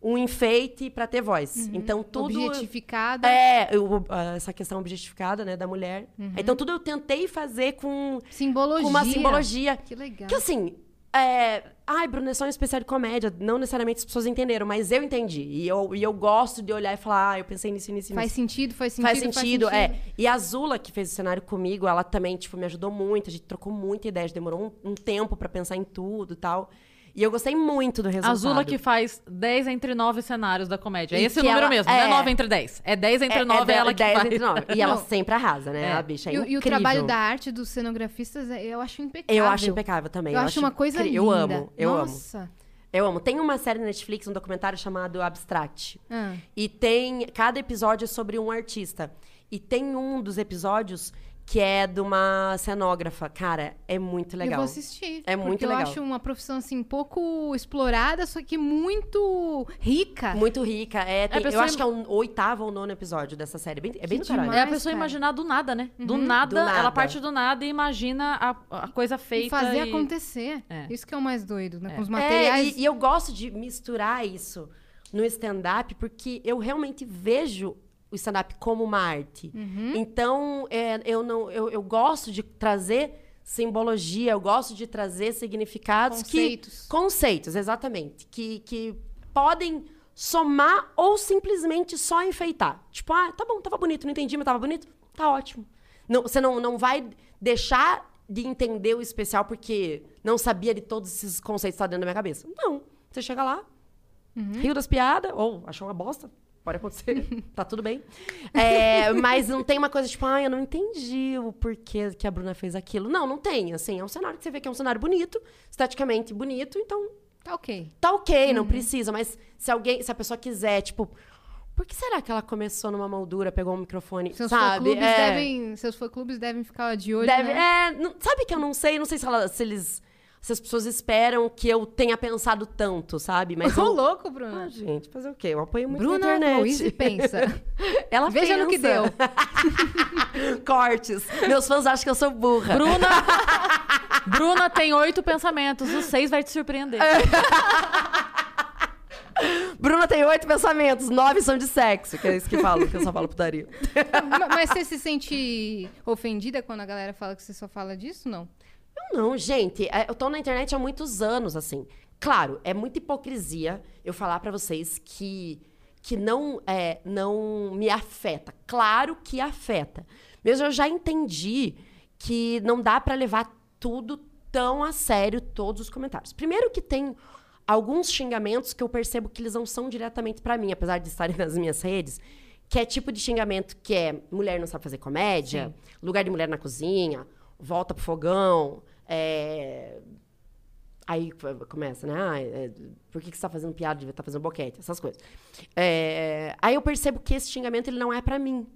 C: um enfeite pra ter voz. Então tudo.
A: Objetificada.
C: É, eu- ah, essa questão objetificada, né, da mulher. Então tudo eu tentei fazer com,
A: Simbologia.
C: com uma simbologia.
A: Que legal.
C: Que assim, é... ai, Bruno, é só um especial de comédia. Não necessariamente as pessoas entenderam, mas eu entendi. E eu, e eu gosto de olhar e falar, ah, eu pensei nisso, nisso, nisso.
A: Faz sentido, faz sentido.
C: Faz sentido, é. E a Zula, que fez o cenário comigo, ela também, tipo, me ajudou muito. A gente trocou muita ideia, a gente demorou um, um tempo pra pensar em tudo e tal. E eu gostei muito do resultado. É,
B: A Zula que faz 10 entre 9 cenários da comédia. É
C: E
B: esse
C: que
B: número
C: ela-
B: mesmo, não é
C: é.
B: 9 entre 10. É 10 entre 9 é,
C: de-
B: ela que
C: 10
B: faz.
C: entre 9. E ela
A: Não.
C: sempre arrasa, né? A bicha é
A: E, o- e o
C: incrível.
A: trabalho da arte dos cenografistas, é- eu acho impecável.
C: Eu acho impecável também.
A: Eu, acho uma coisa
C: incri-
A: linda.
C: Eu amo, eu amo.
A: Nossa.
C: Eu amo. Tem uma série na Netflix, um documentário chamado Abstract.
A: Ah.
C: E tem. Cada episódio é sobre um artista. E tem um dos episódios que é de uma cenógrafa. Cara, é muito legal.
A: Eu vou assistir.
C: É muito
A: porque
C: legal.
A: eu acho uma profissão, assim, pouco explorada, só que muito rica.
C: Muito rica. É, tem- eu
B: pessoa-
C: acho que é o oitavo ou nono episódio dessa série. Bem- é bem do
A: Que
C: caralho.
B: É a
A: Mas,
B: pessoa
A: cara.
B: imaginar do nada, né? Do, nada,
C: Do nada.
B: ela parte do nada e imagina a, a coisa feita.
A: E fazer
B: e-
A: acontecer.
B: É.
A: Isso que é o mais doido, né? Com os
C: É,
A: materiais.
C: e, e eu gosto de misturar isso no stand-up, porque eu realmente vejo o stand-up como uma arte.
A: Uhum.
C: Então, é, eu, não, eu, eu gosto de trazer simbologia, eu gosto de trazer significados
A: Conceitos.
C: que... Conceitos, exatamente. Que, que podem somar ou simplesmente só enfeitar. Tipo, ah, tá bom, tava bonito, não entendi, mas tava bonito, tá ótimo. Não, você não, não vai deixar de entender o especial porque não sabia de todos esses conceitos que tá dentro da minha cabeça. Não. Você chega lá, riu das piadas, ou achou uma bosta, pode acontecer, tá tudo bem. É, mas não tem uma coisa tipo, ah, eu não entendi o porquê que a Bruna fez aquilo. Não, não tem. Assim, é um cenário que você vê que é um cenário bonito, esteticamente bonito, então
A: Tá ok.
C: tá ok,
A: Uhum.
C: não precisa, mas se alguém, se a pessoa quiser, tipo, por que será que ela começou numa moldura, pegou um microfone,
A: Seus
C: sabe?
A: fã-clubes
C: É,
A: devem, seus fã-clubes devem ficar de olho,
C: deve-
A: né?
C: é, não- sabe que eu não sei, não sei se, ela- se eles se as pessoas esperam que eu tenha pensado tanto, sabe? Mas
A: Ô,
C: eu,
A: louco,
C: ah,
A: Bruna.
C: gente, fazer o quê? Eu apoio muito na
A: Bruna
C: internet.
A: Luiz pensa.
C: Ela
A: Veja no que
C: pensa.
A: deu.
C: Cortes. Meus fãs acham que eu sou burra.
B: Bruna. Bruna tem oito pensamentos, os seis vai te surpreender.
C: É, Bruna tem oito pensamentos, nove são de sexo, que é isso que eu falo, que eu só falo putaria.
A: Ma- Mas você se sente ofendida quando a galera fala que você só fala disso? Não.
C: Eu não, gente. É, Eu tô na internet há muitos anos, assim. Claro, é muita hipocrisia eu falar pra vocês que, que não, é, não me afeta. Claro que afeta. Mesmo eu já entendi que não dá pra levar tudo tão a sério, todos os comentários. Primeiro que tem alguns xingamentos que eu percebo que eles não são diretamente pra mim, apesar de estarem nas minhas redes, que é tipo de xingamento que é mulher não sabe fazer comédia, lugar de mulher na cozinha, volta pro fogão, é, Aí co- começa, né? Ah, é, por que, que você tá fazendo piada? Devia estar fazendo boquete, essas coisas. É, aí eu percebo que esse xingamento ele não é pra mim.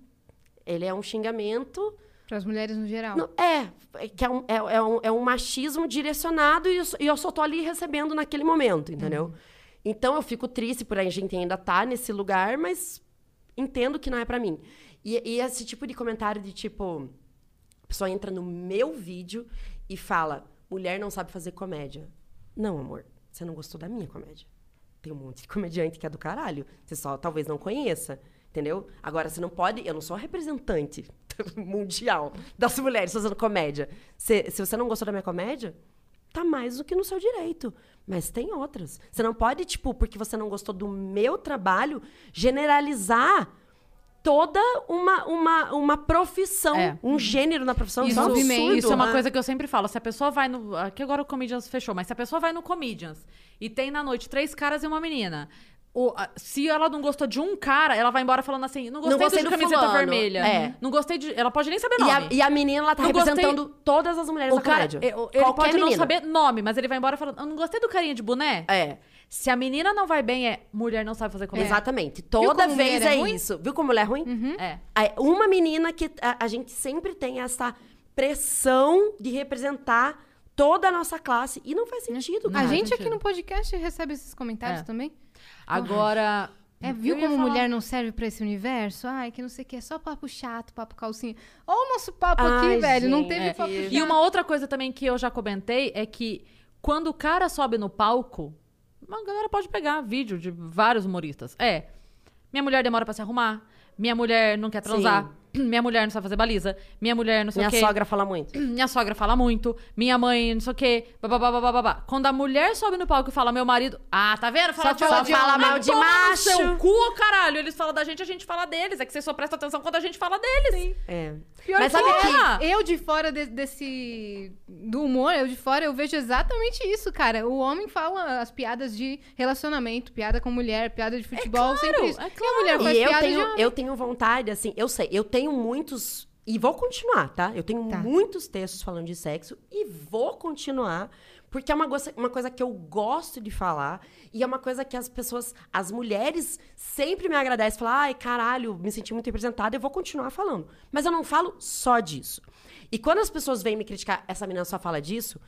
C: Ele é um xingamento
A: Para as mulheres no geral.
C: não, é, é que é um, é, é um, é um machismo direcionado e eu, só- e eu só tô ali recebendo naquele momento, entendeu? Então eu fico triste por a gente ainda estar nesse lugar, mas entendo que não é pra mim. E, e esse tipo de comentário de tipo, a pessoa entra no meu vídeo e fala: mulher não sabe fazer comédia. Não, amor, você não gostou da minha comédia. Tem um monte de comediante que é do caralho. Você só talvez não conheça, entendeu? Agora, você não pode. Eu não sou a representante mundial das mulheres fazendo comédia. Se, se você não gostou da minha comédia, tá mais do que no seu direito. Mas tem outras. Você não pode, tipo, porque você não gostou do meu trabalho, generalizar toda uma, uma, uma profissão,
B: É.
C: um gênero na profissão.
A: Isso
C: é um
A: me-
C: absurdo,
A: absurdo,
B: isso é uma
C: né?
B: coisa que eu sempre falo. Se a pessoa vai no. Aqui agora o Comedians fechou, mas se a pessoa vai no Comedians e tem na noite três caras e uma menina. o- a- se ela não gostou de um cara, ela vai embora falando assim: não gostei,
C: gostei
B: do,
C: do
B: de camiseta
C: fulano.
B: vermelha.
C: É.
B: Não gostei de. Ela pode nem saber
C: E
B: nome.
C: a, e a menina, ela tá
B: Eu gostei-
C: representando todas as mulheres
B: O
C: da
B: cara, é,
C: comédia.
B: ele
C: Qualquer
B: pode não
C: menina.
B: saber nome, mas ele vai embora falando: Eu não gostei do carinha de boné.
C: É.
B: Se a menina não vai bem, é mulher não sabe fazer comédia.
C: Exatamente.
A: Viu
C: Toda
A: como
C: vez
A: mulher é
C: é,
A: ruim? Uhum.
C: isso. Viu como mulher é ruim?
B: É.
C: Aí, Uma menina que a, a gente sempre tem essa pressão de representar toda a nossa classe. E não faz sentido,
A: a
C: cara.
A: gente
B: sentido.
A: aqui no podcast recebe esses comentários
B: É.
A: também.
B: Agora.
A: É, viu
B: eu ia
A: como
B: falar-
A: mulher não serve pra esse universo? Ai, que não sei o que, é só papo chato, papo calcinha. Olha o nosso papo aqui,
C: Ai,
A: velho. Não
C: gente.
A: teve
B: É.
A: papo chato.
B: E uma outra coisa também que eu já comentei é que quando o cara sobe no palco, Uma galera pode pegar vídeo de vários humoristas. É. Minha mulher demora pra se arrumar. Minha mulher não quer transar. Minha mulher não sabe fazer baliza. Minha mulher não sei
C: Minha
B: o quê.
C: sogra fala muito.
B: Minha sogra fala muito. Minha mãe não sei o quê. Babá, babá, babá. Quando a mulher sobe no palco e fala, meu marido. Ah, tá vendo? Fala
C: Só fala de homem.
B: Vai
C: mal de
B: tomar no
C: macho.
B: Seu cu, ô caralho. Eles falam da gente, a gente fala deles. É que você só presta atenção quando a gente fala deles.
C: É.
B: Pior
C: Mas
B: que
C: sabe
B: é.
C: que
A: Eu de fora de- desse do humor, eu de fora eu vejo exatamente isso, cara. O homem fala as piadas de relacionamento, piada com mulher, piada de
C: É
A: futebol, sempre isso.
B: é
A: E
B: claro.
A: a mulher faz
C: E eu
A: piada de
C: tenho,
A: homem.
C: eu tenho vontade, assim, eu sei, eu tenho muitos. E vou continuar, tá? Eu tenho
A: Tá.
C: muitos textos falando de sexo e vou continuar, porque é uma, goça- uma coisa que eu gosto de falar e é uma coisa que as pessoas, as mulheres, sempre me agradecem. Falam, ai, caralho, me senti muito representada, eu vou continuar falando. Mas eu não falo só disso. E quando as pessoas vêm me criticar, essa menina só fala disso,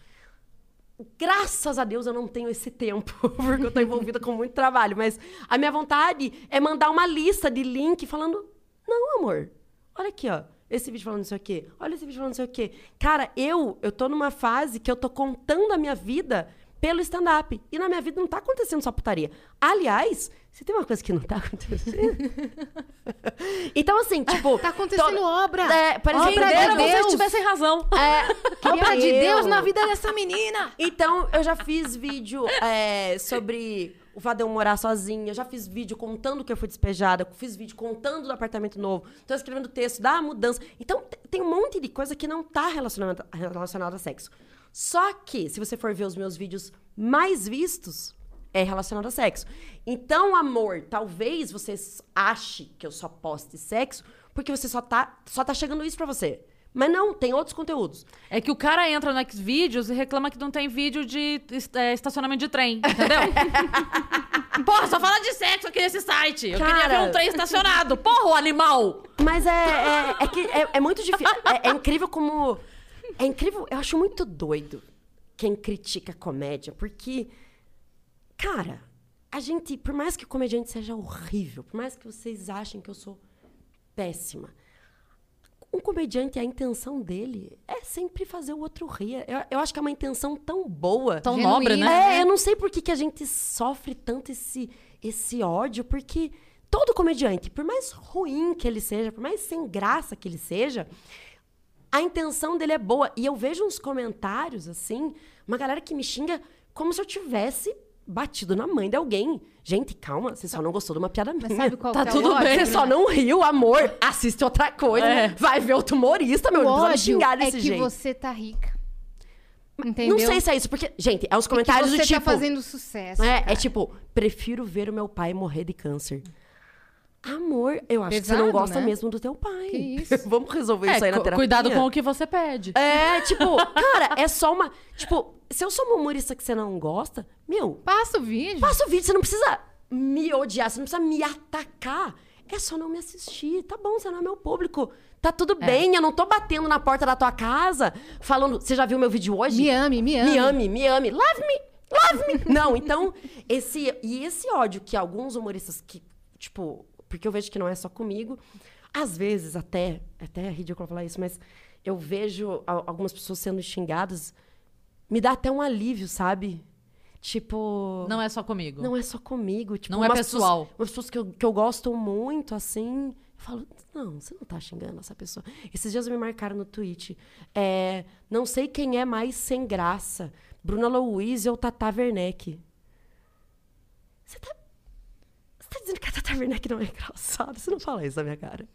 C: Graças a Deus eu não tenho esse tempo, porque eu tô envolvida com muito trabalho. Mas a minha vontade é mandar uma lista de link falando: não, amor, olha aqui, ó. Esse vídeo falando não sei o quê. Olha esse vídeo falando não sei o quê. Cara, eu, eu tô numa fase que eu tô contando a minha vida pelo stand-up. E na minha vida não tá acontecendo só putaria. Aliás, se tem uma coisa que não tá acontecendo. então, assim, tipo.
A: Tá acontecendo
C: tô-
A: obra.
C: É, parece
A: Obra
C: que
A: de
B: Entenderam?
A: Deus.
B: Vocês tivessem razão.
C: É,
A: Obra de Deus
C: eu-
A: na vida dessa menina.
C: então, eu já fiz vídeo é, sobre o fato de eu morar sozinha, já fiz vídeo contando que eu fui despejada, fiz vídeo contando do apartamento novo, tô escrevendo texto da mudança. Então, t- tem um monte de coisa que não tá relacionada, relacionada a sexo. Só que, se você for ver os meus vídeos mais vistos, é relacionado a sexo. Então, amor, talvez você s- ache que eu só poste sexo porque você só tá, só tá chegando isso pra você. Mas não, tem outros conteúdos.
B: É que o cara entra no Xvideos e reclama que não tem vídeo de est- é, estacionamento de trem, entendeu? Porra, só fala de sexo aqui nesse site. Eu queria
C: Cara.
B: ver um trem estacionado. Porra, o animal!
C: Mas é, é, é que é, é muito difícil. É, é incrível como. É incrível. Eu acho muito doido quem critica a comédia, porque. Cara, a gente. Por mais que o comediante seja horrível, por mais que vocês achem que eu sou péssima, um comediante, a intenção dele é sempre fazer o outro rir. Eu, eu acho que é uma intenção tão boa.
B: Tão
A: Genuíno.
B: nobre, né?
A: né?
C: É, eu não sei por que, que a gente sofre tanto esse, esse ódio, porque todo comediante, por mais ruim que ele seja, por mais sem graça que ele seja, a intenção dele é boa. E eu vejo uns comentários, assim, uma galera que me xinga como se eu tivesse batido na mãe de alguém. Gente, calma, você só não gostou de uma piada minha.
A: Mas sabe qual
B: Tá
A: que é
B: tudo
A: o ódio,
B: bem,
A: né?
C: Você só não riu, amor. Assiste outra coisa.
B: É.
C: Vai ver outro humorista, meu.
A: O
C: Não precisa me
A: ódio
C: xingar
A: é
C: desse
A: que
C: jeito.
A: você tá rica. Entendeu?
C: Não sei se é isso, porque, gente, é os
A: É que
C: comentários
A: você
C: do tipo.
A: tá fazendo sucesso.
C: É, é tipo, prefiro ver o meu pai morrer de câncer. Amor, eu acho que você
A: Pesado,
C: não gosta
A: né?
C: mesmo do teu pai.
A: Que isso.
C: Vamos resolver
B: É,
C: isso aí na
B: cu-
C: terapia.
B: cuidado com o que você pede.
C: É, tipo, cara, é só uma. Tipo, se eu sou uma humorista que você não gosta, meu,
A: Passa o vídeo.
C: passa o vídeo, você não precisa me odiar, você não precisa me atacar. É só não me assistir. Tá bom, você não é meu público. Tá tudo bem, eu não tô batendo na porta da tua casa falando, você já viu meu vídeo hoje?
A: Me ame, me ame.
C: Me ame, me ame. Love me, love me. Não, então, esse, e esse ódio que alguns humoristas que, tipo, porque eu vejo que não é só comigo, às vezes até, até é ridículo falar isso, mas eu vejo a- algumas pessoas sendo xingadas, me dá até um alívio, sabe? Tipo.
B: Não é só comigo.
C: Não é só comigo. Tipo,
B: Não é
C: umas
B: pessoal.
C: Pessoas, umas pessoas que eu, que eu gosto muito, assim. Eu falo, não, você não tá xingando essa pessoa. Esses dias me marcaram no tweet. é, não sei quem é mais sem graça. Bruna Louise ou Tata Werneck. Você tá... Você tá dizendo que a Tata Werneck não é engraçada? Você não fala isso na minha cara.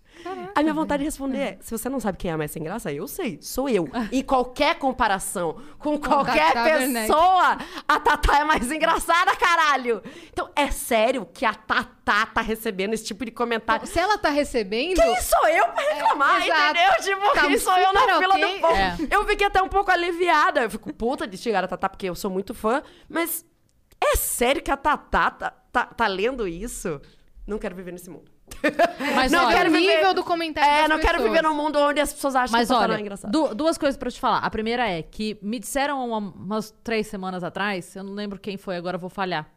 C: A minha vontade de responder é, se você não sabe quem é a mais sem graça, eu sei, sou eu. E qualquer comparação com qualquer
A: Tata Werneck.
C: pessoa, a Tatá é mais engraçada, caralho. Então, é sério que a Tatá tá recebendo esse tipo de comentário?
A: Se ela tá recebendo,
C: Quem sou eu pra reclamar,
A: É, exato.
C: entendeu? Tipo,
A: Tá
C: quem sou eu na
A: super
C: fila
A: ok.
C: do povo?
B: É.
C: Eu fiquei até um pouco aliviada. Eu fico puta de xingar a Tatá, porque eu sou muito fã. Mas é sério que a Tatá tá, tá, tá lendo isso? Não quero viver nesse mundo.
B: Mas
A: não
B: olha,
A: quero
C: viver-
A: nível do comentário
C: É,
A: das
C: não quero
A: pessoas.
C: viver num mundo onde as pessoas acham
B: Mas
C: que a Tatá
B: olha,
C: não é engraçada.
B: du- duas coisas pra te falar. A primeira é que me disseram há uma- umas três semanas atrás, eu não lembro quem foi, agora eu vou falhar.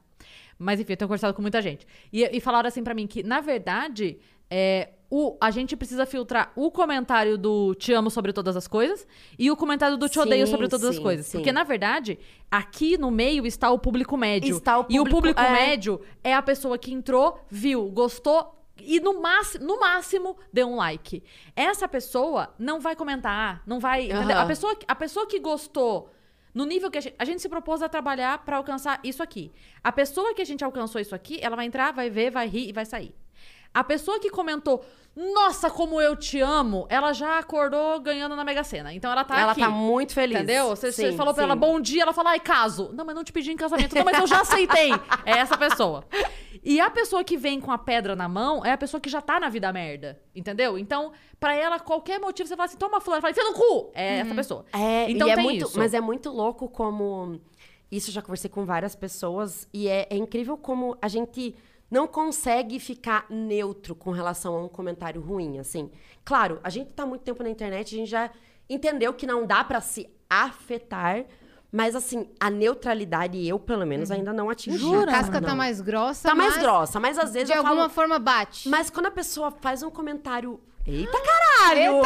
B: Mas enfim, eu tenho conversado com muita gente. E, e falaram assim pra mim que, na verdade, é, o, a gente precisa filtrar o comentário do te amo sobre todas as coisas e o comentário do te
C: Sim,
B: odeio sobre todas as
C: sim,
B: coisas.
C: sim.
B: Porque, na verdade, aqui no meio está o público médio.
C: Está o
B: e o
C: público-
B: público
C: é.
B: médio é a pessoa que entrou, viu, gostou e no máximo, no máximo deu um like. Essa pessoa não vai comentar, ah, não vai, entendeu?
C: Aham.
B: A pessoa a pessoa que gostou no nível que a gente, a gente se propôs a trabalhar pra alcançar isso aqui. A pessoa que a gente alcançou isso aqui, ela vai entrar, vai ver, vai rir e vai sair. A pessoa que comentou, nossa, como eu te amo, ela já acordou ganhando na Mega Sena. Então ela tá
C: ela
B: aqui.
C: tá muito feliz.
B: Entendeu? Você, você
C: Sim,
B: falou pra
C: sim.
B: ela bom dia, ela fala, ai, caso. Não, mas não te pedi em casamento. Não, mas eu já aceitei. É essa pessoa. E a pessoa que vem com a pedra na mão é a pessoa que já tá na vida merda. Entendeu? Então, pra ela, qualquer motivo, você fala assim, toma fulano. Ela fala, enfia no cu. É essa pessoa.
C: É,
B: então
C: e é
B: tem
C: muito,
B: isso.
C: mas é muito louco como isso eu já conversei com várias pessoas e é, é incrível como a gente não consegue ficar neutro com relação a um comentário ruim, assim. Claro, a gente tá muito tempo na internet, a gente já entendeu que não dá pra se afetar, mas assim, a neutralidade eu, pelo menos, ainda não atingi.
B: Jura?
A: A casca
C: Não.
A: tá mais grossa.
C: Tá mais
A: mas
C: grossa, mas às vezes
A: De
C: eu falo,
A: alguma forma bate.
C: mas quando a pessoa faz um comentário. Eita caralho!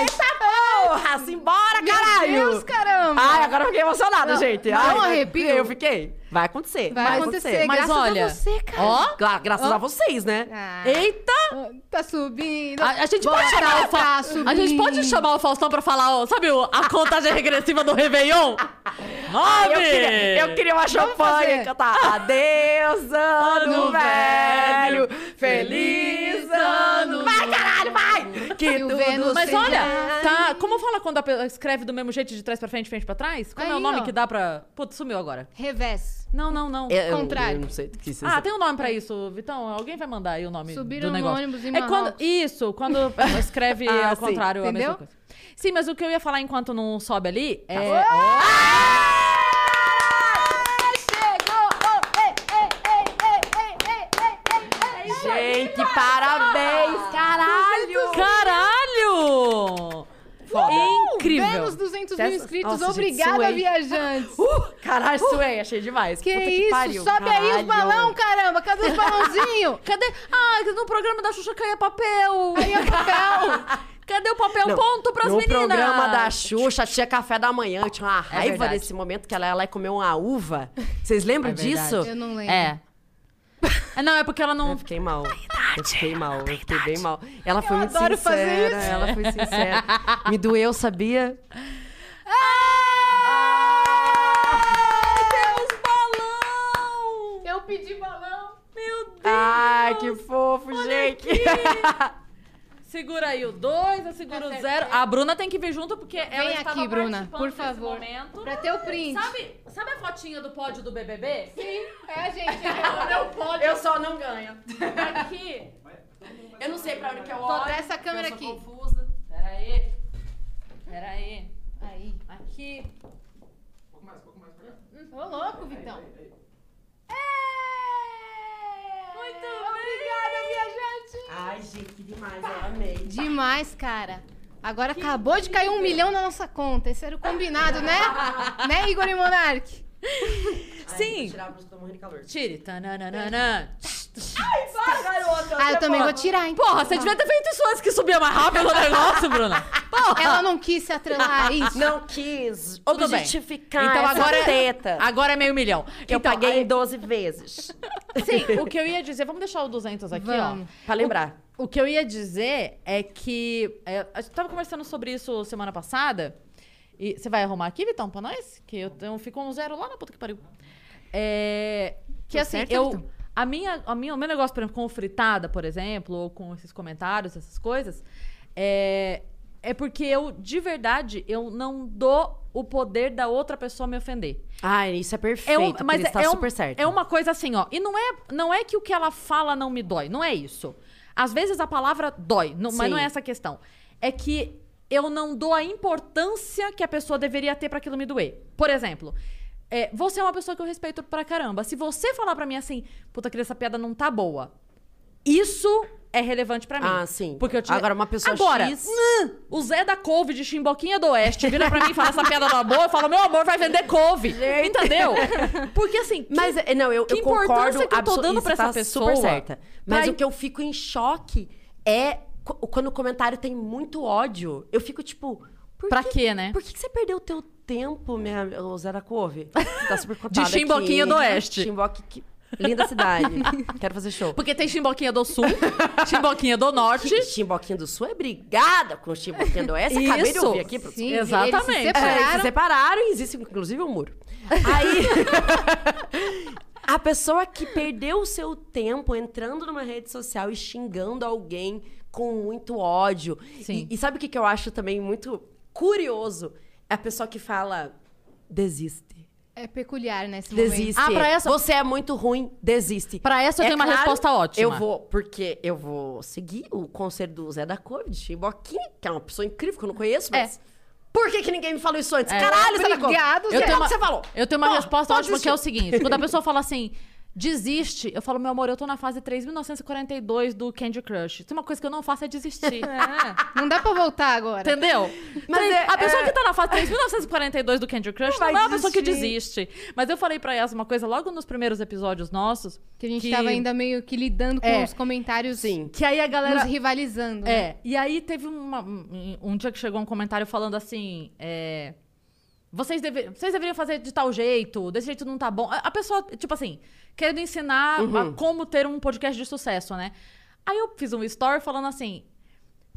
A: Eita,
C: porra! Simbora,
A: Meu
C: caralho!
A: Deus, caramba!
C: Ai, agora eu fiquei emocionada,
A: Não,
C: gente.
A: não
C: Ai, vai-
A: arrepio?
C: Eu fiquei. Vai acontecer.
A: Vai acontecer,
B: Mas
A: graças
B: olha,
A: a você, cara.
B: Ó,
C: Gra- graças a vocês, né?
A: Ah,
B: eita!
A: Tá subindo.
C: Ah.
B: A, a gente
A: Bota
B: pode chamar o
A: pra
B: Faustão. A gente pode chamar o Faustão pra falar, ó, sabe o- a contagem regressiva do Réveillon? Nove!
C: Eu queria, eu queria uma champanhe
A: fazer.
C: e cantar Adeus, ano
B: Ano
C: velho,
B: velho,
C: feliz
B: feliz
C: ano...
B: ano
C: Vai, caralho, vai! Que
A: E o Vênus
B: Mas
A: Sim.
B: olha,
A: Ai.
B: tá. Como fala quando a pessoa escreve do mesmo jeito de trás pra frente, frente pra trás? Como é o
A: Aí,
B: nome
A: ó.
B: que dá pra. Putz, sumiu agora.
A: Revés.
B: Não, não, não.
C: Eu- eu-
A: Contrário.
C: Eu não sei o que isso
B: Ah, tem um nome pra isso, Vitão. Alguém vai mandar aí o nome
A: Subiram
B: do
A: no
B: negócio.
A: ônibus em
B: é quando
A: Marrocos.
B: Isso, quando escreve
C: Ah,
B: ao
C: sim.
B: contrário a
A: Entendeu?
B: mesma coisa. Sim, mas o que eu ia falar enquanto não sobe ali é.
C: Gente, parabéns,
A: Tá.
C: caralho!
A: um.
B: Caralho!
C: Foda.
B: Incrível!
A: Menos 200 mil
C: Dessa-
A: inscritos.
C: Nossa, gente,
A: Obrigada,
C: suei.
A: viajantes.
C: Uh, caralho, suei, achei demais.
A: Que
C: Puta
A: isso?
C: pariu.
A: Sobe aí os
C: Caralho.
A: balão, caramba. Cadê os balãozinhos?
B: Cadê? Ah, no programa da Xuxa caía papel!
A: Caía papel.
B: Cadê o papel?
C: Não,
B: É um Ponto pras
C: no
B: meninas! É
C: programa da Xuxa tinha café da manhã, eu tinha uma raiva
B: verdade.
C: desse momento que ela ia lá e comeu uma uva. Vocês lembram
B: É verdade.
C: disso?
A: Eu não lembro.
B: É. É, Não, é porque ela não.
C: Eu fiquei mal. Eu fiquei mal, eu fiquei bem mal. Ela foi muito
A: adoro fazer
C: sincera,
A: isso.
C: ela foi sincera. Me doeu, sabia?
B: Deus, balão!
A: Eu pedi balão.
B: Meu Deus!
C: Ai, que fofo, gente.
B: Segura aí o 2, eu seguro
A: Tá
B: o
A: certo.
B: 0. A Bruna tem que vir junto porque ela
A: Vem
B: estava
A: aqui, Bruna,
B: participando
A: por
B: desse
A: favor.
B: momento.
A: Pra ter o print.
B: Sabe, sabe a fotinha do pódio do BBB?
A: Sim, é a gente. É o pódio.
C: Eu só não ganho.
B: tá Aqui.
C: Eu não sei pra
B: é
C: onde que eu
A: olho, dessa porque eu câmera sou aqui.
C: confusa.
B: Pera aí. Pera aí.
A: Aí.
B: Aqui.
A: Ô, louco, Vitão. Então,
B: Muito
A: Obrigada, viajante.
C: Ai, gente, que demais, eu amei.
A: Demais, cara. Agora acabou de cair um milhão na nossa conta. Esse era o combinado, né? né, Igor e Monark?
B: Sim.
C: tirar a música, tô morrendo de calor.
B: Tire. Tananana.
A: Tá.
C: Vai, garota!
B: é
A: Ah, eu também vou tirar, hein?
B: Porra, você devia ter feito isso antes que subia mais rápido o negócio, Bruna.
A: Ela não quis se atrelar a isso.
C: Não quis
B: Tudo bem.
C: objetificar
B: então
C: essa
B: agora,
C: teta.
B: agora é meio milhão.
C: Que eu
B: Então,
C: paguei
B: aí-
C: em 12 vezes.
B: Sim, o que eu ia dizer, vamos deixar o 200 aqui,
A: Vamos.
B: ó.
C: Pra lembrar.
B: O que eu ia dizer é que. é, a gente tava conversando sobre isso semana passada. E você vai arrumar aqui, Vitão, pra nós? Que eu, eu fico um zero lá na puta que pariu. É. Que
A: Tudo
B: assim,
A: certo,
B: eu.
A: Vitão?
B: A minha, a minha, o meu negócio, por exemplo, com fritada, por exemplo, ou com esses comentários, essas coisas, é. É porque eu, de verdade, eu não dou o poder da outra pessoa me ofender.
C: Ai, isso é perfeito.
B: É um-
C: mas está
B: um-
C: super certo.
B: é uma coisa assim, ó. E não é, não é que o que ela fala não me dói, não é isso. Às vezes a palavra dói, não- mas
C: Sim.
B: não é essa a questão. É que eu não dou a importância que a pessoa deveria ter pra aquilo me doer. Por exemplo, é, você é uma pessoa que eu respeito pra caramba. Se você falar pra mim assim, puta, querida, essa piada não tá boa. Isso é relevante pra mim.
C: Ah, sim.
B: Porque eu tinha...
C: Agora, uma pessoa
B: Agora,
C: X-
B: hum, o Zé da couve de Chimboquinha do Oeste vira pra mim e fala essa piada do amor, eu falo, meu amor, vai vender couve. Entendeu? Porque assim, que-
C: Mas, é, não, eu,
B: que
C: eu concordo.
B: importância que eu tô
C: absolu-
B: dando
C: isso
B: pra essa
C: tá
B: pessoa?
C: super certa. Mas
B: Pra-
C: o que eu fico em choque é co- quando o comentário tem muito ódio. Eu fico tipo. Por
B: pra
C: que,
B: quê, né?
C: Por que, que você perdeu o teu tempo, minha ô, Zera Couve? Você tá super cotada aqui.
B: Chimboquinha do Oeste.
C: Chimboqui, que- linda cidade. Quero fazer show.
B: Porque tem Chimboquinha do Sul, Chimboquinha do Norte.
C: Chimboquinha do Sul é brigada com Chimboquinha do Oeste. Acabei de
B: Isso.
C: ouvir aqui.
A: Sim,
B: Exatamente.
A: Eles se
B: É,
C: É,
A: separaram.
C: se separaram e existe inclusive um muro. Aí. a pessoa que perdeu o seu tempo entrando numa rede social e xingando alguém com muito ódio.
B: Sim.
C: E, e sabe o que, que eu acho também muito curioso? É a pessoa que fala: desiste.
A: É peculiar nesse momento.
C: Desiste.
B: Ah, pra essa-
C: Você é muito ruim, desiste.
B: Pra essa eu tenho uma resposta ótima.
C: É Eu vou, porque eu vou seguir o conselho do Zé da Cor, de Chimboquinha, que é uma pessoa incrível que eu não conheço, mas. Por que, que ninguém me falou isso antes?
B: É.
C: Caralho, Zé da Cor!
A: Obrigado,
C: Eu
A: Zé.
C: tenho
A: Qual
C: uma- você falou.
B: Eu tenho uma
C: Pô,
B: resposta
C: pode
B: ótima, que é o seguinte:
C: desistir.
B: quando a pessoa fala assim, desiste, eu falo, meu amor, eu tô na fase 3942 do Candy Crush. Tem uma coisa que eu não faço é desistir.
A: Ah, Não dá pra voltar agora.
B: Entendeu?
C: Mas
B: Tem-
C: é-
B: a pessoa
C: é-
B: que tá na fase 3942 do Candy Crush não,
C: vai
B: é uma pessoa que
C: desistir.
B: desiste. Mas eu falei pra Yas uma coisa logo nos primeiros episódios nossos.
A: Que a gente tava ainda meio que lidando com
B: É.
A: os comentários
C: Sim.
B: Que aí a
A: nos
B: galera.
A: rivalizando. né?
B: É, e aí teve uma- um, um dia que chegou um comentário falando assim, é, vocês, deve- vocês deveriam fazer de tal jeito, desse jeito não tá bom. A, a pessoa, tipo assim, querendo ensinar
C: Uhum.
B: a como ter um podcast de sucesso, né? Aí eu fiz um story falando assim,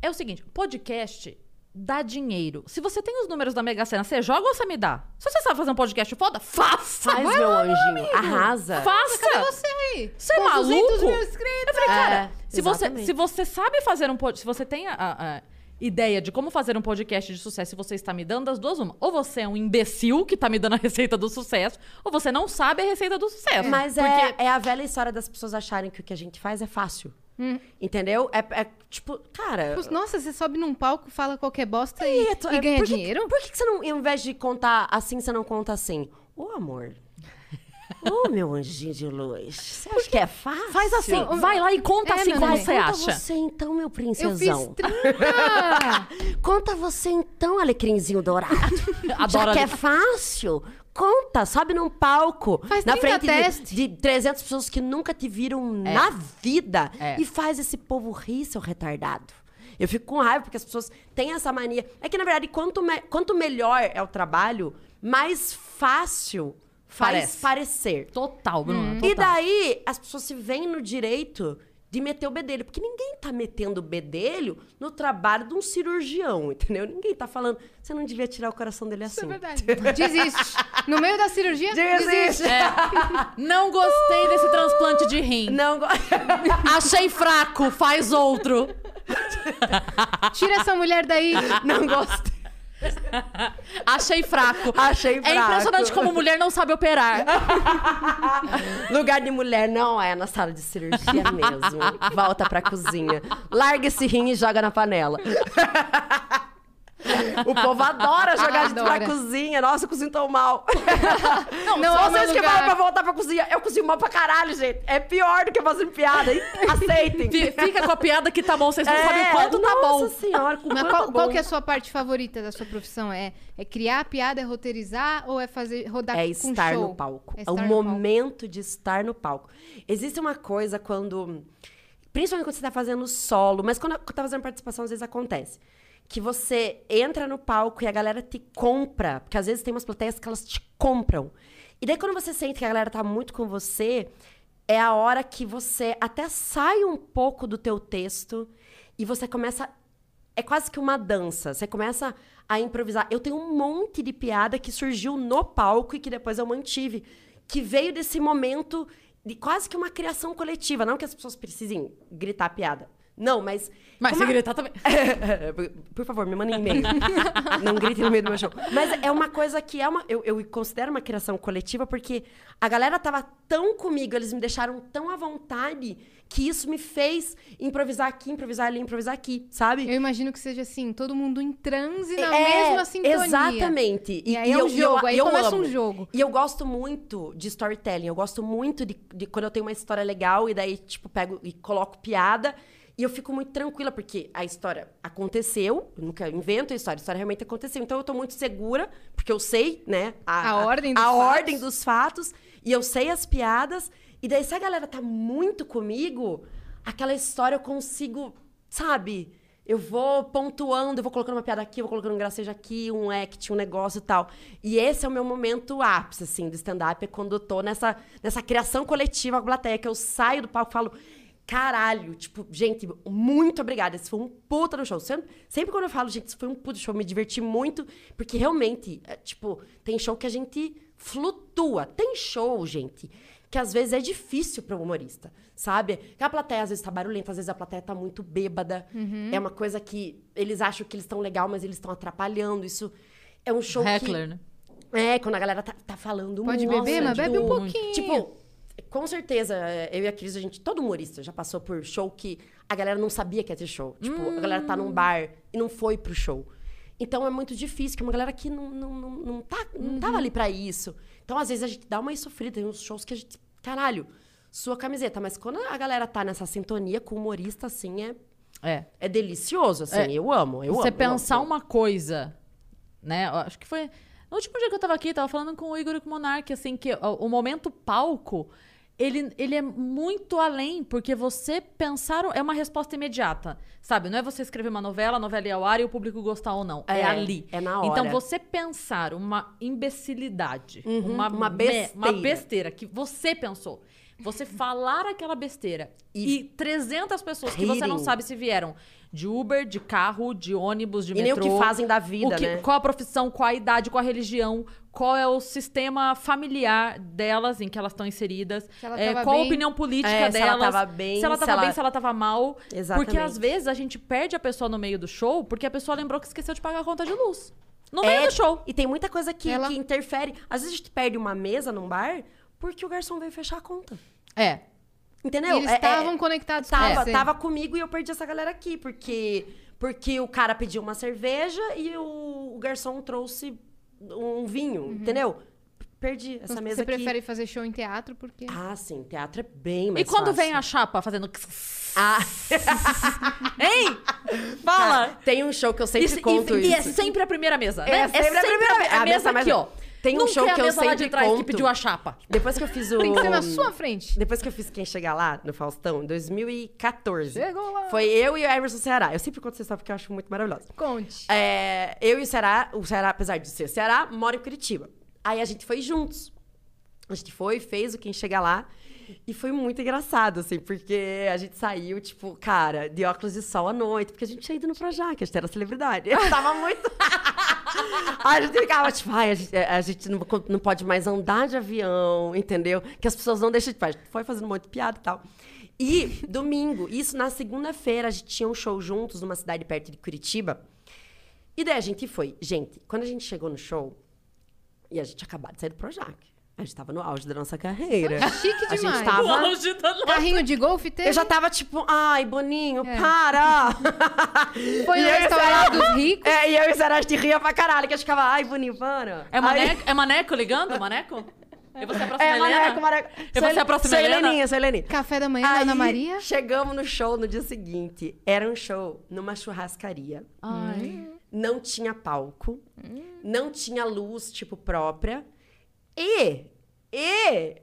B: é o seguinte, podcast dá dinheiro. Se você tem os números da Mega Sena, você joga ou você me dá? Se você sabe fazer um podcast foda, faça!
C: Faz,
B: Vai
C: meu
B: lá,
C: anjinho.
B: amigo.
C: Arrasa.
A: Cadê
B: Faça!
A: você aí?
B: Você é
A: Com 200
B: maluco?
A: mil inscritos.
B: Eu falei, cara,
C: É,
B: se, você,
C: exatamente.
B: se você sabe fazer um podcast, se você tem a, a- a ideia de como fazer um podcast de sucesso e você está me dando, das duas, uma. Ou você é um imbecil que tá me dando a receita do sucesso, ou você não sabe a receita do sucesso.
C: Mas
B: Porque-
C: é, é a velha história das pessoas acharem que o que a gente faz é fácil.
B: Hum.
C: Entendeu? É, é tipo, cara.
A: Tipo, Nossa, você sobe num palco, fala qualquer bosta e,
C: Preto,
A: e
C: é,
A: ganha
C: por que-
A: dinheiro?
C: Por que, que você não, ao invés de contar assim, você não conta assim? Ô, amor. Ô, meu anjinho de luz. Você acha que é fácil?
B: Faz assim,
A: Sim.
B: vai lá e conta
A: É,
B: assim
A: meu
B: como
A: neném.
B: você
C: Tá, conta
B: acha.
C: você então, meu
A: Eu fiz é
C: princesão.
A: 30!
C: Conta você então, alecrinzinho dourado.
B: Adoro
C: Já que
B: ale-
C: é fácil, conta. Sobe num palco.
A: Faz
C: na
A: 30
C: frente de-
A: testes.
C: De, 300 pessoas que nunca te viram na vida.
B: É.
C: E faz esse povo rir, seu retardado. Eu fico com raiva porque as pessoas têm essa mania. É que, na verdade, quanto, me- quanto melhor é o trabalho, mais fácil faz
B: Parece.
C: parecer.
B: Total, Bruno.
C: Hum. E daí, as pessoas se veem no direito de meter o bedelho. Porque ninguém tá metendo o bedelho no trabalho de um cirurgião, entendeu? Ninguém tá falando, você não devia tirar o coração dele assim.
A: Isso é verdade. Desiste. No meio da cirurgia, desiste.
C: É.
B: Não gostei desse transplante de rim.
C: Uh. Não, go-
B: Achei fraco, faz outro.
A: Tira essa mulher daí.
C: não gostei.
B: Achei fraco.
C: Achei
B: É
C: fraco.
B: impressionante como mulher não sabe operar.
C: Lugar de mulher não é na sala de cirurgia mesmo. Volta pra cozinha. Larga esse rim e joga na panela. O povo adora jogar gente
A: Adora.
C: pra cozinha. Nossa, eu cozinho tão mal.
A: Não, não é
C: Só
A: o meu
C: vocês que
A: lugar.
C: falam pra voltar pra cozinha. Eu cozinho mal pra caralho, gente. É pior do que fazendo piada. hein? Aceitem. É,
B: Fi- Fica com a piada que tá bom, vocês não sabem o quanto tá
C: nossa
B: bom.
C: senhora, com
A: Mas
C: quanto
A: qual,
C: Tá bom.
A: qual que é a sua parte favorita da sua profissão? É, é criar a piada, é roteirizar ou é fazer rodar
C: É
A: com
C: estar
A: show?
C: no palco.
A: É
C: É,
A: estar
C: o
A: no
C: momento de estar no palco. Existe uma coisa quando. Principalmente quando você tá fazendo solo, mas quando tá fazendo participação, às vezes acontece. Que você entra no palco e a galera te compra. Porque às vezes tem umas plateias que elas te compram. E daí quando você sente que a galera tá muito com você, é a hora que você até sai um pouco do teu texto e você começa é quase que uma dança. Você começa a improvisar. Eu tenho um monte de piada que surgiu no palco e que depois eu mantive, que veio desse momento de quase que uma criação coletiva. Não que as pessoas precisem gritar piada. Não, mas.
B: Mas
C: como é?
B: se
C: a-
B: gritar também.
C: Por favor, me mandem e-mail. Não gritem no meio do meu show. Mas é uma coisa que é uma. Eu, eu considero uma criação coletiva, porque a galera tava tão comigo, eles me deixaram tão à vontade, que isso me fez improvisar aqui, improvisar ali, improvisar aqui, sabe?
A: Eu imagino que seja assim, todo mundo em transe na
C: É,
A: mesma sintonia.
C: Exatamente.
A: E aí é um jogo, aí começa um jogo.
C: E eu gosto muito de storytelling. Eu gosto muito de, de quando eu tenho uma história legal e daí, tipo, pego e coloco piada. E eu fico muito tranquila, porque a história aconteceu, eu nunca invento a história, a história realmente aconteceu. Então eu tô muito segura, porque eu sei, né?
A: A ordem dos
C: a
A: fatos.
C: ordem dos fatos, e eu sei as piadas. E daí, se a galera tá muito comigo, aquela história eu consigo, sabe? Eu vou pontuando, eu vou colocando uma piada aqui, eu vou colocando um gracejo aqui, um act, um negócio e tal. E esse é o meu momento ápice, assim, do stand-up, é quando eu tô nessa, nessa criação coletiva com a plateia, que eu saio do palco e falo, Caralho, tipo, gente, muito obrigada. Esse foi um puta no show. Sempre, sempre quando eu falo, gente, esse foi um puta show, me diverti muito, porque realmente, é, tipo, tem show que a gente flutua. Tem show, gente, que às vezes é difícil para o humorista, sabe? Que a plateia às vezes tá barulhenta, às vezes a plateia tá muito bêbada. É uma coisa que eles acham que eles estão legal, mas eles estão atrapalhando. Isso é um show
B: Heckler, né?
C: que é quando a galera tá, tá falando
A: Pode
C: muito.
A: beber, mas
B: tipo,
A: bebe um
B: muito.
A: pouquinho.
C: Tipo, com certeza, eu e a Cris, a gente, todo humorista já passou por show que a galera não sabia que ia ter show. Tipo, a galera tá
A: Hum.
C: num bar e não foi pro show. Então é muito difícil, que uma galera que não, não, não, não, tá, não
A: Uhum.
C: tava ali pra isso. Então, às vezes, a gente dá uma sofrida tem uns shows que a gente. Caralho, sua camiseta. Mas quando a galera tá nessa sintonia com o humorista, assim, é,
B: É.
C: é delicioso, assim.
B: É.
C: Eu amo, eu amo.
B: você
C: eu
B: pensar
C: amo.
B: uma coisa, né? Eu acho que foi. No último dia que eu tava aqui, eu tava falando com o Igor e com o Monark, assim, que o, o momento palco, ele, ele é muito além, porque você pensar é uma resposta imediata, sabe? Não é você escrever uma novela, a novela ir ao ar e o público gostar ou não. É,
C: É,
B: ali.
C: é na hora.
B: Então você pensar uma imbecilidade, uma,
C: Uhum, uma
B: me- uma
C: besteira.
B: besteira que você pensou. Você falar aquela besteira e,
C: E-
B: 300 pessoas que você não
C: Rirem.
B: sabe se vieram de Uber, de carro, de ônibus,
A: um
B: de
C: E nem o
B: metrô.
C: que fazem da vida,
B: o que-
C: né?
B: Qual a profissão, qual a idade, qual a religião, qual é o sistema familiar delas em que elas estão inseridas,
A: Se ela
B: é,
A: tava
B: qual a
A: bem.
B: opinião política
C: É,
B: delas,
C: se ela tava bem,
B: se ela
C: se
B: tava
C: ela-
B: bem, se ela tava mal. Porque às
C: Exatamente.
B: vezes a gente perde a pessoa no meio do show porque a pessoa lembrou que esqueceu de pagar a conta de luz. No meio
C: É,
B: do show.
C: E tem muita coisa que,
A: Ela-
C: que interfere. Às vezes a gente perde uma mesa num bar porque o garçom veio fechar a conta.
B: É.
C: Entendeu?
A: eles
C: É- é-
A: estavam É, conectados com
C: tava,
A: você. Então,
C: tava comigo e eu perdi essa galera aqui, porque, porque o cara pediu uma cerveja e o, o garçom trouxe um vinho, entendeu? Perdi essa
A: Então,
C: mesa
A: Uhum. você
C: aqui.
A: prefere fazer show em teatro porque...
C: Ah, sim, teatro é bem
B: E
C: mais
B: quando
C: fácil.
B: vem a chapa fazendo.
C: Ah,
B: Hein?
C: fala! Tem um show que eu sempre
B: Isso-
C: conto
B: e,
C: isso.
B: e é sempre a primeira mesa. né?
C: É sempre a primeira mesa.
B: a
C: A mesa
B: mesa
C: mais-
B: aqui, ó.
C: Tem um
B: Nunca
C: show
B: é a
C: que eu
B: mesa lá de
C: sempre
B: trás que
C: conto.
B: pediu a chapa.
C: Depois que eu fiz o...
A: Tem que ser na sua frente.
C: Depois que eu fiz Quem Chegar Lá, no Faustão, em 2014.
A: Chegou lá.
C: Foi eu e o Emerson Ceará. Eu sempre conto essa história porque eu acho muito maravilhosa.
A: Conte.
C: É, eu e o Ceará, o Ceará, apesar de ser Ceará, mora em Curitiba. Aí a gente foi juntos. A gente foi, fez o Quem Chega Lá. E foi muito engraçado, assim, porque a gente saiu, tipo, cara, de óculos de sol à noite, porque a gente tinha ido no Projac, a gente era celebridade. Eu tava muito. Aí a gente ficava, tipo, ai, a gente, a gente não, co- não pode mais andar de avião, entendeu? Que as pessoas não deixam de. A gente foi fazendo um monte de piada e tal. E domingo, isso na segunda-feira, a gente tinha um show juntos numa cidade perto de Curitiba. E daí a gente foi. Gente, quando a gente chegou no show, e a gente tinha acabado de sair do Projac. A gente tava no auge da nossa carreira.
A: Chique
C: É. A
A: demais.
C: gente tava.
A: Carrinho de golfe teve?
C: Eu já tava tipo, ai, Boninho,
A: É.
C: para!
A: Foi um
C: E
A: no
C: eu e o
A: restaurante
C: Ceará-
A: dos ricos.
C: É, e eu e o Sarah, a gente ria pra caralho, que a gente ficava, ai, Boninho, para!
B: É
C: Ai,
B: maneco, é maneco ligando? Maneco? Eu vou ser a próxima
C: É,
B: Helena?
C: maneco, maneco.
B: Eu vou ser a próxima
C: Sou
B: Helena?
C: Heleninha, sou Heleninha.
A: Café da manhã,
C: Aí,
A: Ana Maria.
C: Chegamos no show no dia seguinte. Era um show numa churrascaria. Hum.
B: Ai.
C: Não tinha palco.
A: Hum.
C: Não tinha luz, tipo, própria. E. E.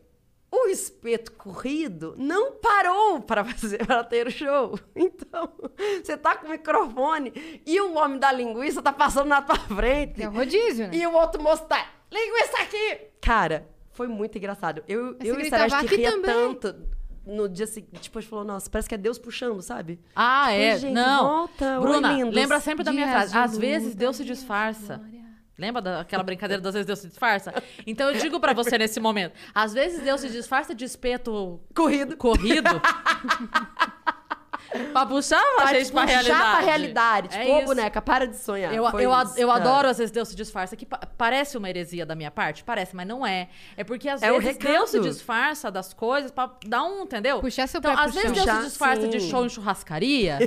C: O espeto corrido não parou para fazer para ter o show. Então, você tá com o microfone e o homem da linguiça tá passando na tua frente.
A: É o rodízio, né?
C: E o outro moço tá, linguiça aqui! Cara, foi muito engraçado. Eu,
A: Aí
C: eu
A: você
C: e o Sarah, a
A: gritava,
C: gente
A: "Aqui
C: ria
A: também!"
C: tanto no dia seguinte. Tipo, a gente falou, nossa, parece que é Deus puxando, sabe?
B: Ah, é.
C: Oi, gente,
B: não.
C: volta. Oi,
B: Bruna,
C: lindos.
B: lembra sempre da minha
A: Dias
B: frase.
A: de
B: Às
A: luta,
B: vezes Deus se disfarça. Lembra daquela brincadeira das vezes Deus se disfarça? Então eu digo pra você nesse momento. Às vezes Deus se disfarça de espeto
C: Corrido.
B: corrido. pra puxar a gente pra realidade.
C: Já pra realidade. Tipo,
B: É
C: ô
B: isso.
C: boneca, para de sonhar.
B: Eu,
C: É, Foi
B: eu, a-
C: isso,
B: eu
C: cara.
B: adoro, às vezes, Deus se disfarça, que pa- parece uma heresia da minha parte, parece, mas não é. É porque, às
C: É o
B: vezes,
C: recado.
B: Deus se disfarça das coisas pra dar um, entendeu?
A: Puxar seu
B: então,
A: pé
B: às
A: pro
B: vezes,
A: chão.
B: Deus
C: Puxar,
B: se disfarça de
C: sim.
B: show em churrascaria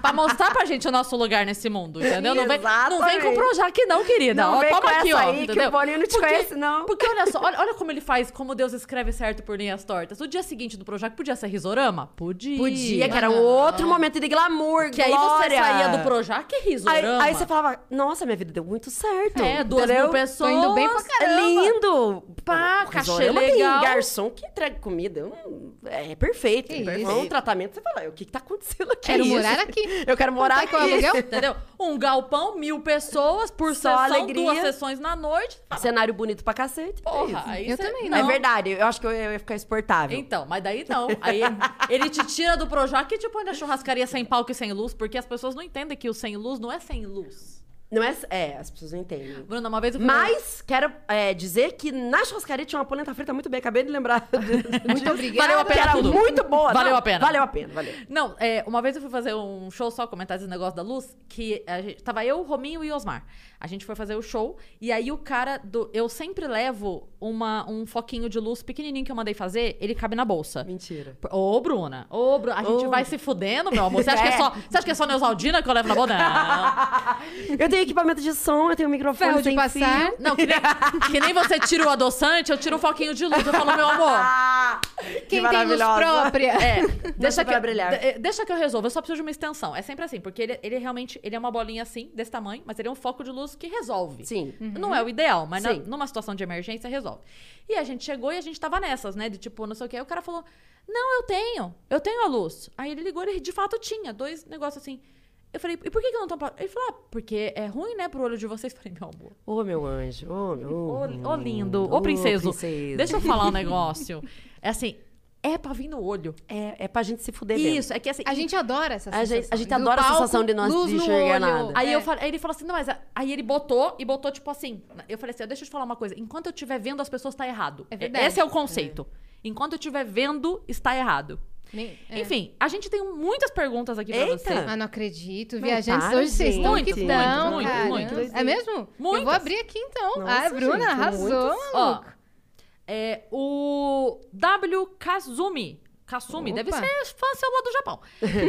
B: pra mostrar pra gente o nosso lugar nesse mundo, entendeu? Não vem, não vem
C: Exatamente.
B: com o Projac, não, querida.
C: Não
B: ó,
C: vem
B: toma
C: com essa
B: aqui, ó,
C: aí, que
B: entendeu?
C: o Boninho não te conhece, não.
B: Porque olha só, olha, olha como ele faz, como Deus escreve certo por linhas tortas. O dia seguinte do Projac podia ser risorama? Podia.
C: Podia, que era
A: Aham.
C: outro momento de glamour,
B: Que aí você
C: glória.
B: saía do Projac e
C: Aí,
B: risorama.
C: aí você falava, nossa, minha vida deu muito certo.
B: É, duas
C: entendeu?
B: mil pessoas.
A: Tô indo bem pra
C: É
A: caramba.
C: lindo!
B: Pá,
C: O
B: cachê
C: Risorama tem
B: legal.
C: garçom que entrega comida. hum, É perfeito.
A: Que
C: É
A: isso.
C: um tratamento, você fala, o que, que tá acontecendo aqui?
A: Quero
C: Isso.
A: morar aqui.
C: Eu quero morar
A: Tá com
C: aqui.
A: aluguel?
B: Entendeu? Um galpão, mil pessoas por
C: Só
B: sessão,
C: alegria.
B: duas sessões na noite.
C: Cenário bonito pra cacete. é
B: Porra,
C: isso.
B: aí
A: Eu
B: cê-
A: também,
B: não.
A: né?
C: É verdade, eu acho que eu eu ia ficar exportável.
B: Então, mas daí não. Aí ele, ele te tira do Projac e te põe na é churrascaria sem palco e sem luz, porque as pessoas não entendem que o sem luz não é sem luz.
C: Não é, é, as pessoas não entendem.
B: Bruna, uma vez eu fui
C: Mas quero é, dizer que na churrascaria tinha uma polenta frita muito bem, acabei de lembrar.
A: Muito obrigada.
B: Valeu a
C: que
B: pena.
C: era
B: tudo.
C: muito boa.
B: Valeu
C: Não,
B: a pena.
C: Valeu a pena, valeu.
B: Não, é, uma vez eu fui fazer um show só, comentar esse negócio da luz, que a gente- tava eu, Rominho e Osmar. A gente foi fazer o show, e aí o cara do. Eu sempre levo uma, um foquinho de luz pequenininho que eu mandei fazer, ele cabe na bolsa.
C: Mentira.
B: Ô, Bruna, ô, Bruna, a gente
C: Ô.
B: vai se fudendo, meu amor. Você acha, que é
C: É.
B: só, você acha que é só Neusaldina que eu levo na bolsa? Não.
C: Eu tenho equipamento de som, eu tenho um microfone
A: Ferro de
C: sem
A: passar.
C: fio.
B: Não, que nem, que nem você tira o adoçante, eu tiro um foquinho de luz. Eu falo, meu amor,
C: Ah,
A: Quem tem luz
C: maravilhosa.
A: própria.
B: É, deixa
C: Nasci
B: que,
C: pra brilhar.
B: de- eh, deixa que eu resolvo, eu só preciso de uma extensão. É sempre assim, porque ele, ele realmente ele é uma bolinha assim, desse tamanho, mas ele é um foco de luz que resolve.
C: Sim.
B: Não é o ideal, mas na-
C: Sim.
B: numa situação de emergência resolve. E a gente chegou e a gente tava nessas, né? De tipo, não sei o que. Aí o cara falou: Não, eu tenho, eu tenho a luz. Aí ele ligou, ele de fato tinha dois negócios assim. Eu falei, e por que, que eu não tô. pa-?" Ele falou, ah, porque é ruim, né, pro olho de vocês. Eu falei, meu amor.
C: Ô, meu anjo. Ô, meu.
B: Ô,
C: anjo.
B: ô, lindo, ô princeso. Deixa eu falar um negócio. É assim, é pra vir no olho.
C: É, é pra gente se fuder mesmo.
B: Isso, é que assim.
A: A gente adora essa sensação.
C: A gente- a gente
A: Do
C: adora a
A: palco,
C: sensação de nós
A: luz
C: de
A: no
C: enxergar
A: olho.
C: nada.
B: Aí,
A: É.
B: eu falei, aí ele falou assim, não, mas... a- Aí ele botou, e botou tipo assim... Eu falei assim, deixa eu te falar uma coisa. Enquanto eu estiver vendo, as pessoas tá errado.
A: É verdade.
B: Esse é o conceito. Enquanto eu estiver vendo, está errado.
A: Nem- é.
B: Enfim, a gente tem muitas perguntas aqui pra
C: Eita!
B: você.
A: Ah, não acredito. Viajantes
C: para,
A: hoje vocês
C: gente.
A: estão que
B: Muitos,
A: estão.
B: muitos,
A: cara.
B: muitos, muitos.
A: É mesmo? Eu vou
B: Muitas.
A: abrir aqui então.
C: Nossa,
A: Ai, Bruna,
C: gente,
A: arrasou,
C: muitas.
B: Ó,
A: maluco.
B: é, o W. Kazumi... Kasumi,
A: Opa.
B: deve ser fã seu lá do Japão.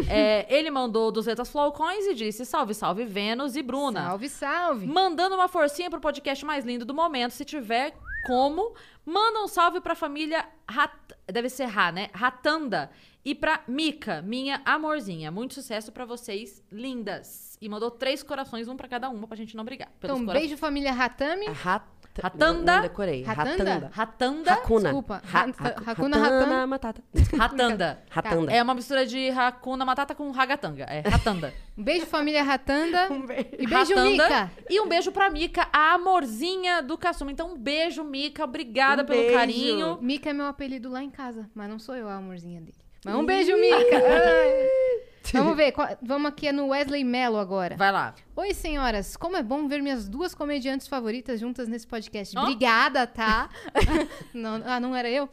B: É, ele mandou 200 flowcoins e disse salve, salve Vênus e Bruna.
A: Salve, salve.
B: Mandando uma forcinha pro podcast mais lindo do momento, se tiver como. Manda um salve pra família Rat... deve ser Ra, né? Ratanda e pra Mica, minha amorzinha. Muito sucesso pra vocês, lindas. E mandou três corações, um pra cada uma, pra gente não brigar. Pelos
A: Então, um
B: cora-
A: beijo, família Ratami.
C: Rat...
B: Ratanda.
C: Não decorei.
A: Ratanda?
C: Ratanda.
B: Ratanda,
C: Hakuna.
A: Desculpa.
C: Ra-
A: Ra-
C: Haku-
A: Hakuna, Ratana.
C: Ratana. Matata.
B: Ratanda.
A: Tá.
C: Ratanda.
B: É uma mistura de Hakuna Matata com Ragatanga. É, Ratanda.
A: Um beijo, família Ratanda.
C: Um beijo.
A: E beijo,
B: Ratanda.
A: Mica.
B: E um beijo pra Mica, a amorzinha do Kasumi. Então, um beijo, Mica. Obrigada
C: Um
B: pelo
C: beijo.
B: carinho.
A: Mica é meu apelido lá em casa, mas não sou eu a amorzinha dele. Mas um beijo, Mica. Ai. Vamos ver, qual- vamos aqui é no Wesley Mello agora.
B: Vai lá.
A: Oi, senhoras. Como é bom ver minhas duas comediantes favoritas juntas nesse podcast.
B: Ó.
A: Obrigada, tá? Não- ah, não era eu?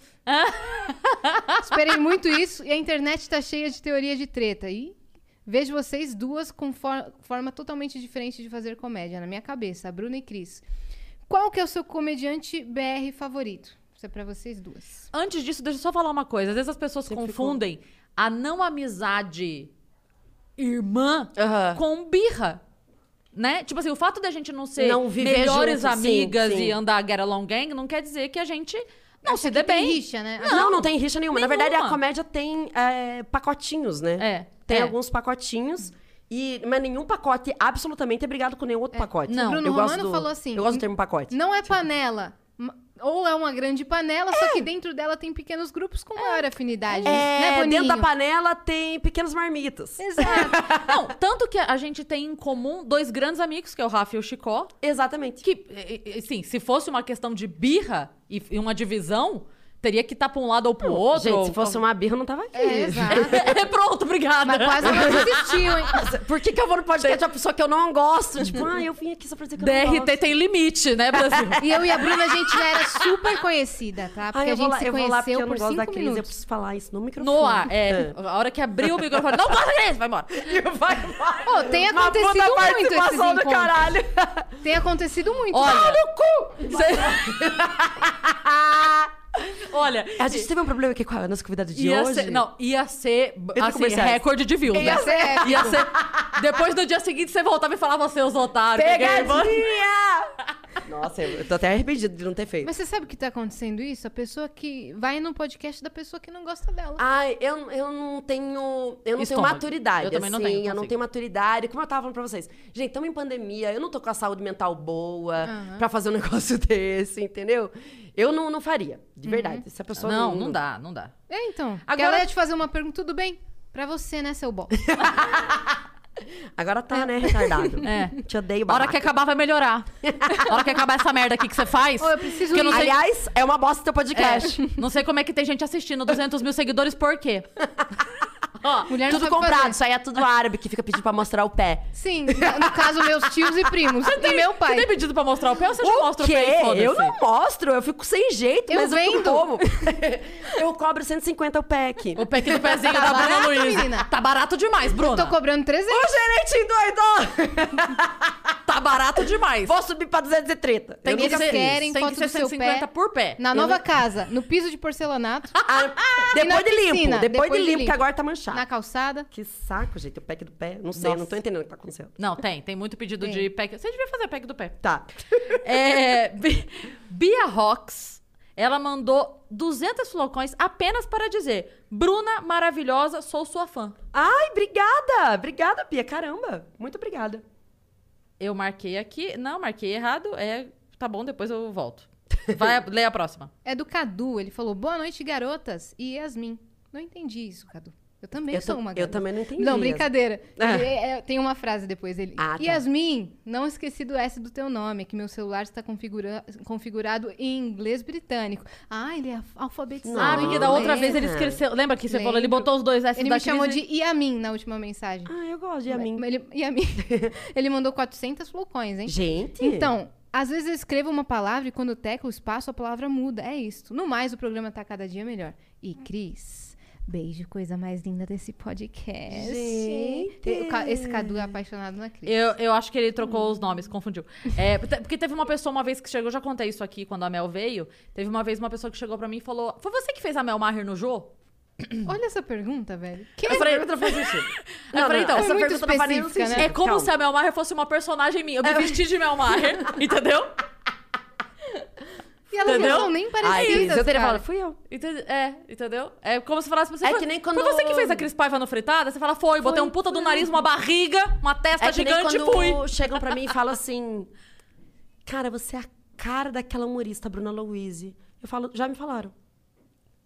A: Esperei muito isso e a internet tá cheia de teoria de treta. E vejo vocês duas com for- forma totalmente diferente de fazer comédia. Na minha cabeça, a Bruna e Cris. Qual que é o seu comediante BR favorito? Isso é pra vocês duas.
B: Antes disso, deixa eu só falar uma coisa. Às vezes as pessoas
C: Sempre
B: confundem a não amizade irmã
C: Aham.
B: com birra. Né? Tipo assim, o fato da gente não ser
C: Não viver
B: melhores
C: junto, sim,
B: amigas
C: sim.
B: e andar get along gang não quer dizer que a gente não se dê
A: Tem
B: bem.
A: rixa, né?
C: Não, não tem rixa nenhuma. Na verdade,
B: Nenhuma.
C: a comédia tem é, pacotinhos, né?
B: É.
C: Tem
B: é.
C: alguns pacotinhos. E, mas nenhum pacote absolutamente é brigado com nenhum outro pacote.
B: Não.
A: Bruno
C: eu gosto
A: Romano
C: do-
A: falou assim,
C: Eu gosto do termo pacote.
A: Não é panela. ma- Ou é uma grande panela, só que dentro dela tem pequenos grupos com maior afinidade. né,
C: É,
A: Boninho?
C: dentro da panela tem pequenas marmitas.
A: Exato.
B: Não, tanto que a gente tem em comum dois grandes amigos, que é o Rafa e o Chicó.
C: Exatamente.
B: Que, e- e- sim, se fosse uma questão de birra e e uma divisão, teria que estar pra um lado ou pro outro.
C: Gente,
B: ou-
C: se fosse uma birra, eu não tava aqui.
A: É, exato.
B: É, pronto, obrigada.
A: Mas quase não desistiu, hein?
C: É, Por que, que eu vou no podcast de uma pessoa que eu não gosto? Tipo, ah, eu vim aqui só pra dizer que eu não gosto.
B: DRT tem limite, né, Brasil?
A: E eu e a Bruna, a gente já era super conhecida, tá?
C: Ah,
A: Porque a
C: eu vou
A: gente
C: lá,
A: se
C: eu vou lá porque
A: conheceu
C: eu não
A: por
C: gosto da
A: cinco
C: Cris. Eu
A: minutos.
C: preciso falar isso no microfone.
B: No ar, é. A hora que abriu o microfone, não gosta disso, vai embora.
C: Vai, vai.
A: Pô, tem
C: Uma puta
A: acontecido muito esses
C: participação do
A: encontros.
C: caralho.
A: Tem acontecido muito.
B: Olha,
C: cu!
B: olha.
C: A gente teve um problema aqui com a nossa convidada de
B: Ia
C: hoje.
B: ser, não, ia ser,
C: tô
B: assim,
C: comerciais.
B: recorde de views,
A: Ia
B: né?
A: ser épico.
B: Ia é ser- Depois, no dia seguinte, você voltava e falava, seus otários.
C: Pegadinha! Nossa, eu eu tô até arrependido de não ter feito.
A: Mas você sabe o que tá acontecendo isso? A pessoa que vai no podcast da pessoa que não gosta dela.
C: Ai, eu, eu não tenho. Eu não tenho
B: Estômago.
C: maturidade.
B: Eu também não
C: assim,
B: tenho,
C: Eu não
B: consigo.
C: tenho maturidade. Como eu tava falando pra vocês. Gente, estamos em pandemia, eu não tô com a saúde mental boa pra fazer um negócio desse, entendeu? Eu não, não faria, de verdade. Se a pessoa
B: Uhum. Não, não dá, não dá.
A: É, então.
C: Agora-
A: Agora... Ela ia te fazer uma pergunta, tudo bem? Pra você, né, seu bosta?
C: Agora tá, né, retardado?
B: É.
C: Te odeio,
B: A
C: babaca.
B: hora que acabar vai melhorar. A hora que acabar essa merda aqui que você faz.
A: Ô, eu preciso
B: que eu
A: ir.
B: não sei,
C: Aliás, é uma bosta teu
B: é,
C: podcast.
B: não sei como é que tem gente assistindo 200 mil seguidores, por quê?
A: Mulher não
C: Tudo
A: sabe
C: comprado,
A: fazer.
C: isso aí é tudo árabe que fica pedindo pra mostrar o pé.
A: Sim, no caso, meus tios e primos. e meu pai.
B: Você tem pedido pra mostrar o pé ou você já
C: O
B: mostra
C: quê?
B: o pé e foda-se?
C: Eu não mostro, eu fico sem jeito,
A: Eu
C: mas eu
A: vendo.
C: como. eu cobro 150 o pé aqui.
B: O pack do pezinho
A: Tá
B: da Bruna
A: barato,
B: Luiz.
A: menina.
B: Tá barato demais, Bruna.
A: Tô cobrando 300.
C: O gerente endoidou!
B: Tá barato demais.
C: Vou subir pra 230.
B: Tem
C: Eu
B: que
A: Eles
B: ser,
A: querem
B: tem
A: foto
B: que ser
A: do seu pé.
B: 150 por pé.
A: Na nova casa, no piso de porcelanato,
C: Ah, depois
A: na
C: de limpo,
A: piscina,
C: depois,
A: depois
C: de
A: de
C: limpo, que
A: limpo.
C: agora tá manchado.
A: na calçada.
C: Que saco, gente, o pack do pé. Não sei,
B: Nossa.
C: não tô entendendo o que tá acontecendo.
B: Não, tem. Tem muito pedido
A: Tem.
B: de pack. Você devia fazer pack do pé.
C: Tá.
B: É, Bi- Bia Rox, ela mandou 200 flocões apenas para dizer Bruna, maravilhosa, sou sua fã.
C: Ai, obrigada! Obrigada, Bia. Caramba, muito obrigada.
B: Eu marquei aqui. Não, marquei errado. É, tá bom, depois eu volto. Vai, lê a próxima.
A: É do Cadu. Ele falou, boa noite, garotas. E Yasmin. Não entendi isso, Cadu. Eu também
C: Eu
A: sou
C: tam-
A: uma
C: eu
A: garota.
C: também não entendi
A: Não,
C: essa.
A: brincadeira.
C: Ah.
A: Ele- é, tem uma frase depois ele.
C: Ah, tá.
A: Yasmin, não esqueci do S do teu nome, é que meu celular está configura- configurado em inglês britânico. Ah, ele é af- alfabetizado.
C: Ah,
B: Ah,
A: em
B: porque
C: porque
B: da
A: inglês.
B: outra vez ele esqueceu. Lembra que você falou? Ele
A: Lembro.
B: botou os dois S
A: Ele
B: da
A: me chamou
B: crise?
A: de Yamin na última mensagem.
C: Ah, eu gosto de mim.
A: Ele, Yamin. ele mandou 400 flocões, hein?
C: Gente!
A: Então, às vezes eu escrevo uma palavra e quando eu teclo o espaço, a palavra muda. É isso. No mais, o programa tá cada dia melhor. E Cris, beijo, coisa mais linda desse podcast.
C: Gente!
A: E o Ca- Esse Cadu é apaixonado na Cris.
B: Eu, eu acho que ele trocou os nomes, confundiu. É, te- porque teve uma pessoa uma vez que chegou, eu já contei isso aqui quando a Mel veio. Teve uma vez uma pessoa que chegou pra mim e falou: Foi você que fez a Mel Maher no Jô?
A: Olha essa pergunta, velho.
C: Essa
A: Que-
C: pergunta não faz sentido.
B: Aí eu falei, então,
A: foi muito
C: fazendo
A: específica,
C: sentido.
A: né?
B: É como
C: Calma.
B: se a Mel Maher fosse uma personagem minha. Eu me vesti de Mel Maher, entendeu?
A: E elas
B: Entendeu?
A: não são nem
C: Ai, Cris,
A: parecidas,
C: eu teria
A: cara.
C: falado, fui eu.
B: Ente- É, entendeu? É como se falasse pra você.
C: É
B: "Foi-
C: que nem
B: foi
C: quando-
B: você que fez a Cris Paiva no fritada? Você fala, foi, botei um puta do nariz, uma barriga, uma testa
C: É que nem
B: Tá gigante e
C: quando
B: fui.
C: chegam pra mim e falam assim... Cara, você é a cara daquela humorista Bruna Louise. Eu falo, já me falaram.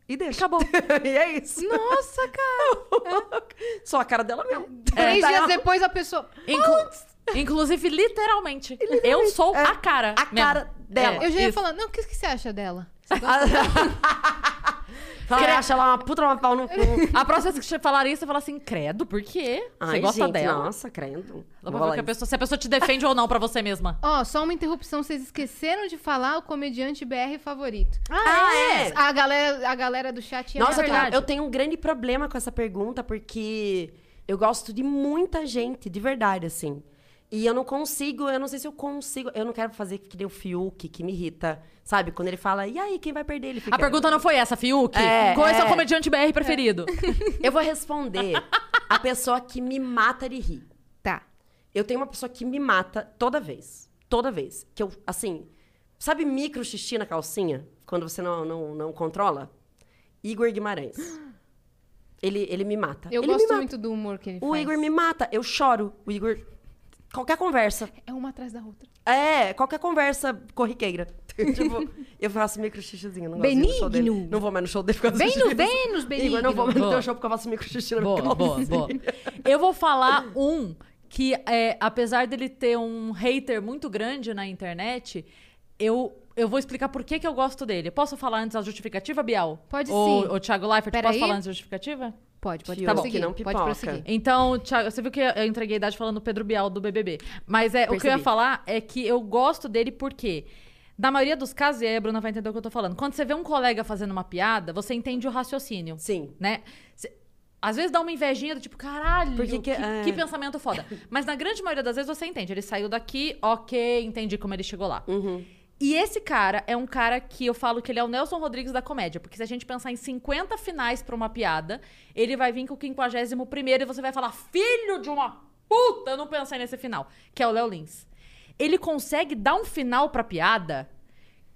C: E deixa. Acabou. e é isso.
B: tá
A: Nossa, cara.
C: Só a cara dela mesmo.
B: É.
A: Três
C: Tá
A: dias
C: ela-
A: depois a pessoa...
B: Inclu- Inclusive, literalmente. Eu sou a cara.
C: É. a
B: mesmo. É,
C: cara dela.
A: Eu já ia
B: isso.
A: falando, não, o que, que você acha dela?
C: Fala,
B: Cre-
C: acha ela uma puta, uma pau no cu.
B: A próxima vez que falar isso, você fala assim, credo, por quê? Você
C: Ai,
B: gosta
C: gente,
B: dela.
C: Nossa, crendo.
B: Dá
C: Vou
B: pra ver
C: falar
B: que a
C: isso.
B: pessoa- se a pessoa te defende ou não pra você mesma.
A: Ó, só uma interrupção, vocês esqueceram de falar o comediante BR favorito.
C: Ah, é?
A: A galera, a galera do chat ia
C: Nossa,
A: me
C: cara,
A: ajudar.
C: eu tenho um grande problema com essa pergunta, porque eu gosto de muita gente, de verdade, assim. E eu não consigo, eu não sei se eu consigo. Eu não quero fazer que nem o Fiuk, que me irrita. Sabe? Quando ele fala, e aí, quem vai perder? Ele fica.
B: A pergunta não foi essa, Fiuk.
C: É,
B: Qual é, seu
C: é.
B: comediante BR preferido?
C: Eu vou responder a pessoa que me mata de rir.
A: Tá.
C: Eu tenho uma pessoa que me mata toda vez. Toda vez. Que eu, assim, sabe micro xixi na calcinha? Quando você não, não, não controla? Igor Guimarães. Ele, ele me mata.
A: Eu
C: ele me
A: gosto
C: mata.
A: muito do humor que ele
C: O
A: faz.
C: Igor me mata. Eu choro. O Igor. Qualquer conversa.
A: É uma atrás da outra.
C: É, qualquer conversa corriqueira. tipo, eu faço micro xixizinho. Não gosto de ir no show dele.
A: Benigno.
C: Não vou mais no show dele por causa do
A: Vem no
C: xixi.
A: Vênus, Benigno.
C: Igor, não vou mais no
B: Boa.
C: teu show porque eu faço micro xixi na minha
B: boa, boa,
A: assim.
C: calcinha.
B: boa. Eu vou falar um que, é, apesar dele ter um hater muito grande na internet, eu, eu vou explicar por que, que eu gosto dele. Posso falar antes da justificativa, Bial?
A: Pode
B: Ou,
A: sim.
B: Ou Thiago Leifert,
A: Pera
B: posso
A: aí.
B: falar antes da justificativa?
A: Pode, pode
C: Tio,
A: tá
C: que
A: prosseguir.
C: não pipoca.
A: Pode prosseguir.
B: Então, Thiago, você viu que eu entreguei a idade falando Pedro Bial do BBB. Mas é, o que eu ia
C: Percebi.
B: falar é que eu gosto dele porque, na maioria dos casos, e aí a Bruna vai entender o que eu tô falando, quando você vê um colega fazendo uma piada, você entende o raciocínio
C: Sim.
B: né? Cê- às vezes dá uma invejinha do tipo, caralho,
C: Por que
B: que,
C: que- é.
B: que pensamento foda. Mas na grande maioria das vezes você entende. Ele saiu daqui, ok, entendi como ele chegou lá.
C: Uhum.
B: E esse cara é um cara que eu falo que ele é o Nelson Rodrigues da comédia. Porque se a gente pensar em 50 finais pra uma piada, ele vai vir com o 51 primeiro e você vai falar, filho de uma puta, eu não pensei nesse final. Que é o Léo Lins. ele consegue dar um final pra piada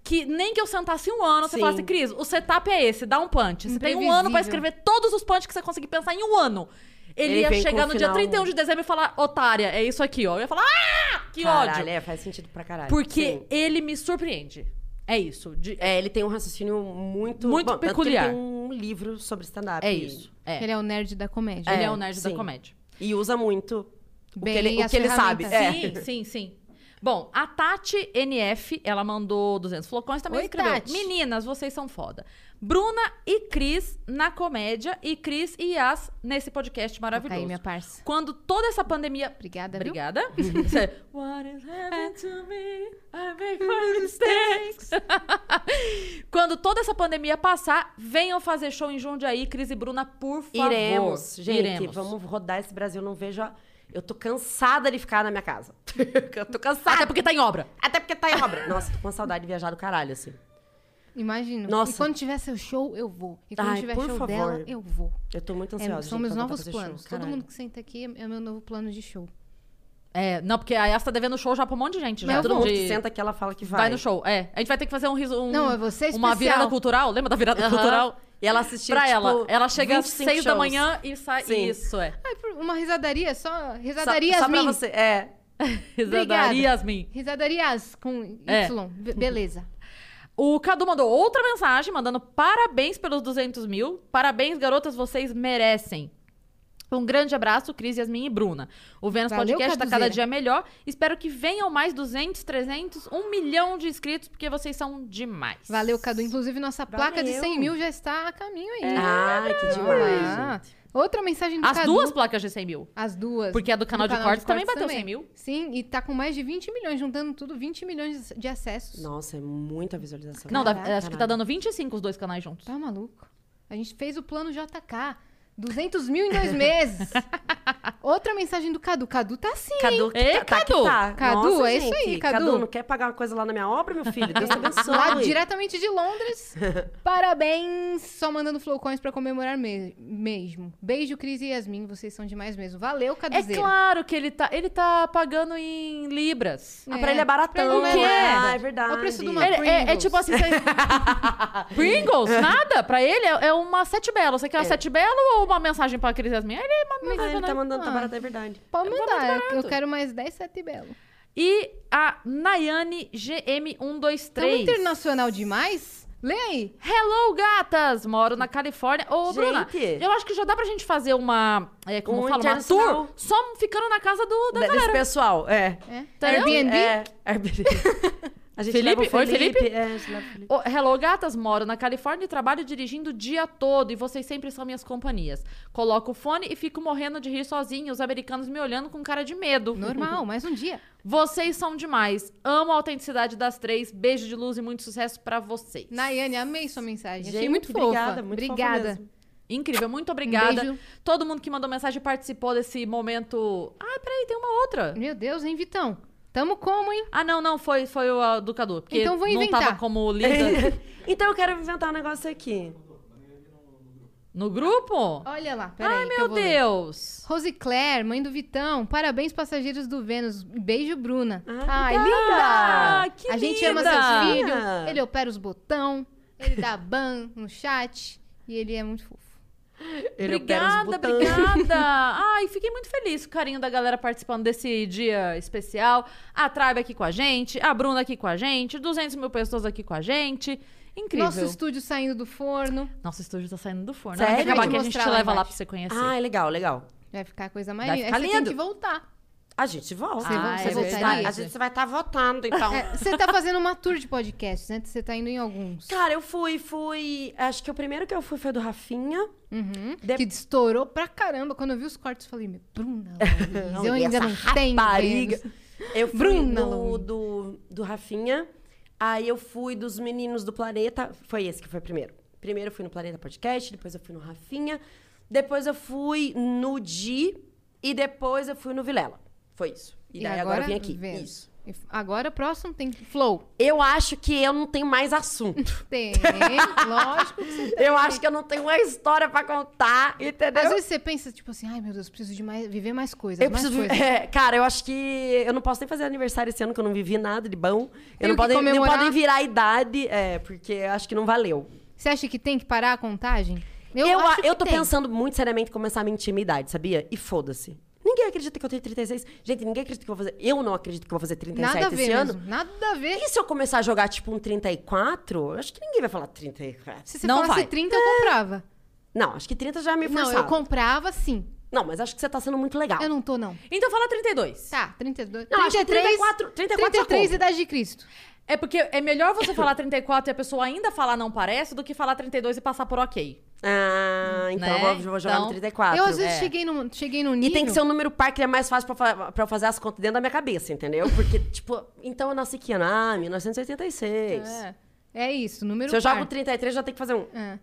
B: que nem que eu sentasse um ano, você
C: Sim.
B: falasse, Cris, o setup é esse, dá um punch. Você tem um ano pra
A: Imprevisível.
B: escrever todos os punch que você conseguir pensar em um ano. Ele,
C: Ele
B: ia
C: vem
B: chegar
C: com
B: no
C: o
B: dia
C: final-
B: 31 de dezembro e falar, otária, é isso aqui, ó. Eu ia falar, ah, que
C: caralho,
B: ódio.
C: é, faz sentido pra caralho.
B: Porque
C: Sim.
B: ele me surpreende. É isso. de- é,
C: É, ele tem um raciocínio muito...
B: Muito
C: tanto que
B: peculiar.
C: Ele tem um livro sobre stand-up.
B: é
C: e-
B: isso. É.
A: Ele é o nerd da comédia.
B: Ele é,
C: É,
B: o nerd da
C: sim.
B: comédia.
C: E usa muito
A: Bem
C: o que ele, o
A: as
C: que ele sabe.
A: ferramentas.
C: É.
B: Sim, sim, sim. Bom, a Tati NF, ela mandou 200 flocões também
A: Oi,
B: escreveu.
A: Tati.
B: Meninas, vocês são foda. Bruna e Cris na comédia e Cris e Yas nesse podcast
A: Tá aí,
B: maravilhoso.
A: minha parça.
B: Quando toda essa pandemia.
A: Obrigada, viu?
B: Obrigada. Isso é, What is happening to me? I make my mistakes. Quando toda essa pandemia passar, venham fazer show em Jundiaí, Cris e Bruna, por favor.
C: Iremos, gente,
B: Iremos.
C: vamos rodar esse Brasil. Não vejo a... Eu tô cansada de ficar na minha casa. eu tô cansada.
B: Até porque tá em obra.
C: Até porque tá em obra. Nossa, tô com saudade de viajar do caralho, assim.
A: Imagino.
C: Nossa.
A: E quando tiver seu show, eu vou. E quando
C: Ai,
A: tiver
C: por
A: show
C: favor.
A: dela, eu vou.
C: Eu tô muito
A: É,
C: ansiosa.
A: são
C: gente,
A: meus
C: pra voltar a
A: novos
C: fazer show.
A: planos. Todo
C: Caralho.
A: mundo que senta aqui é é meu novo plano de show.
B: É, não, porque a Yas tá devendo show já pra um monte de gente. Já.
A: Mas eu
C: Tá Todo
A: vou.
C: mundo que
B: De-
C: senta aqui, ela fala que vai.
B: Vai. no show. É. A gente vai ter que fazer um riso.
C: Hum.
B: Um,
A: Não, é você
B: Uma
A: especial.
B: virada cultural. Lembra da virada
C: Aham.
B: cultural?
C: E ela assistiu,
B: pra
C: tipo,
B: ela. Ela chega às
C: 25
B: seis da
C: shows.
B: manhã e sai.
C: Sim.
B: Isso, é.
A: Ai, por- uma risadaria, só
C: Só-
A: risadarias
C: só,
A: mim.
C: pra você. É.
B: Risadaria, Yasmin.
A: Risadarias com Y.
B: É.
A: Be- beleza.
B: O Cadu mandou outra mensagem, mandando parabéns pelos 200 mil. Parabéns, garotas, vocês merecem. Um grande abraço, Cris, Yasmin e Bruna. O Vênus
A: Valeu,
B: Podcast está cada
A: Caduzeira.
B: dia melhor. Espero que venham mais 200, 300, um milhão de inscritos, porque vocês são demais.
A: Valeu, Cadu. Inclusive, nossa placa de
C: Valeu.
A: 100 mil já está a caminho aí.
C: É. Ai, que demais.
A: Ah, outra mensagem do
B: As
A: Cadu.
B: duas placas de 100 mil.
A: As duas.
B: Porque a do canal,
A: Do
B: de, cortes também bateu 100 mil.
A: Sim, e tá com mais de 20 milhões, juntando tudo, 20 milhões de acessos.
C: Nossa, é muita visualização.
B: Não, dá-
A: Caraca,
B: acho que tá dando 25 os dois canais juntos.
A: Tá maluco? A gente fez o plano JK. 200 mil em dois meses. Outra mensagem do Cadu. Cadu tá assim.
C: Cadu, que
B: Ei,
C: tá, tá que
B: Cadu.
C: tá.
A: Cadu,
C: Nossa,
A: é isso aí,
C: gente,
A: Cadu.
C: não quer pagar uma coisa lá na minha obra, meu filho? Deus te abençoe.
A: Lá diretamente de Londres. Parabéns! Só mandando flowcoins pra comemorar me- mesmo. Beijo, Cris e Yasmin. Vocês são demais mesmo. Valeu,
B: É
A: Caduzeira.
B: claro que ele tá, ele tá pagando em libras.
C: Ah, pra ele é
A: Pra
C: baratão.
A: ele
B: não é
C: né?
B: nada.
C: Ah, é verdade.
A: É o preço de uma-
B: Ele- é, é tipo assim, você... Pringles? Nada? Pra ele é, é uma sete belo. Você quer uma
C: É.
B: sete belo ou uma mensagem pra Cris Yasmin? Ele é uma
A: Mas
C: Ah, ele tá mandando, tá
A: Ah.
C: barato, é verdade.
A: Pode mandar. Eu, eu quero mais 10, 7 belo.
B: E a Nayane
A: Tão
B: GM123.
A: Tá internacional demais? Lê aí.
B: Hello, gatas! Moro na Califórnia. Ô, Bruna,
C: Gente.
B: eu acho que já dá pra gente fazer uma. É, como
C: Um
B: fala? Uma
C: internacional.
B: tour só ficando na casa do, da
C: Da- Desse pessoal, é.
A: É.
B: Entendeu?
A: Airbnb?
C: É, Airbnb. A gente
B: Felipe?
C: leva o
B: Oi, Felipe?
C: É, a gente leva o Felipe.
B: Ô, Hello, gatas. Moro na Califórnia e trabalho dirigindo o dia todo. E vocês sempre são minhas companhias. Coloco o fone e fico morrendo de rir sozinho. Os americanos me olhando com cara de medo.
A: Normal, mais um dia.
B: Vocês são demais. Amo a autenticidade das três. Beijo de luz e muito sucesso pra vocês.
A: Nayane, amei sua mensagem. Achei
C: Gente,
A: muito fofa.
C: obrigada, muito fofa
A: obrigada. Um
C: mesmo.
B: Incrível. Muito obrigada.
A: beijo.
B: Todo mundo que mandou mensagem participou desse momento. Ah, peraí, tem uma outra.
A: Meu Deus, hein, Vitão? Tamo como, hein?
B: Ah, não, não. Foi, foi o ah, do Cadu. Porque
A: Então vou
B: não
A: inventar.
B: tava como líder
C: então eu quero inventar um negócio aqui.
B: no grupo.
A: Olha lá. Peraí,
B: Ai,
A: que eu
B: meu
A: vou ler.
B: Deus.
A: Rose Claire, mãe do Vitão. Parabéns, passageiros do Vênus. Beijo, Bruna.
C: Ah,
A: Ai,
C: obrigada.
A: linda!
B: Ah, que
A: a gente
B: linda!
A: ama seus filhos.
C: Ah.
A: Ele opera os botão, ele dá ban no chat e ele é muito fofo.
C: opera os
B: Obrigada,
C: botões.
B: obrigada. Ai, fiquei muito feliz com o carinho da galera participando desse dia especial. A Tribe aqui com a gente, a Bruna aqui com a gente, 200 mil pessoas aqui com a gente. Incrível.
A: Nosso estúdio saindo do forno.
B: Nosso estúdio tá saindo do forno.
C: Sério?
B: Vai acabar que a
A: Vou
B: gente
A: mostrar
B: te
A: lá
B: leva lá
A: embaixo.
B: pra você conhecer.
C: Ah, legal, legal.
A: Vai ficar a coisa mais
C: Vai
A: linda. Aí
C: ficar
A: você
C: lindo.
A: tem que voltar.
C: A gente volta.
B: Ah, é
C: Vocês vão
B: verdade.
C: estar- a gente vai estar votando, então.
A: É, você tá fazendo uma tour de podcasts, né? Você tá indo em alguns.
C: Cara, eu fui, fui. Acho que o primeiro que eu fui foi do Rafinha.
A: Uhum.
C: De-
A: Que estourou pra caramba. Quando eu vi os cortes, eu falei, meu, Bruna, Luiz, eu
C: e
A: ainda
C: essa
A: não tenho.
C: rapariga.
A: Vênus.
C: Eu fui
A: Bruna
C: do,
A: Louise.
C: do, do Rafinha. Aí eu fui dos meninos do Planeta. Foi esse que foi primeiro. Primeiro eu fui no Planeta Podcast, depois eu fui no Rafinha. Depois eu fui no Di e depois eu fui no Vilela. Foi isso. E,
A: E
C: daí agora,
A: agora
C: eu vim aqui.
A: Vênus.
C: Isso.
A: E f- Agora, próximo tem flow.
C: Eu acho que eu não tenho mais assunto.
A: Tem, lógico que você
C: Eu acho que eu não tenho uma história pra contar, entendeu?
A: Às vezes você pensa, tipo assim, ai meu Deus, preciso de mais, viver mais coisas,
C: Eu
A: mais
C: preciso.
A: coisas.
C: é, cara, eu acho que eu não posso nem fazer aniversário esse ano, que eu não vivi nada de bom.
A: Tem
C: Eu não
A: o que
C: podem, nem
A: comemorar?
C: podem virar a idade, é, porque eu acho que não valeu.
A: Você acha que tem que parar a contagem?
C: Eu, eu,
A: acho que
C: tô
A: tem.
C: pensando muito seriamente em começar a mentir minha idade, sabia? E foda-se. Ninguém acredita que eu tenho 36. Gente, ninguém acredita que eu vou fazer. Eu não acredito que eu vou fazer 37
A: Nada a
C: tá esse
A: ver
C: ano.
A: mesmo, nada a ver.
C: E se eu começar a jogar, tipo, um 34? Acho que ninguém vai falar 34.
A: Se você
B: Não
A: falasse
B: vai.
A: 30, eu
C: É,
A: comprava.
C: Não, acho que 30 já é meio
A: Não,
C: forçado.
A: eu
C: Não,
A: comprava sim.
C: mas acho que você tá sendo muito legal.
A: Eu não tô, não.
B: Então fala 32.
A: Tá, 32.
C: Não, acho que 34, 34 já
A: 33
C: compra.
A: idade de Cristo.
B: É porque é melhor você falar 34 e a pessoa ainda falar não parece do que falar 32 e passar por ok.
C: Ah, então
B: Né?
C: eu vou, vou jogar
B: Então,
C: no 34.
A: eu às vezes
B: é.
A: cheguei, num, cheguei num
C: E
A: nível...
C: tem que ser um número par que é mais fácil pra, fa- pra eu fazer as contas dentro da minha cabeça, entendeu? Porque, tipo, então eu nasci que ano? Ah, 1986.
B: É.
A: É isso, número
C: Se eu
A: par.
C: jogo 33, já tem que fazer um.
A: É.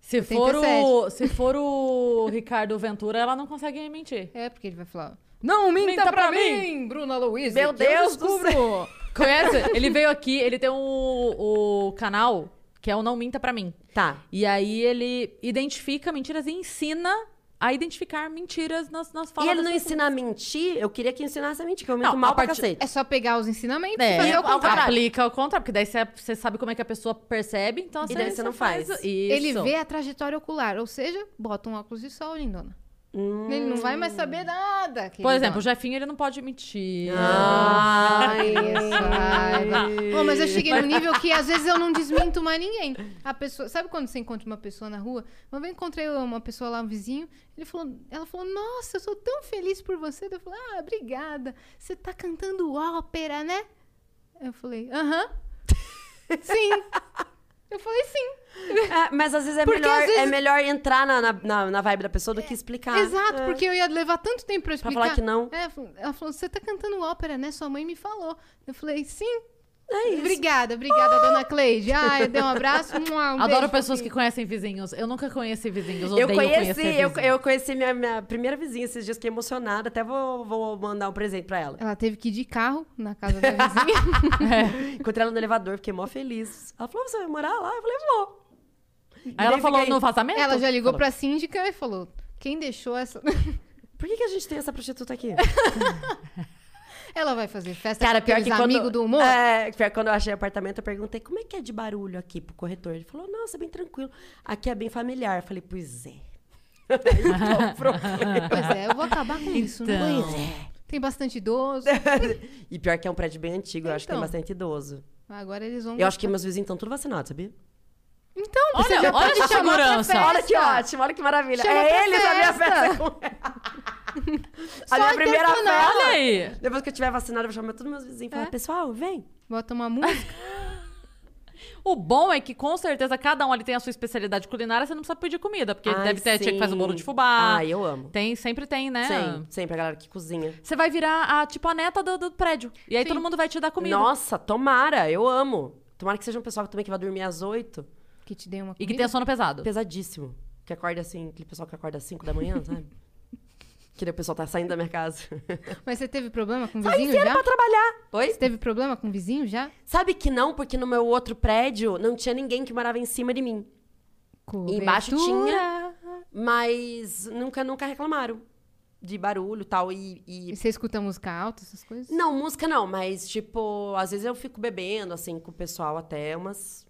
B: Se for, o, se for o Ricardo Ventura, ela não consegue mentir.
A: É, porque ele vai falar... Não, minta,
B: Minta
A: pra,
B: pra
A: mim, Bruna Luiz.
C: Meu
A: que eu
C: Deus do
A: descubro.
B: Conhece? ele veio aqui, ele tem o o canal que é o Não Minta Pra Mim.
C: Tá.
B: E aí ele identifica mentiras e ensina a identificar mentiras nas, nas falas.
C: e ele
B: das
C: não
B: pessoas.
C: ensina a mentir? Eu queria que ensinasse a mentir, que eu
B: Não,
C: minto
B: a
C: mal pra
B: partir-
C: cacete.
A: É só pegar os ensinamentos e
B: É,
A: fazer o
B: ao contrário.
A: contrário.
B: aplica ao contrário, porque daí você- você sabe como é que a pessoa percebe, então
C: daí você não faz.
B: Isso.
A: Ele vê a trajetória ocular, ou seja, bota um óculos de sol, lindona. Ele não vai mais saber nada.
B: Por exemplo, o Jefinho ele não pode mentir.
C: Ah. Ai,
A: Bom, mas eu cheguei num nível que às vezes eu não desminto mais ninguém. A pessoa, sabe quando você encontra uma pessoa na rua? Uma vez eu encontrei uma pessoa lá, um vizinho, ele falou, ela falou: "Nossa, eu sou tão feliz por você". Daí Eu falei: "Ah, obrigada. Você tá cantando ópera, né?" Eu falei: "Aham". Sim. Eu falei: "Sim".
C: É, mas às vezes é
A: Porque
C: melhor,
A: às vezes-
C: é melhor entrar na, na, na- na vibe da pessoa do que explicar.
A: Exato,
C: É.
A: porque eu ia levar tanto tempo pra
C: Pra
A: explicar.
C: falar que não.
A: É, ela falou, você tá cantando ópera, né? Sua mãe me falou. Eu falei, sim.
C: É isso.
A: Obrigada, obrigada, dona Cleide. Ah, eu dei um abraço. Um
B: Adoro pessoas que conhecem vizinhos. Eu nunca conheci vizinhos.
C: Eu
B: Odeio
C: conheci,
B: conhecer
C: eu,
B: vizinho.
C: eu conheci minha, minha primeira vizinha esses dias, fiquei emocionada. Até vou, vou mandar um presente pra ela.
A: Ela teve que ir de carro na casa da vizinha.
C: Encontrei ela no elevador, fiquei mó feliz. Ela falou: "Ah, você vai morar lá? Eu falei, vou.
B: Aí ela
C: daí
B: falou
C: fica aí.
B: no vazamento?
A: ela já ligou
C: Falou.
A: pra síndica e falou, quem deixou essa...
C: Por que, que a gente tem essa prostituta aqui?
A: ela vai fazer festa com aqueles amigos do humor?
C: É, pior que quando eu achei apartamento, eu perguntei como é que é de barulho aqui pro corretor. Ele falou, nossa, é bem tranquilo. Aqui é bem familiar. Eu falei, pois é. Qual o problema?
A: Pois é, eu vou acabar com isso. né?
B: Então.
A: Pois é. Tem bastante idoso.
C: e pior que é um prédio bem antigo, eu acho que tem
A: Então. Um
C: bastante idoso.
A: Agora eles vão...
C: Eu acho que meus vizinhos estão tudo vacinados, sabia?
A: Então,
B: Olha,
A: você já
B: olha
A: pode
B: a
A: chamar pra
B: segurança.
A: festa.
C: Olha que ótimo, olha que maravilha.
A: Chama pra
C: é eles a minha
A: festa.
C: festa com
A: Só
C: A minha primeira
A: intencional.
C: festa.
B: Ah, Olha aí.
C: Depois que eu tiver vacinada, eu vou chamar todos meus vizinhos e falar,
B: É.
C: pessoal, vem.
A: Bota uma música.
B: O bom é que, com certeza, cada um ali tem a sua especialidade culinária, você não precisa pedir comida, porque
C: Ai,
B: deve ter tia que faz o
C: sim.
B: bolo de fubá.
C: Ai, eu amo.
B: Tem, sempre tem, né?
C: Sim, sempre a galera que cozinha.
B: Você vai virar a, tipo, a neta do, do prédio. E aí
A: Sim.
B: todo mundo vai te dar comida.
C: Nossa, tomara, eu amo. Tomara que seja um pessoal que também que vai dormir às oito.
A: Que te dê uma
B: E
A: comida.
B: que tenha sono pesado.
C: Pesadíssimo. Que acorda assim, aquele pessoal que acorda às cinco da manhã, sabe? que daí o pessoal tá saindo da minha casa.
A: Mas você teve problema com
C: Tá
A: vizinho
C: enfiando
A: já?
C: pra trabalhar. Oi?
A: Você teve problema com vizinho já?
C: Sabe que não, porque no meu outro prédio não tinha ninguém que morava em cima de mim. Embaixo tinha. Mas nunca, nunca reclamaram de barulho tal, e e
A: E você escuta música alta, essas coisas?
C: Não, música não, mas tipo, às vezes eu fico bebendo, assim, com o pessoal até umas.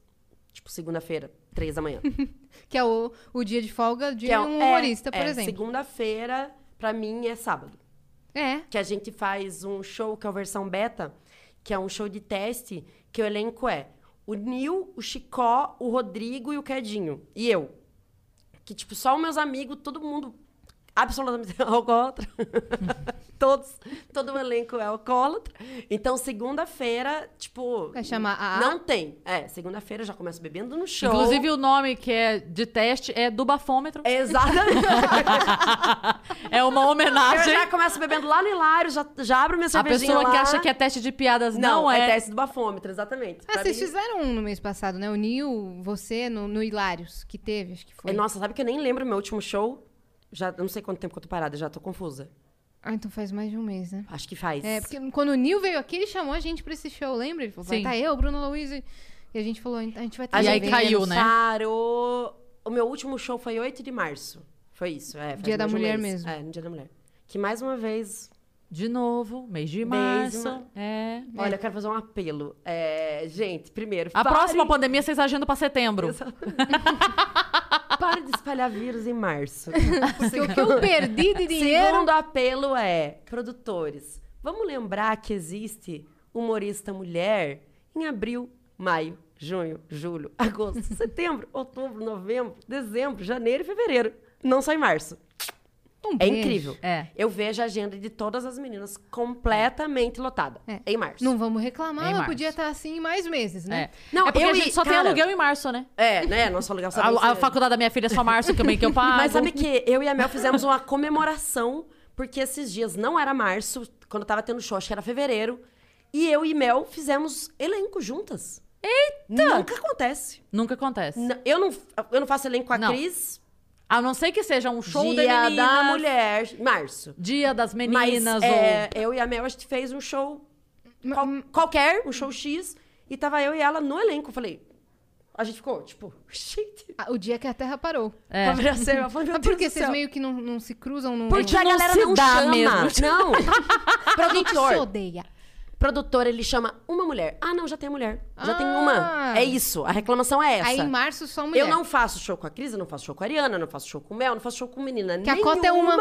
C: Tipo, segunda-feira, três da manhã.
A: Que é o, o dia de folga de
C: Que é
A: um
C: é,
A: humorista, por
C: é,
A: exemplo.
C: Segunda-feira, pra mim, é sábado.
A: É.
C: Que a gente faz um show que é a versão beta, que é um show de teste, que o elenco é o Nil, o Chicó, o Rodrigo e o Quedinho. E eu. Que, tipo, só os meus amigos, todo mundo absolutamente alcoólatra. Todos, todo o elenco é alcoólatra. Então, segunda-feira, tipo.
A: Vai chamar a-
C: Não tem. É, segunda-feira eu já começo bebendo no show.
B: Inclusive, o nome que é de teste é do bafômetro.
C: Exatamente.
B: É uma
C: eu
B: homenagem.
C: já começo bebendo lá no Hilário, já, já abro minha
B: A
C: cervejinha
B: pessoa que
C: lá.
B: acha que é teste de piadas não,
C: Não, é... teste do bafômetro, exatamente.
A: Ah,
C: Pra
A: vocês
C: mim-
A: fizeram um no mês passado, né? O Nil, você, no, no Hilários, que
C: É,
A: teve, acho que foi.
C: Nossa, sabe que eu nem lembro meu último show? Já eu não sei quanto tempo que eu tô parada, já tô confusa.
A: Ah, então faz mais de um mês, né?
C: Acho que faz.
A: É, porque quando o Nil veio aqui, ele chamou a gente pra esse show, lembra? Ele falou, vai
B: Sim.
A: tá eu, Bruno Luiz. E e a gente falou, a gente vai ter
C: A
B: E
A: que
B: aí
A: ver.
C: gente
B: caiu, né?
C: aniversariou- O meu último show foi 8 de março. Foi isso, é. faz
A: Dia da
C: mais de um
A: Mulher
C: mês.
A: mesmo.
C: É, no Dia da Mulher. Que mais uma vez
B: De novo, mês de
C: Mês de
B: março.
C: mar-
B: É.
C: Olha, eu quero fazer um apelo. É, gente, primeiro,
B: A
C: parem-
B: próxima pandemia vocês agendam pra setembro.
C: parem de espalhar vírus em março.
A: Porque o que eu perdi de dinheiro...
C: Segundo apelo é, produtores, vamos lembrar que existe humorista mulher em abril, maio, junho, julho, agosto, setembro, outubro, novembro, dezembro, janeiro e fevereiro. Não só em março.
A: Um
C: É
A: beijo.
C: incrível.
B: É.
C: Eu vejo a agenda de todas as meninas completamente lotada.
A: É.
C: Em março.
A: Não vamos reclamar,
B: É em
A: ela
B: março.
A: podia estar assim mais meses, né?
B: É.
C: Não,
B: É porque
C: eu
B: a gente
C: e-
B: só tem
C: cara-
B: aluguel em março, né?
C: É, né? Nossa legal saber
B: A, a
C: se-
B: faculdade da minha filha é só março também que eu pago.
C: Mas sabe que eu e a Mel fizemos uma comemoração, porque esses dias não era março, quando tava tendo show, acho que era fevereiro. E eu e Mel fizemos elenco juntas. Eita! Nunca acontece.
B: Nunca acontece.
C: N- Eu não, eu não faço elenco com a
B: Não.
C: Cris.
B: A não ser que seja um show
C: Dia
B: da meninas,
C: da Mulher, março.
B: Dia das
C: Mas
B: meninas. ou...
C: é, eu e a Mel, a gente fez um show qual- qualquer, um show X. E tava eu e ela no elenco. Eu falei... A gente ficou, tipo... Gente...
A: Ah, O dia que a Terra parou.
B: É.
C: Pra ver a cena, eu falei, meu
A: Mas
C: Deus
A: por que
C: do
A: vocês
C: céu.
A: meio que não, não se cruzam? Não...
C: Porque a
B: não
C: galera
B: se
C: não
B: dá
C: chama.
B: mesmo.
C: Não.
A: a gente se
C: produtor,
A: odeia.
C: produtor, ele chama uma mulher. Ah, não, já tem a mulher. Já tem
A: Ah.
C: uma. É isso. A reclamação é essa.
A: Aí em março só mulher.
C: eu não faço show com a Cris, eu não faço show com a Ariana, eu não faço show com o Mel, eu não faço show com menina
A: Que a
C: nenhuma.
A: cota é uma.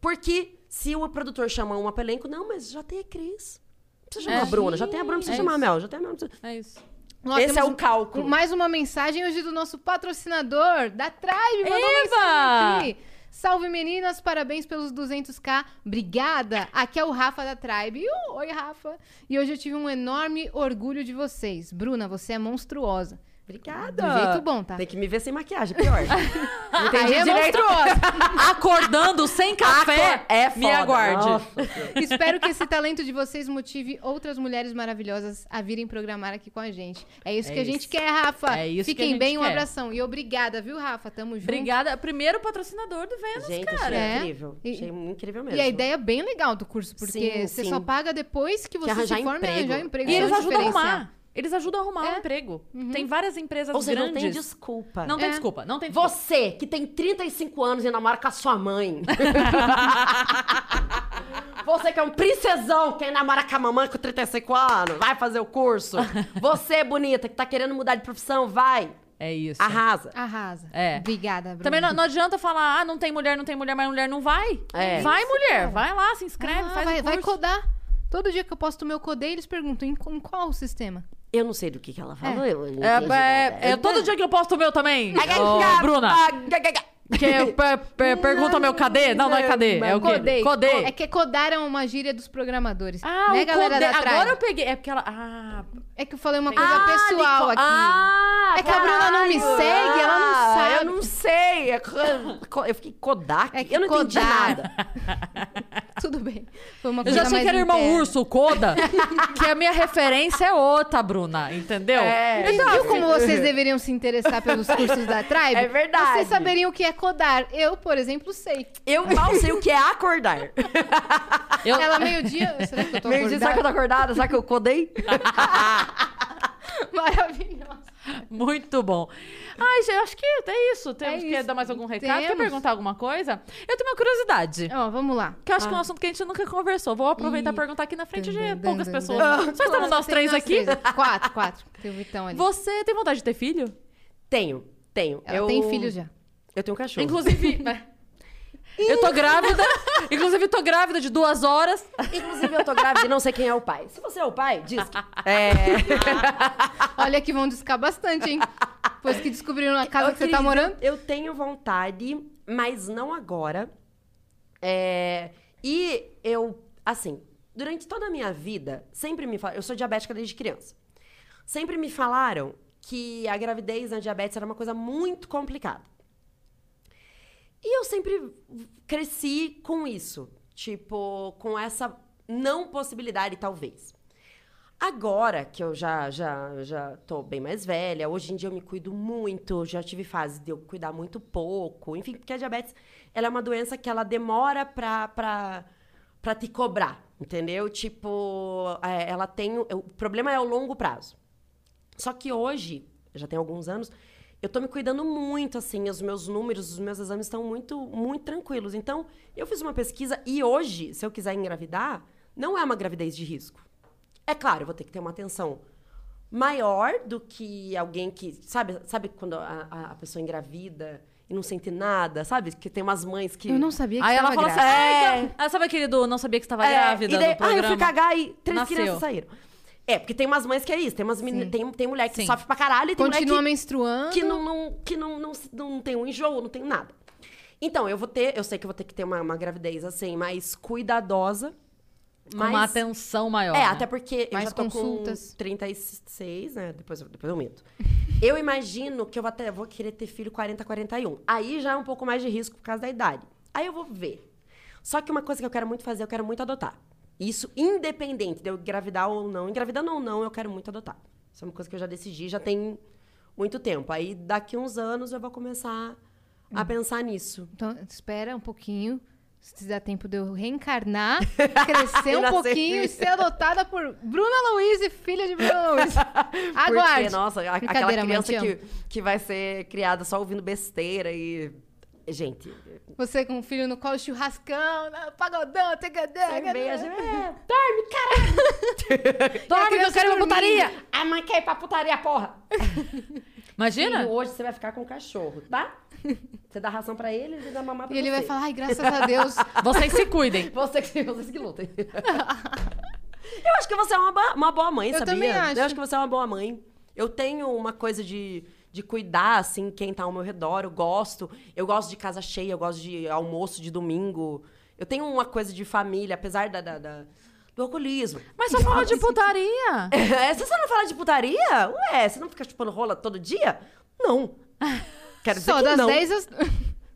C: Porque se o produtor chama uma pro elenco, não, mas já tem a Cris. Não Precisa
B: É.
C: chamar a Bruna, já tem a Bruna, não precisa
B: É
C: chamar a
B: isso.
C: Mel, já tem a Mel. não precisa-
B: É isso.
A: Nós
C: Esse
A: temos
C: é o
A: um-
C: cálculo.
A: Mais uma mensagem hoje do nosso patrocinador, da Tribe. Mandou
B: Eva!
A: mensagem aqui. Salve meninas, parabéns pelos 200k. Obrigada. Aqui é o Rafa da Tribe. Uh, oi, Rafa. E hoje eu tive um enorme orgulho de vocês. Bruna, você é monstruosa.
C: Obrigada.
A: Do jeito bom, tá?
C: Tem que me ver sem maquiagem, pior. não
A: Aí
C: entendi
A: é
C: direito.
A: monstruosa.
B: Acordando sem café,
C: Acor- é foda.
B: me aguarde.
C: Nossa.
A: Espero que esse talento de vocês motive outras mulheres maravilhosas a virem programar aqui com a gente. É isso
B: É
A: que a
B: isso.
A: gente quer, Rafa.
B: É isso que
A: Fiquem
B: a gente
A: bem, um
B: quer.
A: abração. E obrigada, viu, Rafa? Tamo junto.
B: Obrigada. Primeiro patrocinador do Vênus,
C: Né? Gente,
B: cara.
C: achei
A: É.
C: incrível.
A: E-
C: Achei incrível mesmo.
A: E a ideia é bem legal do curso, porque
C: Sim,
A: você
C: sim.
A: só paga depois que você
C: arranjar
A: se forma
C: emprego.
A: e arranjar um emprego.
B: E
A: Isso
B: eles
A: é um
B: ajudam a
A: diferencial.
B: arrumar. Eles ajudam a arrumar um emprego. Tem várias empresas
C: É. Uhum. Ou seja,
B: grandes.
C: não tem desculpa.
B: Não tem
A: É.
B: desculpa. Não tem desculpa.
C: Você, que tem 35 anos e namora com a sua mãe. Você que é um princesão, que namora com a mamãe com 35 anos, vai fazer o curso. Você, bonita, que tá querendo mudar de profissão, vai.
B: É isso.
C: Arrasa.
A: Arrasa.
B: É.
A: Obrigada, Bruna.
B: Também não, não adianta falar, ah, não tem mulher, não tem mulher, mas mulher não vai.
C: É.
B: Vai, mulher, vai lá, se
A: Ah,
B: inscreve, faz
A: vai,
B: o
A: vai
B: curso.
A: codar. Todo dia que eu posto meu codei, eles perguntam em, em qual sistema?
C: Eu não sei do que, que ela
A: É.
C: falou. Eu, não entendi nada.
B: É, é, é todo dia que eu posto o meu também. Ô, Bruna, que é, pe- pe- pergunta o meu cadê? Não, não é cadê, é o quê?
A: Codei.
B: Codê.
A: É que codar é uma gíria dos programadores.
B: Ah,
A: né,
B: o
A: galera
B: codê.
A: da Tribe?
B: Agora eu peguei. É porque ela. Ah,
A: É que eu falei uma coisa
C: Ah,
A: pessoal
C: Nico-
A: aqui.
C: Ah,
A: É que a Bruna não me
C: caralho.
A: segue, ela não
C: Ah,
A: sabe.
C: Eu não sei. é co- Eu fiquei Kodak.
A: É que
C: eu não entendi
A: Kodak.
C: nada.
A: Tudo bem. Foi uma
B: eu
A: coisa
B: já achei
A: mais
B: que era irmão
A: interna.
B: urso, o Coda, que a minha referência é outra, Bruna, entendeu?
C: É.
B: Então,
A: Mas viu como
B: assim,
A: vocês deveriam se interessar pelos cursos da Tribe?
C: É verdade.
A: Vocês saberiam o que é codar. Eu, por exemplo, sei.
C: Eu mal sei o que é acordar.
B: Eu,
A: Ela meio-dia... Será que eu tô
C: Meio dia, sabe que eu tô
A: acordada?
C: acordada? Sabe que eu codei?
A: Maravilhosa.
B: Muito bom. Ai, gente, acho que é isso. Temos
A: É
B: que
A: isso.
B: dar mais algum recado? Quer
A: Temos.
B: perguntar alguma coisa? Eu tenho uma curiosidade.
A: Ó, vamos lá.
B: Que eu acho que é um assunto que a gente nunca conversou. Vou aproveitar e
A: Ah. Ih.
B: perguntar aqui na frente de
A: Dun, dun,
B: é poucas
A: dun,
B: pessoas.
A: dun.
B: Só estamos nós
A: Tem
B: três aqui.
A: três. Quatro, quatro. Tem o Vitão ali.
B: Você tem vontade de ter filho?
C: Tenho, tenho.
A: Ela
C: eu
A: tem filho já.
C: Eu tenho um cachorro.
B: Inclusive. eu tô grávida. Inclusive, tô grávida de duas horas.
C: Inclusive, eu tô grávida e não sei quem é o pai. Se você é o pai, diz que... É...
A: Olha que vão discar bastante, hein? Depois que descobriram a casa que você tá
C: Cris,
A: morando.
C: Eu tenho vontade, mas não agora. É, E eu, assim, durante toda a minha vida, sempre me falaram... Eu sou diabética desde criança. Sempre me falaram que a gravidez na diabetes era uma coisa muito complicada. E eu sempre cresci com isso. Tipo, com essa não possibilidade, talvez. Agora que eu já, já, já tô bem mais velha, hoje em dia eu me cuido muito, já tive fase de eu cuidar muito pouco, enfim, porque a diabetes ela é uma doença que ela demora para pra te cobrar, entendeu? Tipo, é, ela tem. O problema é o longo prazo. Só que hoje, já tem alguns anos, eu tô me cuidando muito, assim, os meus números, os meus exames estão muito, muito tranquilos. Então, eu fiz uma pesquisa e hoje, se eu quiser engravidar, não é uma gravidez de risco. É claro, eu vou ter que ter uma atenção maior do que alguém que. Sabe, sabe quando a, a- a pessoa engravida e não sente nada, sabe? Que tem umas mães que.
A: Eu não sabia que
B: Aí ela
A: tava
B: fala assim,
A: grávida.
B: ah,
C: É.
B: então- ah, sabe aquele do não sabia que estava
C: É,
B: grávida
C: e daí,
B: do programa?
C: Ah, eu fui cagar e três
B: Nasceu.
C: crianças saíram. É, porque tem umas mães que é isso. Tem, umas meni- tem, tem mulher que
B: Sim.
C: sofre pra caralho e tem
A: Continua
C: mulher
A: menstruando.
C: que, que, não, não, que não, não, se- não tem um enjoo, não tem nada. Então, eu vou ter... Eu sei que eu vou ter que ter uma, uma gravidez, assim, mais cuidadosa.
B: Com
C: mais...
B: uma atenção maior.
C: É,
B: né?
C: até porque eu
A: Mais
C: já tô
A: consultas.
C: com 36, né? Depois, eu- depois eu minto. eu imagino que eu vou até vou querer ter filho 40, 41. Aí já é um pouco mais de risco por causa da idade. Aí eu vou ver. Só que uma coisa que eu quero muito fazer, eu quero muito adotar. Isso independente de eu engravidar ou não. Engravidando ou não, eu quero muito adotar. Isso é uma coisa que eu já decidi, já tem muito tempo. Aí daqui uns anos eu vou começar a pensar nisso.
A: Então, espera um pouquinho. Se dá tempo de eu reencarnar, crescer
C: E
A: um
C: nascer
A: pouquinho e
C: filho.
A: ser adotada por Bruna Luiz e filha de Bruna Luiz. Aguarde.
C: Porque, nossa, a- aquela
A: Brincadeira, mãe,
C: criança
A: te amo.
C: que, que vai ser criada só ouvindo besteira e. Gente,
A: Você com um filho no colo, churrascão, na- pagodão, tegadega. né?
C: cerveja. É.
B: Dorme, né? que eu quero ir pra putaria!
C: A mãe quer ir pra putaria, porra! E
B: Imagina?
C: hoje você vai ficar com o cachorro, tá? Você dá ração pra ele, ele dá mamar pra
A: E ele
C: você.
A: vai falar, ai, graças a Deus.
B: Vocês se cuidem.
C: Você que, vocês que lutem. eu acho que você é uma, ba- uma boa mãe,
A: Eu
C: sabia?
A: também acho.
C: Eu acho que você é uma boa mãe. Eu tenho uma coisa de, de cuidar, assim, quem tá ao meu redor. Eu gosto. Eu gosto de casa cheia, eu gosto de almoço de domingo. Eu tenho uma coisa de família, apesar da, da- da- do alcoolismo.
B: Mas só fala de putaria.
C: É, se você não fala de putaria, ué, você não fica chupando rola todo dia? Não. Quero dizer
A: Só
C: que
A: das
C: não.
A: 10 às...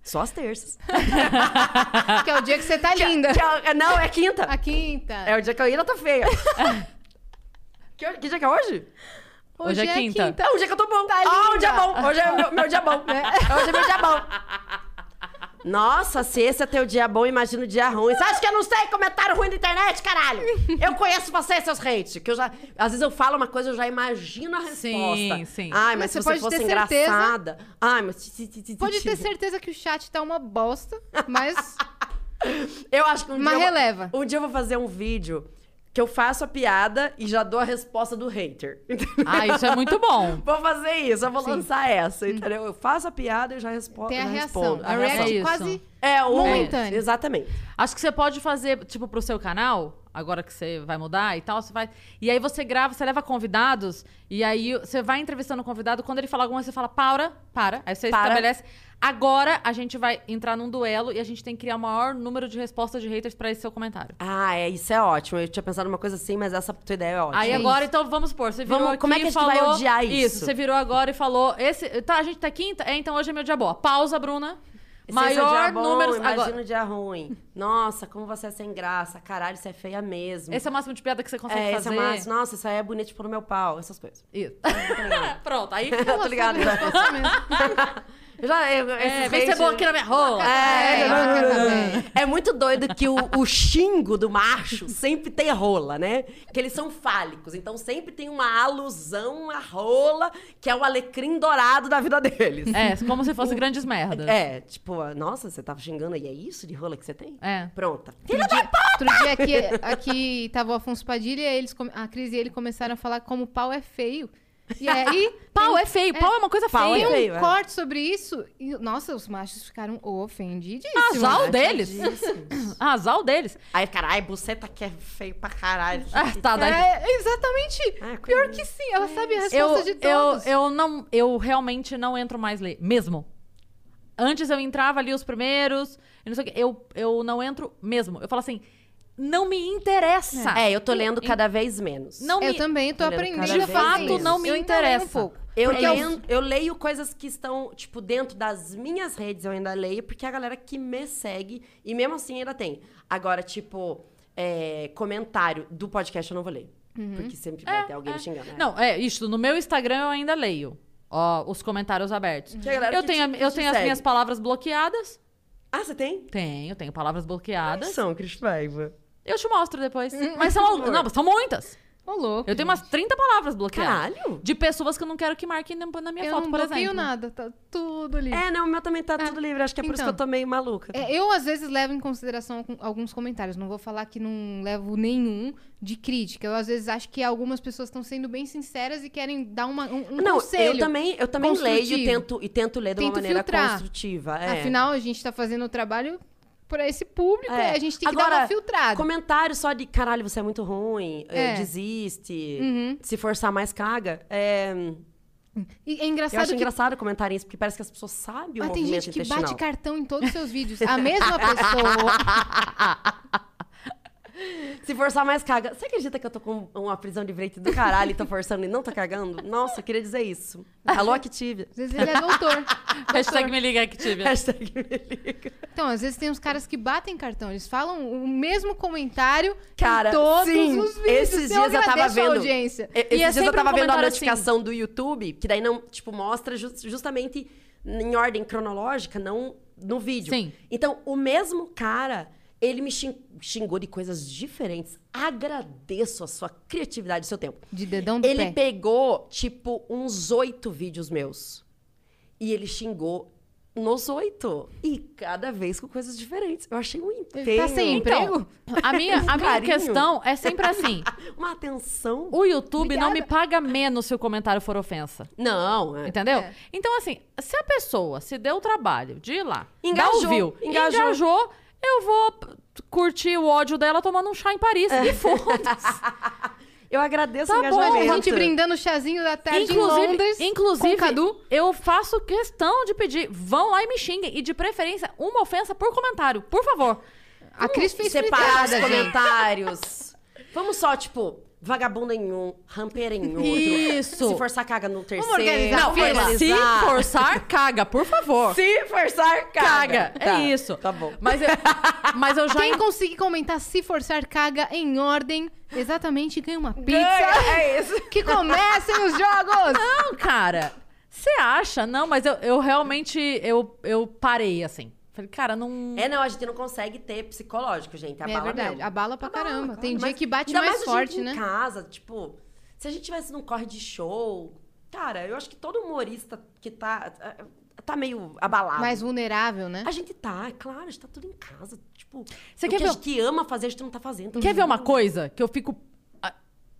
C: Só as terças.
A: que é o dia que você tá linda.
C: Que é- não, é quinta.
A: A quinta.
C: É o dia que eu ainda tô feia. que, ho- que dia que é hoje?
B: Hoje é quinta.
C: É o dia que eu tô bom.
A: Tá
C: ah,
A: linda.
C: o dia bom. Hoje é o meu, meu dia bom, né? Hoje é meu dia bom. Nossa, se esse é teu dia bom, imagina o dia ruim. Você acha que eu não sei comentário ruim da internet, caralho? Eu conheço vocês, seus hate. Que eu já, às vezes eu falo uma coisa, eu já imagino a resposta.
B: Sim, sim.
C: Ai,
A: Mas
C: mas,
A: você
C: se você
A: pode
C: fosse
A: ter certeza.
C: engraçada. Ai, mas. ti, ti, ti, ti,
A: Pode
C: ti.
A: ter certeza que o chat tá uma bosta, mas
C: Eu acho que um
A: Uma
C: dia eu vou-
A: releva.
C: um dia eu vou fazer um vídeo que eu faço a piada e já dou a resposta do hater. entendeu?
B: Ah, isso é muito bom.
C: Vou fazer isso, eu vou
A: Sim.
C: lançar essa, entendeu? Eu faço a piada e já respondo.
A: tem a
C: já
A: reação.
C: respondo,
A: A react
B: É isso.
A: quase...
C: É, o
A: momentânea.
C: Exatamente.
B: Acho que você pode fazer, tipo, pro seu canal, agora que você vai mudar e tal, você faz. E aí você grava, você leva convidados, e aí você vai entrevistando o convidado. Quando ele fala alguma, coisa, você fala, para, para. Aí você
C: Para.
B: estabelece. Agora a gente vai entrar num duelo e a gente tem que criar o maior número de respostas de haters pra esse seu comentário.
C: Ah, é, isso é ótimo. Eu tinha pensado numa coisa assim, mas essa tua ideia é ótima.
B: Aí
A: Gente.
B: agora, então, vamos supor, você virou
C: Vamos-
B: aqui
C: como é
B: e
C: que a gente
B: falou...
C: vai odiar isso?
B: Isso, você virou agora e falou... Esse, tá, a gente tá quinta? É, então hoje é meu dia boa. Pausa, Bruna.
C: Esse é o
B: Maior
C: dia bom,
B: número...
C: Imagina
B: Agora,
C: o dia ruim. Nossa, como você é sem graça. Caralho, você é feia mesmo.
B: esse é o máximo de piada que você consegue
C: é, esse
B: fazer.
C: é mais. Nossa, isso aí é bonito pôr no meu pau. Essas coisas.
B: Isso. Pronto, aí...
C: tô ligada.
A: Nossa,
B: né?
A: a resposta mesmo.
C: Já, eu,
B: É,
C: esses
B: vem ser
C: haters-
B: boa aqui na minha rola.
A: É, vaca
C: É,
A: também.
C: é muito doido que o, o xingo do macho sempre tem rola, né? Que eles são fálicos, então sempre tem uma alusão à rola, que é o alecrim dourado da vida deles.
B: É, como se fosse grandes merdas.
C: É, tipo, ah, nossa, você tava xingando e é isso de rola que você tem?
B: É.
C: Pronta.
A: Outro dia aqui, aqui tava o Afonso Padilha e eles, come- a Cris e ele começaram a falar como o pau é feio. E aí...
B: Pau é feio, pau é uma coisa
C: Pau
A: tem
B: feia.
C: é
A: um
C: feio, é.
A: corte sobre isso. E, nossa, os machos ficaram ofendidíssimos.
B: Azal deles. Azal Ah, deles.
C: Aí, caralho, buceta que é feio pra caralho.
B: Ah, tá, daí...
A: É, exatamente.
C: Ah,
A: Pior
C: coisa.
A: que sim, ela sabe a resposta
B: É eu,
A: de
B: eu,
A: todos.
B: eu não, eu realmente não entro mais ler, mesmo. Antes eu entrava ali os primeiros, e não sei o quê. Eu, eu não entro mesmo. Eu falo assim, não me interessa.
A: tá.
C: É, eu tô lendo cada vez menos.
B: Não
A: Eu
B: me...
A: também tô
C: Olhando cada
A: aprendendo.
C: vez
A: a fazer
C: menos.
A: isso.
C: Não
B: me
A: Eu ainda leio Um
B: interessa.
A: pouco.
C: Eu
A: Porque
C: leio, eu leio coisas que estão, tipo, dentro das minhas redes, eu ainda leio, porque é a galera que me segue, e mesmo assim ainda tem. Agora, tipo, é, comentário do podcast eu não vou ler.
A: Uhum.
C: Porque sempre
A: É,
C: vai ter alguém me xingando. né?
B: Não, é isso. No meu Instagram eu ainda leio. Ó, os comentários abertos.
C: Que a galera
B: Eu
C: que
B: tenho,
C: te-
B: eu
C: te
B: tenho as
C: segue.
B: minhas palavras bloqueadas.
C: Ah, você tem?
B: Tenho, tenho palavras bloqueadas.
C: São, Cris Paiva.
B: Eu te mostro depois.
A: Hum,
B: Mas são, al- não, são muitas.
A: Ô, louco.
B: Eu tenho umas 30 palavras bloqueadas.
C: Caralho.
B: De pessoas que eu não quero que marquem na na minha
A: eu
B: foto,
A: não
B: por
A: bloqueio
B: exemplo.
A: nada, tá tudo livre.
C: É, não, o meu também tá
A: É.
C: tudo livre. Acho que é por isso que
A: Então.
C: eu tô meio maluca.
A: É, eu, às vezes, levo em consideração algum- alguns comentários. Não vou falar que não levo nenhum de crítica. Eu, às vezes, acho que algumas pessoas estão sendo bem sinceras e querem dar uma, um, um
C: não,
A: conselho.
C: eu também, eu também leio e
A: construtivo.
C: tento, e tento ler de uma
A: Tento
C: maneira
A: filtrar.
C: construtiva. É.
A: Afinal, a gente tá fazendo o trabalho pra esse público.
C: É.
A: e A gente tem que
C: Agora,
A: dar uma filtrada.
C: Comentário só de caralho, você é muito ruim, é,
A: É.
C: desiste,
A: Uhum.
C: se forçar mais caga. É,
A: E é
C: eu
A: engraçado
C: acho
A: que...
C: engraçado comentarem isso, porque parece que as pessoas sabem o
A: Ah, tem
C: movimento
A: gente que
C: intestinal.
A: bate cartão em todos os seus vídeos. A mesma pessoa.
C: Se forçar mais caga. Você acredita que eu tô com uma prisão de ventre do caralho e tô forçando e não tô cagando? Nossa, eu queria dizer isso. Alô, Activia.
A: Às vezes ele é doutor.
B: Hashtag me liga, Activia.
C: Hashtag me liga.
A: Então, às vezes tem uns caras que batem cartão. Eles falam o mesmo comentário
C: Cara,
A: em todos
C: sim,
A: os vídeos. Então,
C: esses dias eu tava
A: agradeço a
C: vendo-
A: audiência.
C: E- Esses
B: é
C: dias eu
B: sempre
C: tava
B: um
C: vendo a
B: comentário assim.
C: notificação do YouTube, que daí não, tipo, mostra ju- justamente em ordem cronológica, não no vídeo.
B: Sim.
C: Então, o mesmo cara, ele me xing- xingou de coisas diferentes. Agradeço a sua criatividade e seu tempo.
A: De dedão do
C: Ele
A: pé.
C: pegou, tipo, uns oito vídeos meus. E ele xingou nos oito. E cada vez com coisas diferentes. Eu achei um empenho.
A: Tá sem emprego?
B: Então, A minha, a minha
C: Carinho.
B: questão é sempre assim.
C: Uma atenção.
B: O YouTube não me paga menos se o comentário for ofensa.
C: Não, é.
B: Entendeu?
A: É.
B: Então, assim, se a pessoa se deu o trabalho de ir lá,
C: Engajou,
B: dar o view,
C: engajou.
B: engajou. eu vou p- curtir o ódio dela tomando um chá em Paris.
A: É.
B: E foda-se.
C: Eu agradeço o
B: Tá bom,
C: engajamento.
A: A gente brindando o chazinho da tarde em
B: inclusive,
A: Londres.
B: inclusive
A: com Cadu.
B: eu faço questão de pedir, vão lá e me xinguem. E de preferência, uma ofensa por comentário, por favor.
A: A Cris fez
C: Separar os
A: fritada, né, gente.
C: comentários. Vamos só, tipo, vagabundo em um, ramper em outro.
B: Isso.
C: Se forçar, caga no terceiro.
A: organizar a fila.
B: Se forçar, caga, por favor.
C: Se forçar,
B: caga. É
C: Tá,
B: isso.
C: Tá bom.
B: Mas eu, mas eu já
A: Quem conseguir comentar se forçar caga em ordem, exatamente ganha uma pizza.
C: É isso.
A: Que comecem os jogos!
B: Não, cara. Você acha? Não, mas eu, eu realmente eu, eu parei, assim. Falei, cara, não...
C: É, não, a gente não consegue ter psicológico, gente. Abala
A: É verdade,
C: Tá mesmo.
A: abala pra caramba. Tem dia
C: claro, mas
A: que bate
C: ainda
A: mais
C: a
A: forte,
C: gente
A: né?
C: em casa, tipo... Se a gente tivesse num corre de show... Cara, eu acho que todo humorista que tá... Tá meio abalado.
A: Mais vulnerável, né?
C: A gente tá, é claro, a gente tá tudo em casa. Tipo,
B: Você
C: o
B: quer
C: que
B: ver
C: a gente que ama fazer, a gente não tá fazendo. tá
B: Quer ver
C: fazendo.
B: uma coisa que eu fico... a-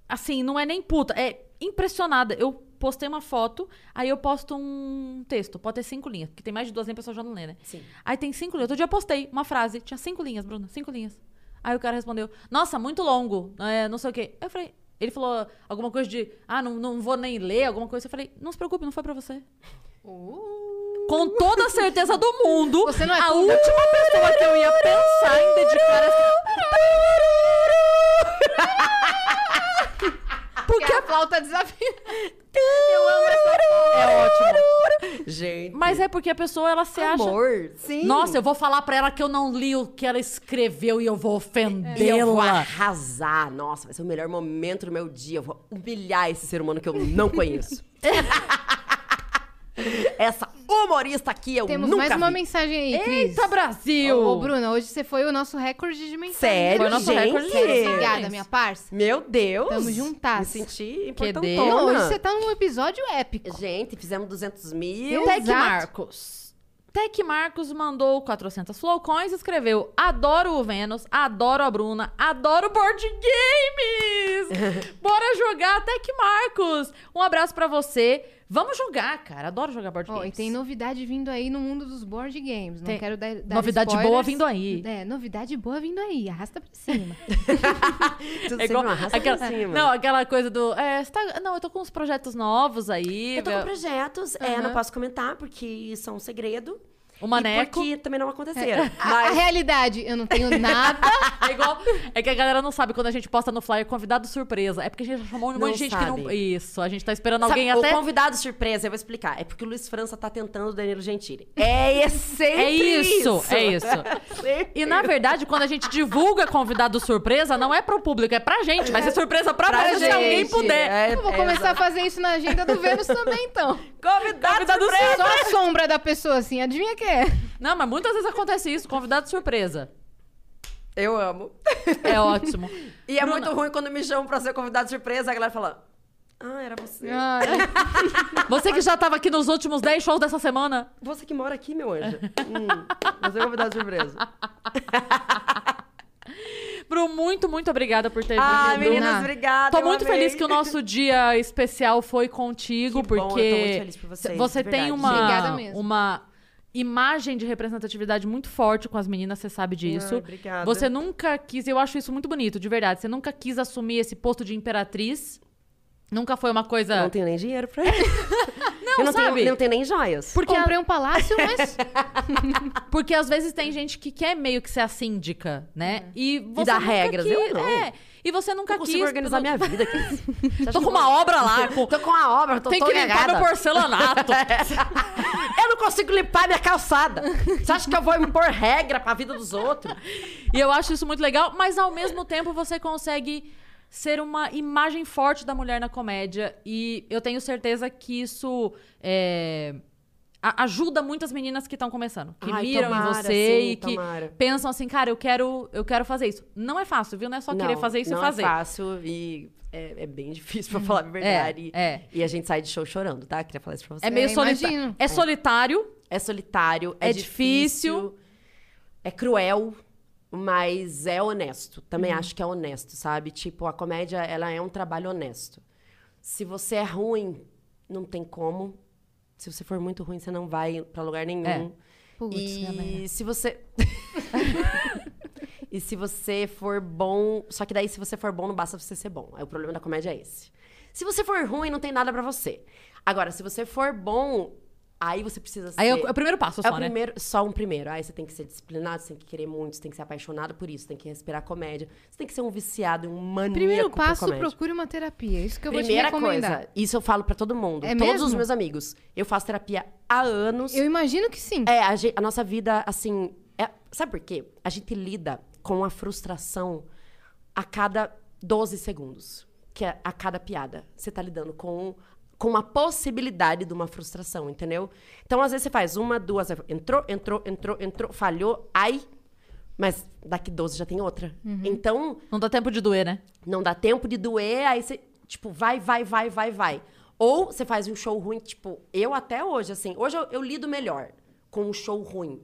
B: Assim, não é nem puta, é impressionada. Eu postei uma foto, aí eu posto um texto. Pode ter cinco linhas, porque tem mais de duas linhas, a pessoa já não lê, né?
C: Sim.
B: Aí tem cinco linhas. Outro dia eu postei uma frase, tinha cinco linhas, Bruna, cinco linhas. Aí o cara respondeu, nossa, muito longo, é, não sei o quê. Eu falei... Ele falou alguma coisa de, ah, não, não vou nem ler, alguma coisa. Eu falei, não se preocupe, não foi pra você. Com toda a certeza do mundo,
A: Você não é
B: a
A: puta.
B: última pessoa que eu ia pensar em dedicar essa...
A: Porque a flauta desafia.
B: É ótimo.
C: Gente.
B: Mas é porque a pessoa, ela se acha...
C: amor. Sim.
B: Nossa, eu vou falar pra ela que eu não li o que ela escreveu e eu vou
C: E eu vou
B: ofendê-la.
C: arrasar. Nossa, vai ser o melhor momento do meu dia. Eu vou humilhar esse ser humano que eu não conheço. Essa humorista aqui eu
A: Temos
C: nunca
A: mais uma
C: vi.
A: mensagem aí, Cris.
B: Eita, Brasil!
A: é Ô, Bruna, hoje você foi o nosso recorde de mensagens.
C: Sério,
B: Foi o nosso
C: gente?
B: recorde de mensagens.
A: Obrigada, minha parça.
C: Meu Deus.
A: Tamo juntas.
C: Me senti importantona.
B: Deus.
A: Não, hoje você tá num episódio épico.
C: Gente, fizemos 200 mil.
A: Eu-
B: Tec
A: Exato.
B: Marcos. Tec Marcos mandou 400 flowcoins e escreveu: Adoro o Vênus, adoro a Bruna, adoro board games! Bora jogar, Tec Marcos! Um abraço pra você. Vamos jogar, cara. Adoro jogar board
A: Ó,
B: games.
A: e tem novidade vindo aí no mundo dos board games. Não
B: Tem
A: quero dar, dar
B: novidade
A: spoilers.
B: boa vindo aí.
A: É, novidade boa vindo aí. Arrasta pra cima.
C: Tudo
B: É igual
C: sempre um arrasto
B: aquela,
C: pra cima.
B: não, aquela coisa do. É, você tá- não, eu tô com uns projetos novos aí.
C: Eu tô
B: meu-
C: com projetos, é,
B: Aham.
C: não posso comentar, porque são um segredo.
B: o maneco.
C: E porque também não aconteceram.
A: A- A
C: Mas
A: realidade, eu não tenho nada.
B: É igual. É que a galera não sabe quando a gente posta no flyer convidado surpresa. É porque a gente já chamou um
C: Não
B: monte de gente que não.
C: sabe.
B: Isso, a gente tá esperando
C: sabe,
B: alguém
C: o
B: até.
C: convidado surpresa, eu vou explicar. É porque o Luiz França tá tentando o Danilo Gentili. É esse
B: É isso, é isso.
C: Sempre
B: E na verdade, quando a gente divulga convidado surpresa, não é pro público, é pra gente. Vai ser surpresa pra,
C: pra
B: você se alguém
C: gente.
B: puder.
C: É,
A: Eu vou
C: é,
A: começar a
C: exato.
A: fazer isso na agenda do Vênus também, então.
C: Convidado, surpresa!
A: Só a sombra da pessoa, assim. Adivinha quem é?
B: Não, mas muitas vezes acontece isso, convidado surpresa.
C: Eu amo.
B: É ótimo.
C: E é muito ruim quando me chamam pra ser convidado surpresa, a galera fala. Ah, era você.
A: Ah,
B: Você que já tava aqui nos últimos 10 shows dessa semana.
C: Você que mora aqui, meu anjo. Hum, você é convidado surpresa.
B: Ah, Bruno, muito, muito obrigada por ter vindo.
C: Ah,
A: Obrigado,
C: meninas,
A: Bruna.
C: obrigada.
B: Tô
C: eu
B: muito
C: amei.
B: feliz que o nosso dia especial foi contigo,
C: Que bom,
B: porque
C: eu tô muito feliz por vocês,
B: você
C: de
B: tem
C: verdade.
B: uma,
A: Obrigada mesmo.
B: uma imagem de representatividade muito forte com as meninas, você sabe disso.
C: Ai, obrigada.
B: Você nunca quis, eu acho isso muito bonito, de verdade. Você nunca quis assumir esse posto de imperatriz. Nunca foi uma coisa.
C: Não tenho nem dinheiro pra isso. Não, eu não
B: sabe?
C: Tenho, não tenho nem joias.
B: Porque, a-
A: comprei um palácio, mas
B: porque às vezes tem gente que quer meio que ser a síndica, né? E você
C: Uhum. dá
B: nunca
C: regras,
B: quis-
C: eu não.
B: É, e você nunca
C: não consigo
B: quis.
C: organizar minha vida. Que... Você acha
B: Tô
C: que
B: com
C: eu vou-
B: uma obra lá, com-
C: Tô com uma obra, tô É.
B: tem que limpar
C: ligada.
B: meu porcelanato.
C: Eu não consigo limpar minha calçada. Você acha que eu vou impor regra pra vida dos outros?
B: E eu acho isso muito legal, mas ao mesmo tempo você consegue ser uma imagem forte da mulher na comédia. E eu tenho certeza que isso é, a- ajuda muitas meninas que estão começando. Que
C: Ai,
B: miram
C: tomara,
B: em você
C: sim,
B: e que
C: tomara.
B: pensam assim, cara, eu quero, eu quero fazer isso. Não é fácil, viu? Não é só querer
C: Não,
B: fazer isso
C: não
B: e fazer.
C: é fácil e é, é bem difícil pra falar a
B: é,
C: verdade.
B: é.
C: E a gente sai de show chorando, tá? Queria falar isso pra você.
B: É meio
A: É,
B: solita-
A: imagino.
B: É solitário.
C: É solitário, é,
B: É
C: difícil, é cruel, mas é honesto. Também acho que é honesto, sabe? Tipo, a comédia, ela é um trabalho honesto. Se você é ruim, não tem como. Se você for muito ruim, você não vai pra lugar nenhum.
B: É.
A: Putz,
C: e
A: galera.
C: se você E se você for bom, só que daí se você for bom não basta você ser bom. Aí o problema da comédia é esse. Se você for ruim, não tem nada pra você. Agora, se você for bom, aí você precisa ser
B: Aí é o, é o primeiro passo
C: é
B: só,
C: o
B: né?
C: primeiro, só um primeiro. Aí você tem que ser disciplinado, você tem que querer muito, você tem que ser apaixonado por isso, tem que respirar comédia. Você tem que ser um viciado, um maníaco
A: primeiro
C: por
A: passo,
C: comédia.
A: procure uma terapia. Isso que eu
C: Primeira
A: vou te recomendar.
C: coisa, isso eu falo pra todo mundo,
A: É
C: todos
A: mesmo?
C: os meus amigos. Eu faço terapia há anos.
A: Eu imagino que sim.
C: É, a, gen- a nossa vida, assim. é- sabe por quê? A gente lida com a frustração a cada 12 segundos, que é a cada piada. Você tá lidando com. Com a possibilidade de uma frustração, entendeu? Então, às vezes, você faz uma, duas, aí entrou, entrou, entrou, entrou, falhou, ai, mas daqui 12 já tem outra. Então,
B: Não dá tempo de doer, né?
C: não dá tempo de doer, aí você, tipo, vai, vai, vai, vai, vai. Ou você faz um show ruim, tipo, eu até hoje, assim, hoje eu, eu lido melhor com um show ruim.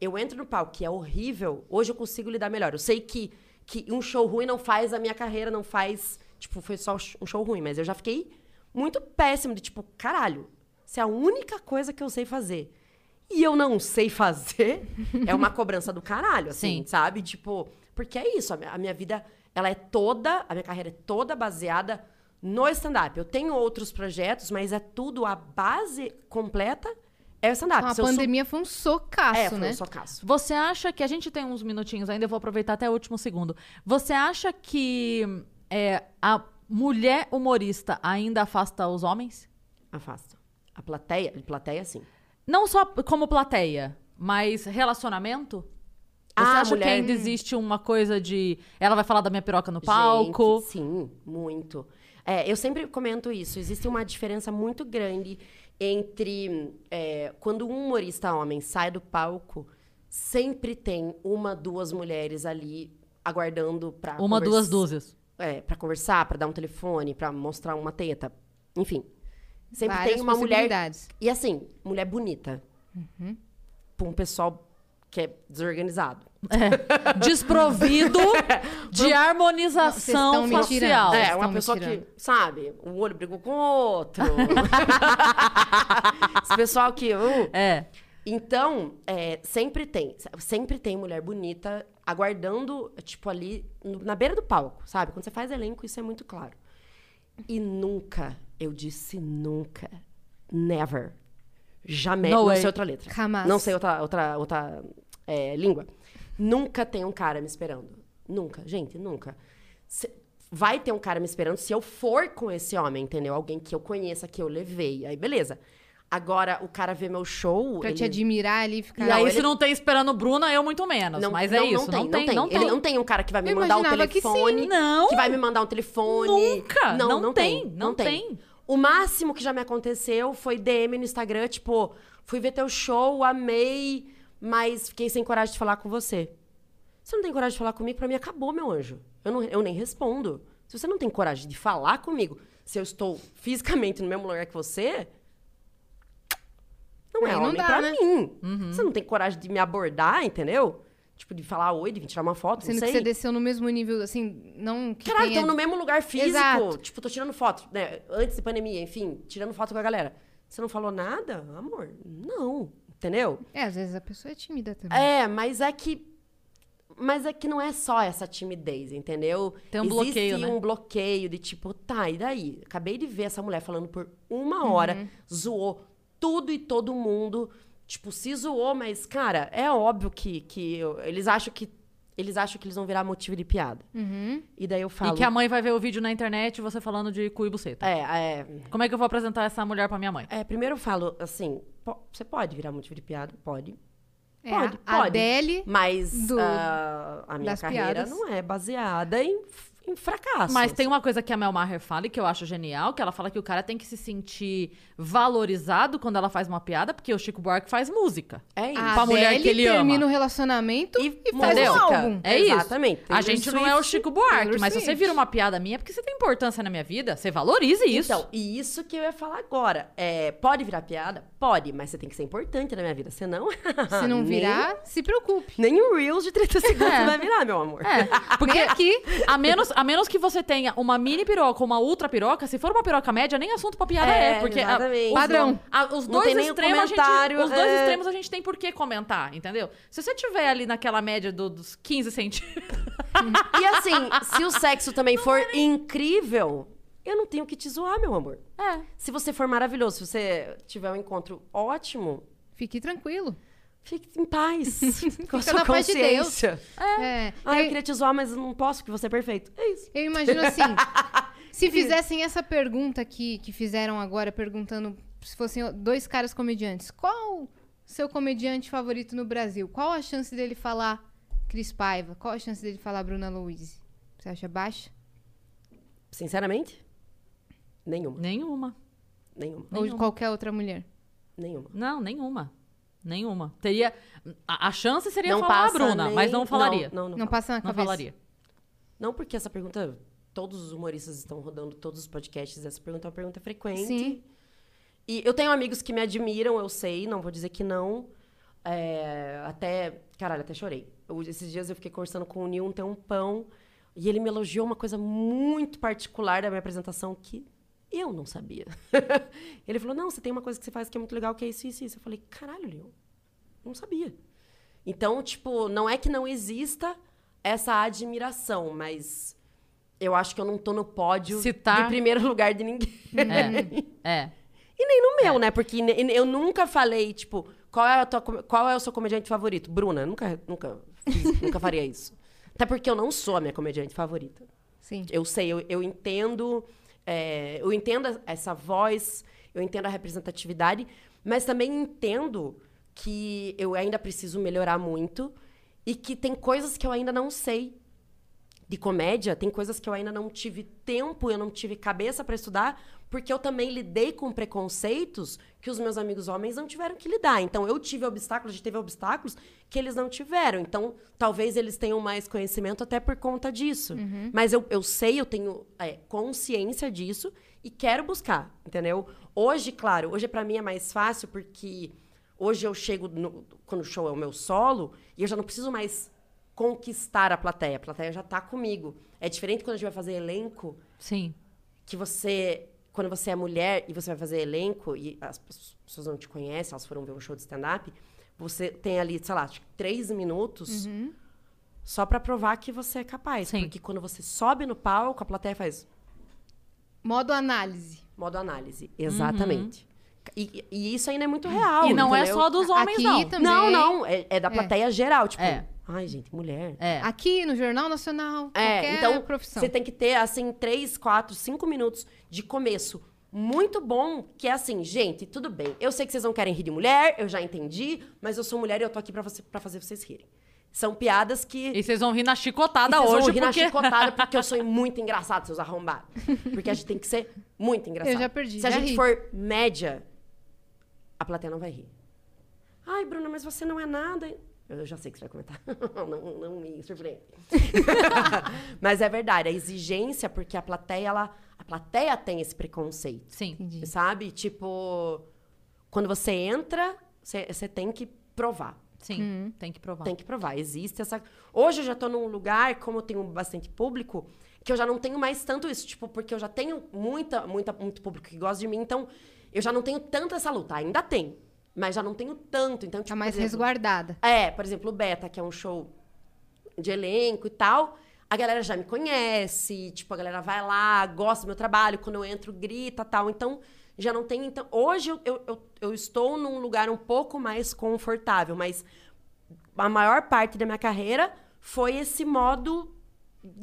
C: Eu entro no palco, que é horrível, hoje eu consigo lidar melhor. Eu sei que, que um show ruim não faz a minha carreira, não faz. Tipo, foi só um show ruim, mas eu já fiquei muito péssimo, de tipo, caralho, se é a única coisa que eu sei fazer e eu não sei fazer, é uma cobrança do caralho, assim,
B: Sim.
C: sabe? Tipo, porque é isso, a minha, a minha vida, ela é toda, a minha carreira é toda baseada no stand-up. Eu tenho outros projetos, mas é tudo, a base completa é o stand-up.
A: Então, a
C: Se eu sou-
A: pandemia foi um socaço,
C: é, foi
A: né?
C: um socaço.
B: Você acha que. A gente tem uns minutinhos ainda, eu vou aproveitar até o último segundo. Você acha que é, a mulher humorista ainda afasta os homens?
C: Afasta. A plateia, plateia sim.
B: Não só como plateia, mas relacionamento? Você
C: Ah,
B: acha que
C: mulher-
B: ainda existe uma coisa de. Ela vai falar da minha piroca no palco?
C: Gente, sim, muito. É, eu sempre comento isso. Existe uma diferença muito grande entre é, quando um humorista homem sai do palco, sempre tem uma, duas mulheres ali aguardando para
B: uma, duas dúzias.
C: é, para conversar, para dar um telefone, para mostrar uma teta, enfim. Sempre
A: Várias
C: tem uma mulher
A: possibilidades. Uhum.
C: e assim, mulher bonita. Pra um pessoal que é desorganizado.
B: Desprovido de
A: vocês
B: harmonização
A: estão me
B: facial.
A: tirando.
C: É,
A: Vocês
C: uma
A: estão me
C: pessoa que,
A: tirando.
C: sabe, o olho brigou com o outro. Esse pessoal que. uh.
B: É.
C: Então, é, sempre tem. Sempre tem mulher bonita aguardando, tipo, ali no- na beira do palco, sabe? Quando você faz elenco, isso é muito claro. E nunca, eu disse nunca, never, jamais.
B: No
C: não
B: way.
C: sei outra letra.
A: Jamais.
C: Não sei outra, outra, outra é, língua. Nunca tem um cara me esperando. Nunca, gente, nunca. Se- vai ter um cara me esperando se eu for com esse homem, entendeu? Alguém que eu conheça, que eu levei. Aí, beleza. Agora, o cara vê meu show.
A: Pra
C: ele-
A: te admirar ali, ficar...
B: e aí,
C: ele-
B: se não tem esperando Bruna, eu muito menos. mas é isso. Não, tem, não tem.
C: Ele não tem um cara que vai me
A: Eu
C: mandar um
A: imaginava que sim.
C: telefone.
B: Não.
C: que vai me mandar um telefone.
B: Nunca!
C: Não,
B: Não
C: não,
B: tem,
C: tem,
B: não tem.
C: O máximo que já me aconteceu foi DM no Instagram, tipo, fui ver teu show, amei, mas fiquei sem coragem de falar com você. Você não tem coragem de falar comigo? Pra mim, acabou, meu anjo. Eu, não, eu nem respondo. Se você não tem coragem de falar comigo, se eu estou fisicamente no mesmo lugar que você, não
A: Aí
C: é
A: não
C: homem
A: dá,
C: pra
A: né?
C: mim. Você não tem coragem de me abordar, entendeu? Tipo, de falar oi, de vir tirar uma foto,
A: Sendo
C: não sei.
A: que você desceu no mesmo nível, assim, não que
C: Caralho,
A: tenha...
C: estamos no mesmo lugar físico.
A: Exato.
C: Tipo, tô tirando foto, né? Antes da pandemia, enfim, tirando foto com a galera. Você não falou nada? Amor, não. Entendeu?
A: É, às vezes a pessoa é tímida também.
B: Né?
C: É, mas é que. Mas é que não é só essa timidez, entendeu?
B: Tem um
C: Existe
B: bloqueio, né?
C: um bloqueio de tipo, tá, e daí? Acabei de ver essa mulher falando por
B: Uhum.
C: uma hora, zoou tudo e todo mundo. Tipo, se zoou, mas, cara, é óbvio que, que eu- eles acham que. Eles acham que eles vão virar motivo de piada.
A: Uhum.
C: E daí eu falo.
B: Hum. E que a mãe vai ver o vídeo na internet você falando de cu e buceta.
C: É, é,
B: Como é que eu vou apresentar essa mulher pra minha mãe?
C: É, primeiro eu falo assim, po- você pode virar motivo de piada? Pode.
A: É,
C: Pode,
A: a
C: pode.
A: Adele,
C: Mas
A: Do-
C: ah, a minha
A: das
C: carreira
A: piadas.
C: não é baseada em, f- em fracasso.
B: Mas tem uma coisa que a Mel Maher fala e que eu acho genial, que ela fala que o cara tem que se sentir valorizado quando ela faz uma piada, porque o Chico Buarque faz música.
C: É isso.
A: a
B: um Pra mulher
A: Adele
B: que ele ama.
A: termina o relacionamento e, faz
B: entendeu?
A: um álbum.
B: É isso.
C: Exatamente. um
B: a gente não é o Chico Buarque,
A: Taylor
B: mas se você
A: Swift.
B: vira uma piada minha, é porque você tem importância na minha vida, você valorize isso.
C: Então, e isso que eu ia falar agora. É, pode virar piada? Pode, mas você tem que ser importante na minha vida. Senão.
A: Se não virar, se preocupe.
C: Nem, nem um Reels de 30 segundos
B: É.
C: vai virar, meu amor.
B: É, porque aqui, a menos, a menos que você tenha uma mini piroca ou uma ultra piroca, se for uma piroca média, nem assunto pra piada é,
C: É,
B: porque a-
C: exatamente.
B: os-
C: Padrão.
B: a- os
C: Não
B: dois
C: tem nem o
B: extremos a gente,
C: comentário,
B: os dois
C: é.
B: extremos a gente tem por que comentar, entendeu? Se você tiver ali naquela média do- dos 15 centímetros,
C: E assim, se o sexo também for incrível, eu não tenho que te zoar, meu amor.
B: é.
C: Se você for maravilhoso, se você tiver um encontro ótimo,
A: Fique tranquilo.
C: fique em paz. com
A: Fica
C: a sua
A: na paz de Deus.
C: consciência.
A: É.
C: Ah, eu
A: eu,
C: queria te zoar, mas não posso, porque você é perfeito. É isso.
A: eu imagino assim, se fizessem essa pergunta que, que fizeram agora, perguntando se fossem dois caras comediantes, qual seu comediante favorito no Brasil? Qual a chance dele falar Cris Paiva? Qual a chance dele falar Bruna Louise? Você acha baixa?
C: Sinceramente? Nenhuma.
B: Nenhuma.
C: Nenhuma.
A: Ou de qualquer outra mulher?
C: Nenhuma.
B: Não, nenhuma. Nenhuma. Teria. A, a chance seria
C: não
B: falar a
C: passa
B: Bruna,
C: nem-
B: mas não falaria. Não,
C: Não, não,
A: Não
C: não passa.
A: passa na cabeça.
B: falaria.
C: Não, porque essa pergunta... Todos os humoristas estão rodando todos os podcasts. Essa pergunta é uma pergunta frequente.
A: Sim.
C: E eu tenho amigos que me admiram, eu sei. Não vou dizer que não. É, até... Caralho, até chorei. Eu- esses dias eu fiquei conversando com o Nil um tempão. E ele me elogiou uma coisa muito particular da minha apresentação que eu não sabia. ele falou, não, você tem uma coisa que você faz que é muito legal, que é isso, isso, isso. Eu falei, caralho, Nil. Não sabia. Então, tipo, não é que não exista essa admiração, mas eu acho que eu não tô no pódio
B: Citar-
C: de primeiro lugar de ninguém.
B: É.
C: E nem no meu, né? Porque ne- eu nunca falei, tipo, qual é, a tua com- qual é o seu comediante favorito? Bruna, eu nunca, nunca, fiz, nunca faria isso. Até porque eu não sou a minha comediante favorita.
A: Sim.
C: Eu sei, eu, eu entendo, é, eu entendo essa voz, eu entendo a representatividade, mas também entendo que eu ainda preciso melhorar muito e que tem coisas que eu ainda não sei de comédia, tem coisas que eu ainda não tive tempo, eu não tive cabeça para estudar, porque eu também lidei com preconceitos que os meus amigos homens não tiveram que lidar. Então eu tive obstáculos, a gente teve obstáculos que eles não tiveram. Então talvez eles tenham mais conhecimento até por conta disso. Mas eu, eu sei, eu tenho é, consciência disso e quero buscar, entendeu? Hoje, claro, hoje para mim é mais fácil porque hoje eu chego no- quando o show é o meu solo e eu já não preciso mais conquistar a plateia. A plateia já tá comigo. É diferente quando a gente vai fazer elenco,
B: Sim.
C: que você. Quando você é mulher e você vai fazer elenco e as pessoas não te conhecem, elas foram ver um show de stand-up, você tem ali, sei lá, acho que três minutos só pra provar que você é capaz.
B: Uhum. Sim.
C: Porque quando você sobe no palco, a plateia faz
A: Modo análise.
C: modo análise. Exatamente. E, e isso ainda é muito real.
B: Uhum. e não é
C: entendeu?
B: só dos homens,
A: Aqui
B: não.
A: também.
C: Não, não. É, é da
A: É.
C: plateia geral. Tipo,
B: É.
C: ai, gente, mulher.
B: É.
A: Aqui no Jornal Nacional,
C: É,
A: qualquer
C: então
A: profissão.
C: você tem que ter assim três, quatro, cinco minutos de começo muito bom, que é assim, gente, tudo bem. Eu sei que vocês não querem rir de mulher, eu já entendi, mas eu sou mulher e eu tô aqui pra você- pra fazer vocês rirem. São piadas que
B: E vocês vão rir na chicotada
C: vocês
B: hoje,
C: vão rir
B: porque...
C: na chicotada porque eu sou muito engraçado, seus arrombados. Porque a gente tem que ser muito engraçado.
A: Eu já perdi,
C: Se a
A: já
C: gente
A: ri.
C: for média, a plateia não vai rir. Ai, Bruna, mas você não é nada. Eu já sei que você vai comentar. não, não me surpreende. Mas é verdade, a exigência, porque a plateia, ela, a plateia tem esse preconceito.
B: Sim.
A: Entendi.
C: Sabe? Tipo, quando você entra, você, você tem que provar.
B: Sim.
C: Hum.
B: Tem que provar.
C: Tem que provar. Existe essa. Hoje eu já tô num lugar, como eu tenho bastante público, que eu já não tenho mais tanto isso. Tipo, porque eu já tenho muita, muita, muito público que gosta de mim, então eu já não tenho tanto essa luta. Ainda tem, mas já não tenho tanto. Então, tipo,
A: Tá
C: por
A: mais
C: exemplo,
A: resguardada.
C: é, por exemplo, o Beta, que é um show de elenco e tal, a galera já me conhece, tipo, a galera vai lá, gosta do meu trabalho, quando eu entro, grita tal. Então, já não tem. Então, hoje eu, eu, eu- eu estou num lugar um pouco mais confortável, mas a maior parte da minha carreira foi esse modo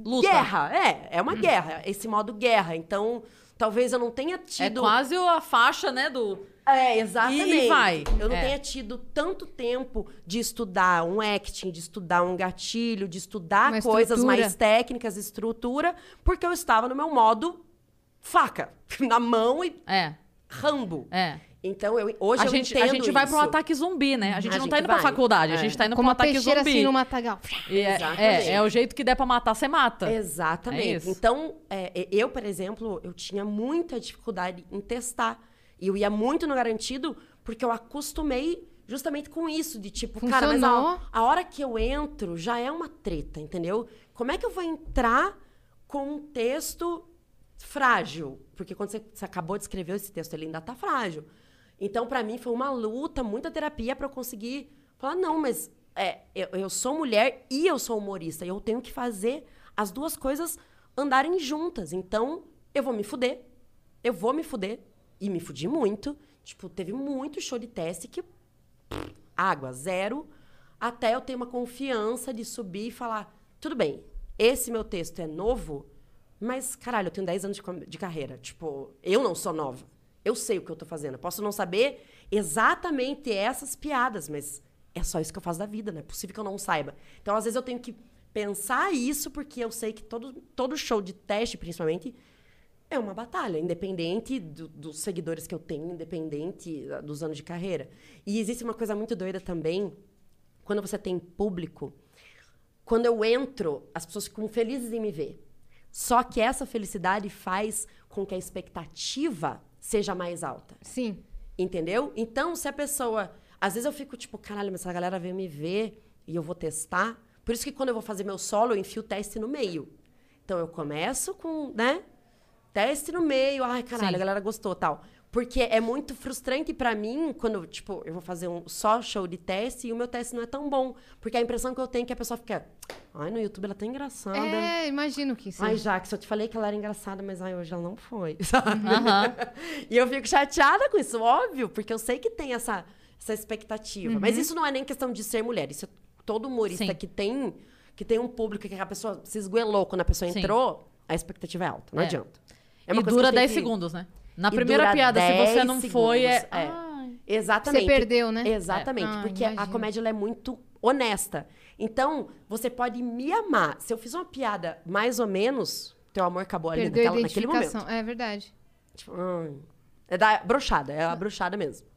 B: Luta.
C: guerra. É, é uma guerra, esse modo guerra. Então, talvez eu não tenha
B: Hum. É
C: tido.
B: quase a faixa, né, do...
C: É, exatamente.
B: E- e vai.
C: Eu não
B: É.
C: tenha tido tanto tempo de estudar um acting, de estudar um gatilho, de estudar
A: Uma
C: coisas
A: estrutura.
C: mais técnicas, estrutura, porque eu estava no meu modo faca, na mão e
B: É,
C: rambo.
B: é.
C: Então, eu, hoje
B: a
C: eu
B: gente,
C: entendo
B: a gente vai
C: isso.
B: pra um ataque zumbi, né? A gente
C: A
B: não
C: gente
B: tá indo pra
C: vai.
B: faculdade, a
C: É.
B: gente tá indo
A: Como
B: pra
A: a
B: um ataque
A: peixeira
B: zumbi.
A: assim no matagal.
B: E é,
C: Exatamente.
B: é, é o jeito que der pra matar, você mata. É
C: Exatamente.
B: isso.
C: então, é, e- eu, por exemplo, eu tinha muita dificuldade em testar. E eu ia muito no garantido, porque eu acostumei justamente com isso, de tipo, cara, mas
A: Funcionou.
C: a, a hora que eu entro já é uma treta, entendeu? Como é que eu vou entrar com um texto frágil? Porque quando você, você acabou de escrever esse texto, ele ainda tá frágil. Então, pra mim, foi uma luta, muita terapia pra eu conseguir falar, não, mas é, eu, eu sou mulher e eu sou humorista. E eu tenho que fazer as duas coisas andarem juntas. Então, eu vou me fuder, eu vou me fuder. E me fudi muito. Tipo, teve muito show de teste que água, zero, até eu ter uma confiança de subir e falar: tudo bem, esse meu texto é novo, mas caralho, eu tenho 10 anos de, com- de carreira. Tipo, eu não sou nova. Eu sei o que eu tô fazendo. Eu posso não saber exatamente essas piadas, mas é só isso que eu faço da vida, não é possível que eu não saiba. Então, às vezes, eu tenho que pensar isso, porque eu sei que todo, todo show de teste, principalmente, é uma batalha, independente do- dos seguidores que eu tenho, independente ah, dos anos de carreira. E existe uma coisa muito doida também, quando você tem público, quando eu entro, as pessoas ficam felizes em me ver. Só que essa felicidade faz com que a expectativa seja mais alta.
A: Sim.
C: Entendeu? Então, se a pessoa. Às vezes eu fico tipo, caralho, mas essa galera veio me ver e eu vou testar. Por isso que quando eu vou fazer meu solo, eu enfio o teste no meio. Então eu começo com, né? Teste no meio. Ai, caralho,
B: Sim.
C: a galera gostou tal. Porque é muito frustrante pra mim quando, tipo, eu vou fazer um só show de teste e o meu teste não é tão bom. Porque a impressão que eu tenho é que a pessoa fica. Ai, no YouTube ela tá engraçada.
A: É, imagino que sim.
C: Ai, Jax, eu te falei que ela era engraçada, mas ai, hoje ela não foi, sabe?
B: Aham.
C: E eu fico chateada com isso, óbvio, porque eu sei que tem essa, essa expectativa. Mas isso não é nem questão de ser mulher. Isso é todo humorista
B: Uhum. Sim.
C: que tem que tem um público que a pessoa se esguelou quando a pessoa
B: Sim.
C: entrou, a expectativa é alta, não
B: É.
C: adianta. É
B: E
C: uma coisa que
B: dura
C: tem
B: 10
C: que-
B: segundos, né? Na
C: E
B: primeira
C: dura
B: piada, se
C: 10
B: você não foi, é...
C: segundos, é.
B: Ai.
C: Exatamente.
A: Você perdeu, né?
C: Exatamente,
A: É. Ah,
C: porque a
A: imagino.
C: comédia ela é muito honesta. Então, você pode me amar. Se eu fiz uma piada mais ou menos, teu amor acabou ali
A: Perdeu a
C: naquela- naquele momento.
A: identificação. É verdade.
C: Tipo, hum, é da brochada, é a brochada mesmo.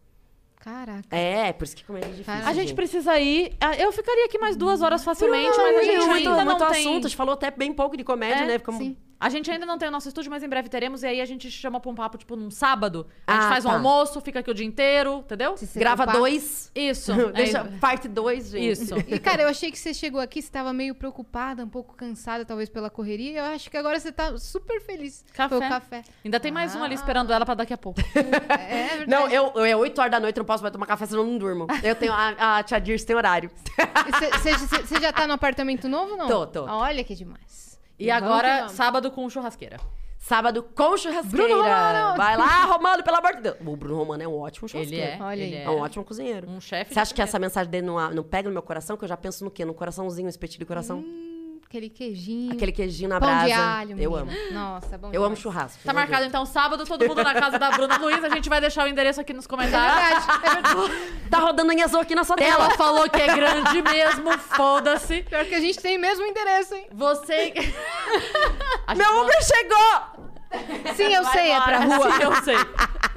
A: Caraca.
C: É, é por isso que comédia é difícil.
B: A gente precisa ir... Ah, Eu ficaria aqui mais duas horas facilmente, mas a gente
C: muito,
B: ainda
C: muito
B: não tem...
C: assunto, a gente falou até bem pouco de comédia,
B: É,
C: né? Ficamos...
A: sim.
B: A gente ainda não tem o nosso estúdio, mas em breve teremos. E aí a gente chama pra um papo, tipo, num sábado. A gente
C: Ah,
B: faz um
C: tá.
B: almoço, fica aqui o dia inteiro, entendeu?
A: Se você
C: Grava
A: topar.
C: dois.
B: Isso.
C: Deixa
B: é
C: parte dois, gente.
B: isso.
A: E, cara, eu achei que você chegou aqui, você tava meio preocupada, um pouco cansada, talvez, pela correria. Eu acho que agora você tá super feliz.
B: Café.
A: Foi o café.
B: Ainda tem mais um
A: Ah.
B: ali esperando ela pra daqui a pouco.
A: É, é verdade.
C: Não, eu, eu é 8 horas da noite, eu não posso mais tomar café, senão eu não durmo. Eu tenho. A, a tia Dirce tem horário.
A: Você já tá no apartamento novo, não?
C: Tô, tô.
A: Ah, Olha que demais.
B: E
A: Vamos que
B: agora,
A: vamos.
B: sábado com churrasqueira.
C: Sábado com churrasqueira.
A: Bruno Romano!
C: Vai lá, Romano, pelo amor de Deus. O Bruno Romano é um ótimo churrasqueiro.
B: Ele é.
A: Olha
B: ele
A: aí.
B: é.
C: É um ótimo
A: Hum.
C: cozinheiro.
B: Um chefe.
C: Você
B: de
C: acha que essa mensagem dele não, não pega no meu coração? Que eu já penso no quê? No coraçãozinho, um espetinho de coração?
A: Aquele queijinho.
C: Aquele queijinho na
A: Hum. pão
C: brasa.
A: de alho.
C: eu amo.
A: menina. Nossa, bom
C: Eu amo
A: demais.
C: churrasco.
B: Tá marcado então sábado, todo mundo na casa da Bruna Luiz. A gente vai deixar o endereço aqui nos comentários.
A: É verdade.
C: Tá rodando em azul aqui na sua tela.
B: Ela falou que é grande mesmo, foda-se.
A: Pior que a gente tem mesmo endereço, hein?
B: Você. A gente
C: Meu
B: manda-
C: Uber chegou!
A: Sim, eu
C: Vai
A: sei, é pra
C: embora.
A: rua.
B: Eu sei.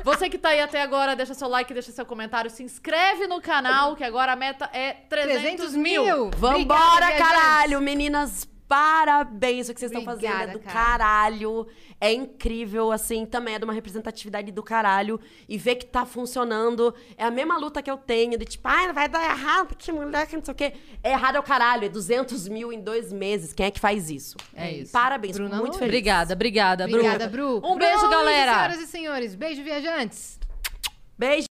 B: Você que tá aí até agora, deixa seu like, deixa seu comentário, se inscreve no canal, que agora a meta é 300,
A: 300
B: mil.
A: mil.
C: Vambora,
A: Obrigada,
C: caralho! Meninas, parabéns! O que vocês estão
A: Obrigada,
C: fazendo é do
A: cara.
C: caralho. É incrível, assim, também é de uma representatividade do caralho. E ver que tá funcionando. É a mesma luta que eu tenho, de tipo, ai, vai dar errado, que mulher, que não sei o quê. É errado é o caralho, é 200 mil em dois meses. Quem é que faz isso?
B: É isso.
C: Parabéns,
A: Bruna
C: muito
A: Lourdes.
C: feliz.
B: Obrigada, obrigada, Bru.
A: Obrigada, Bru.
B: Um beijo,
A: Bru,
B: galera.
A: Senhoras e senhores, beijo, viajantes.
C: Beijo!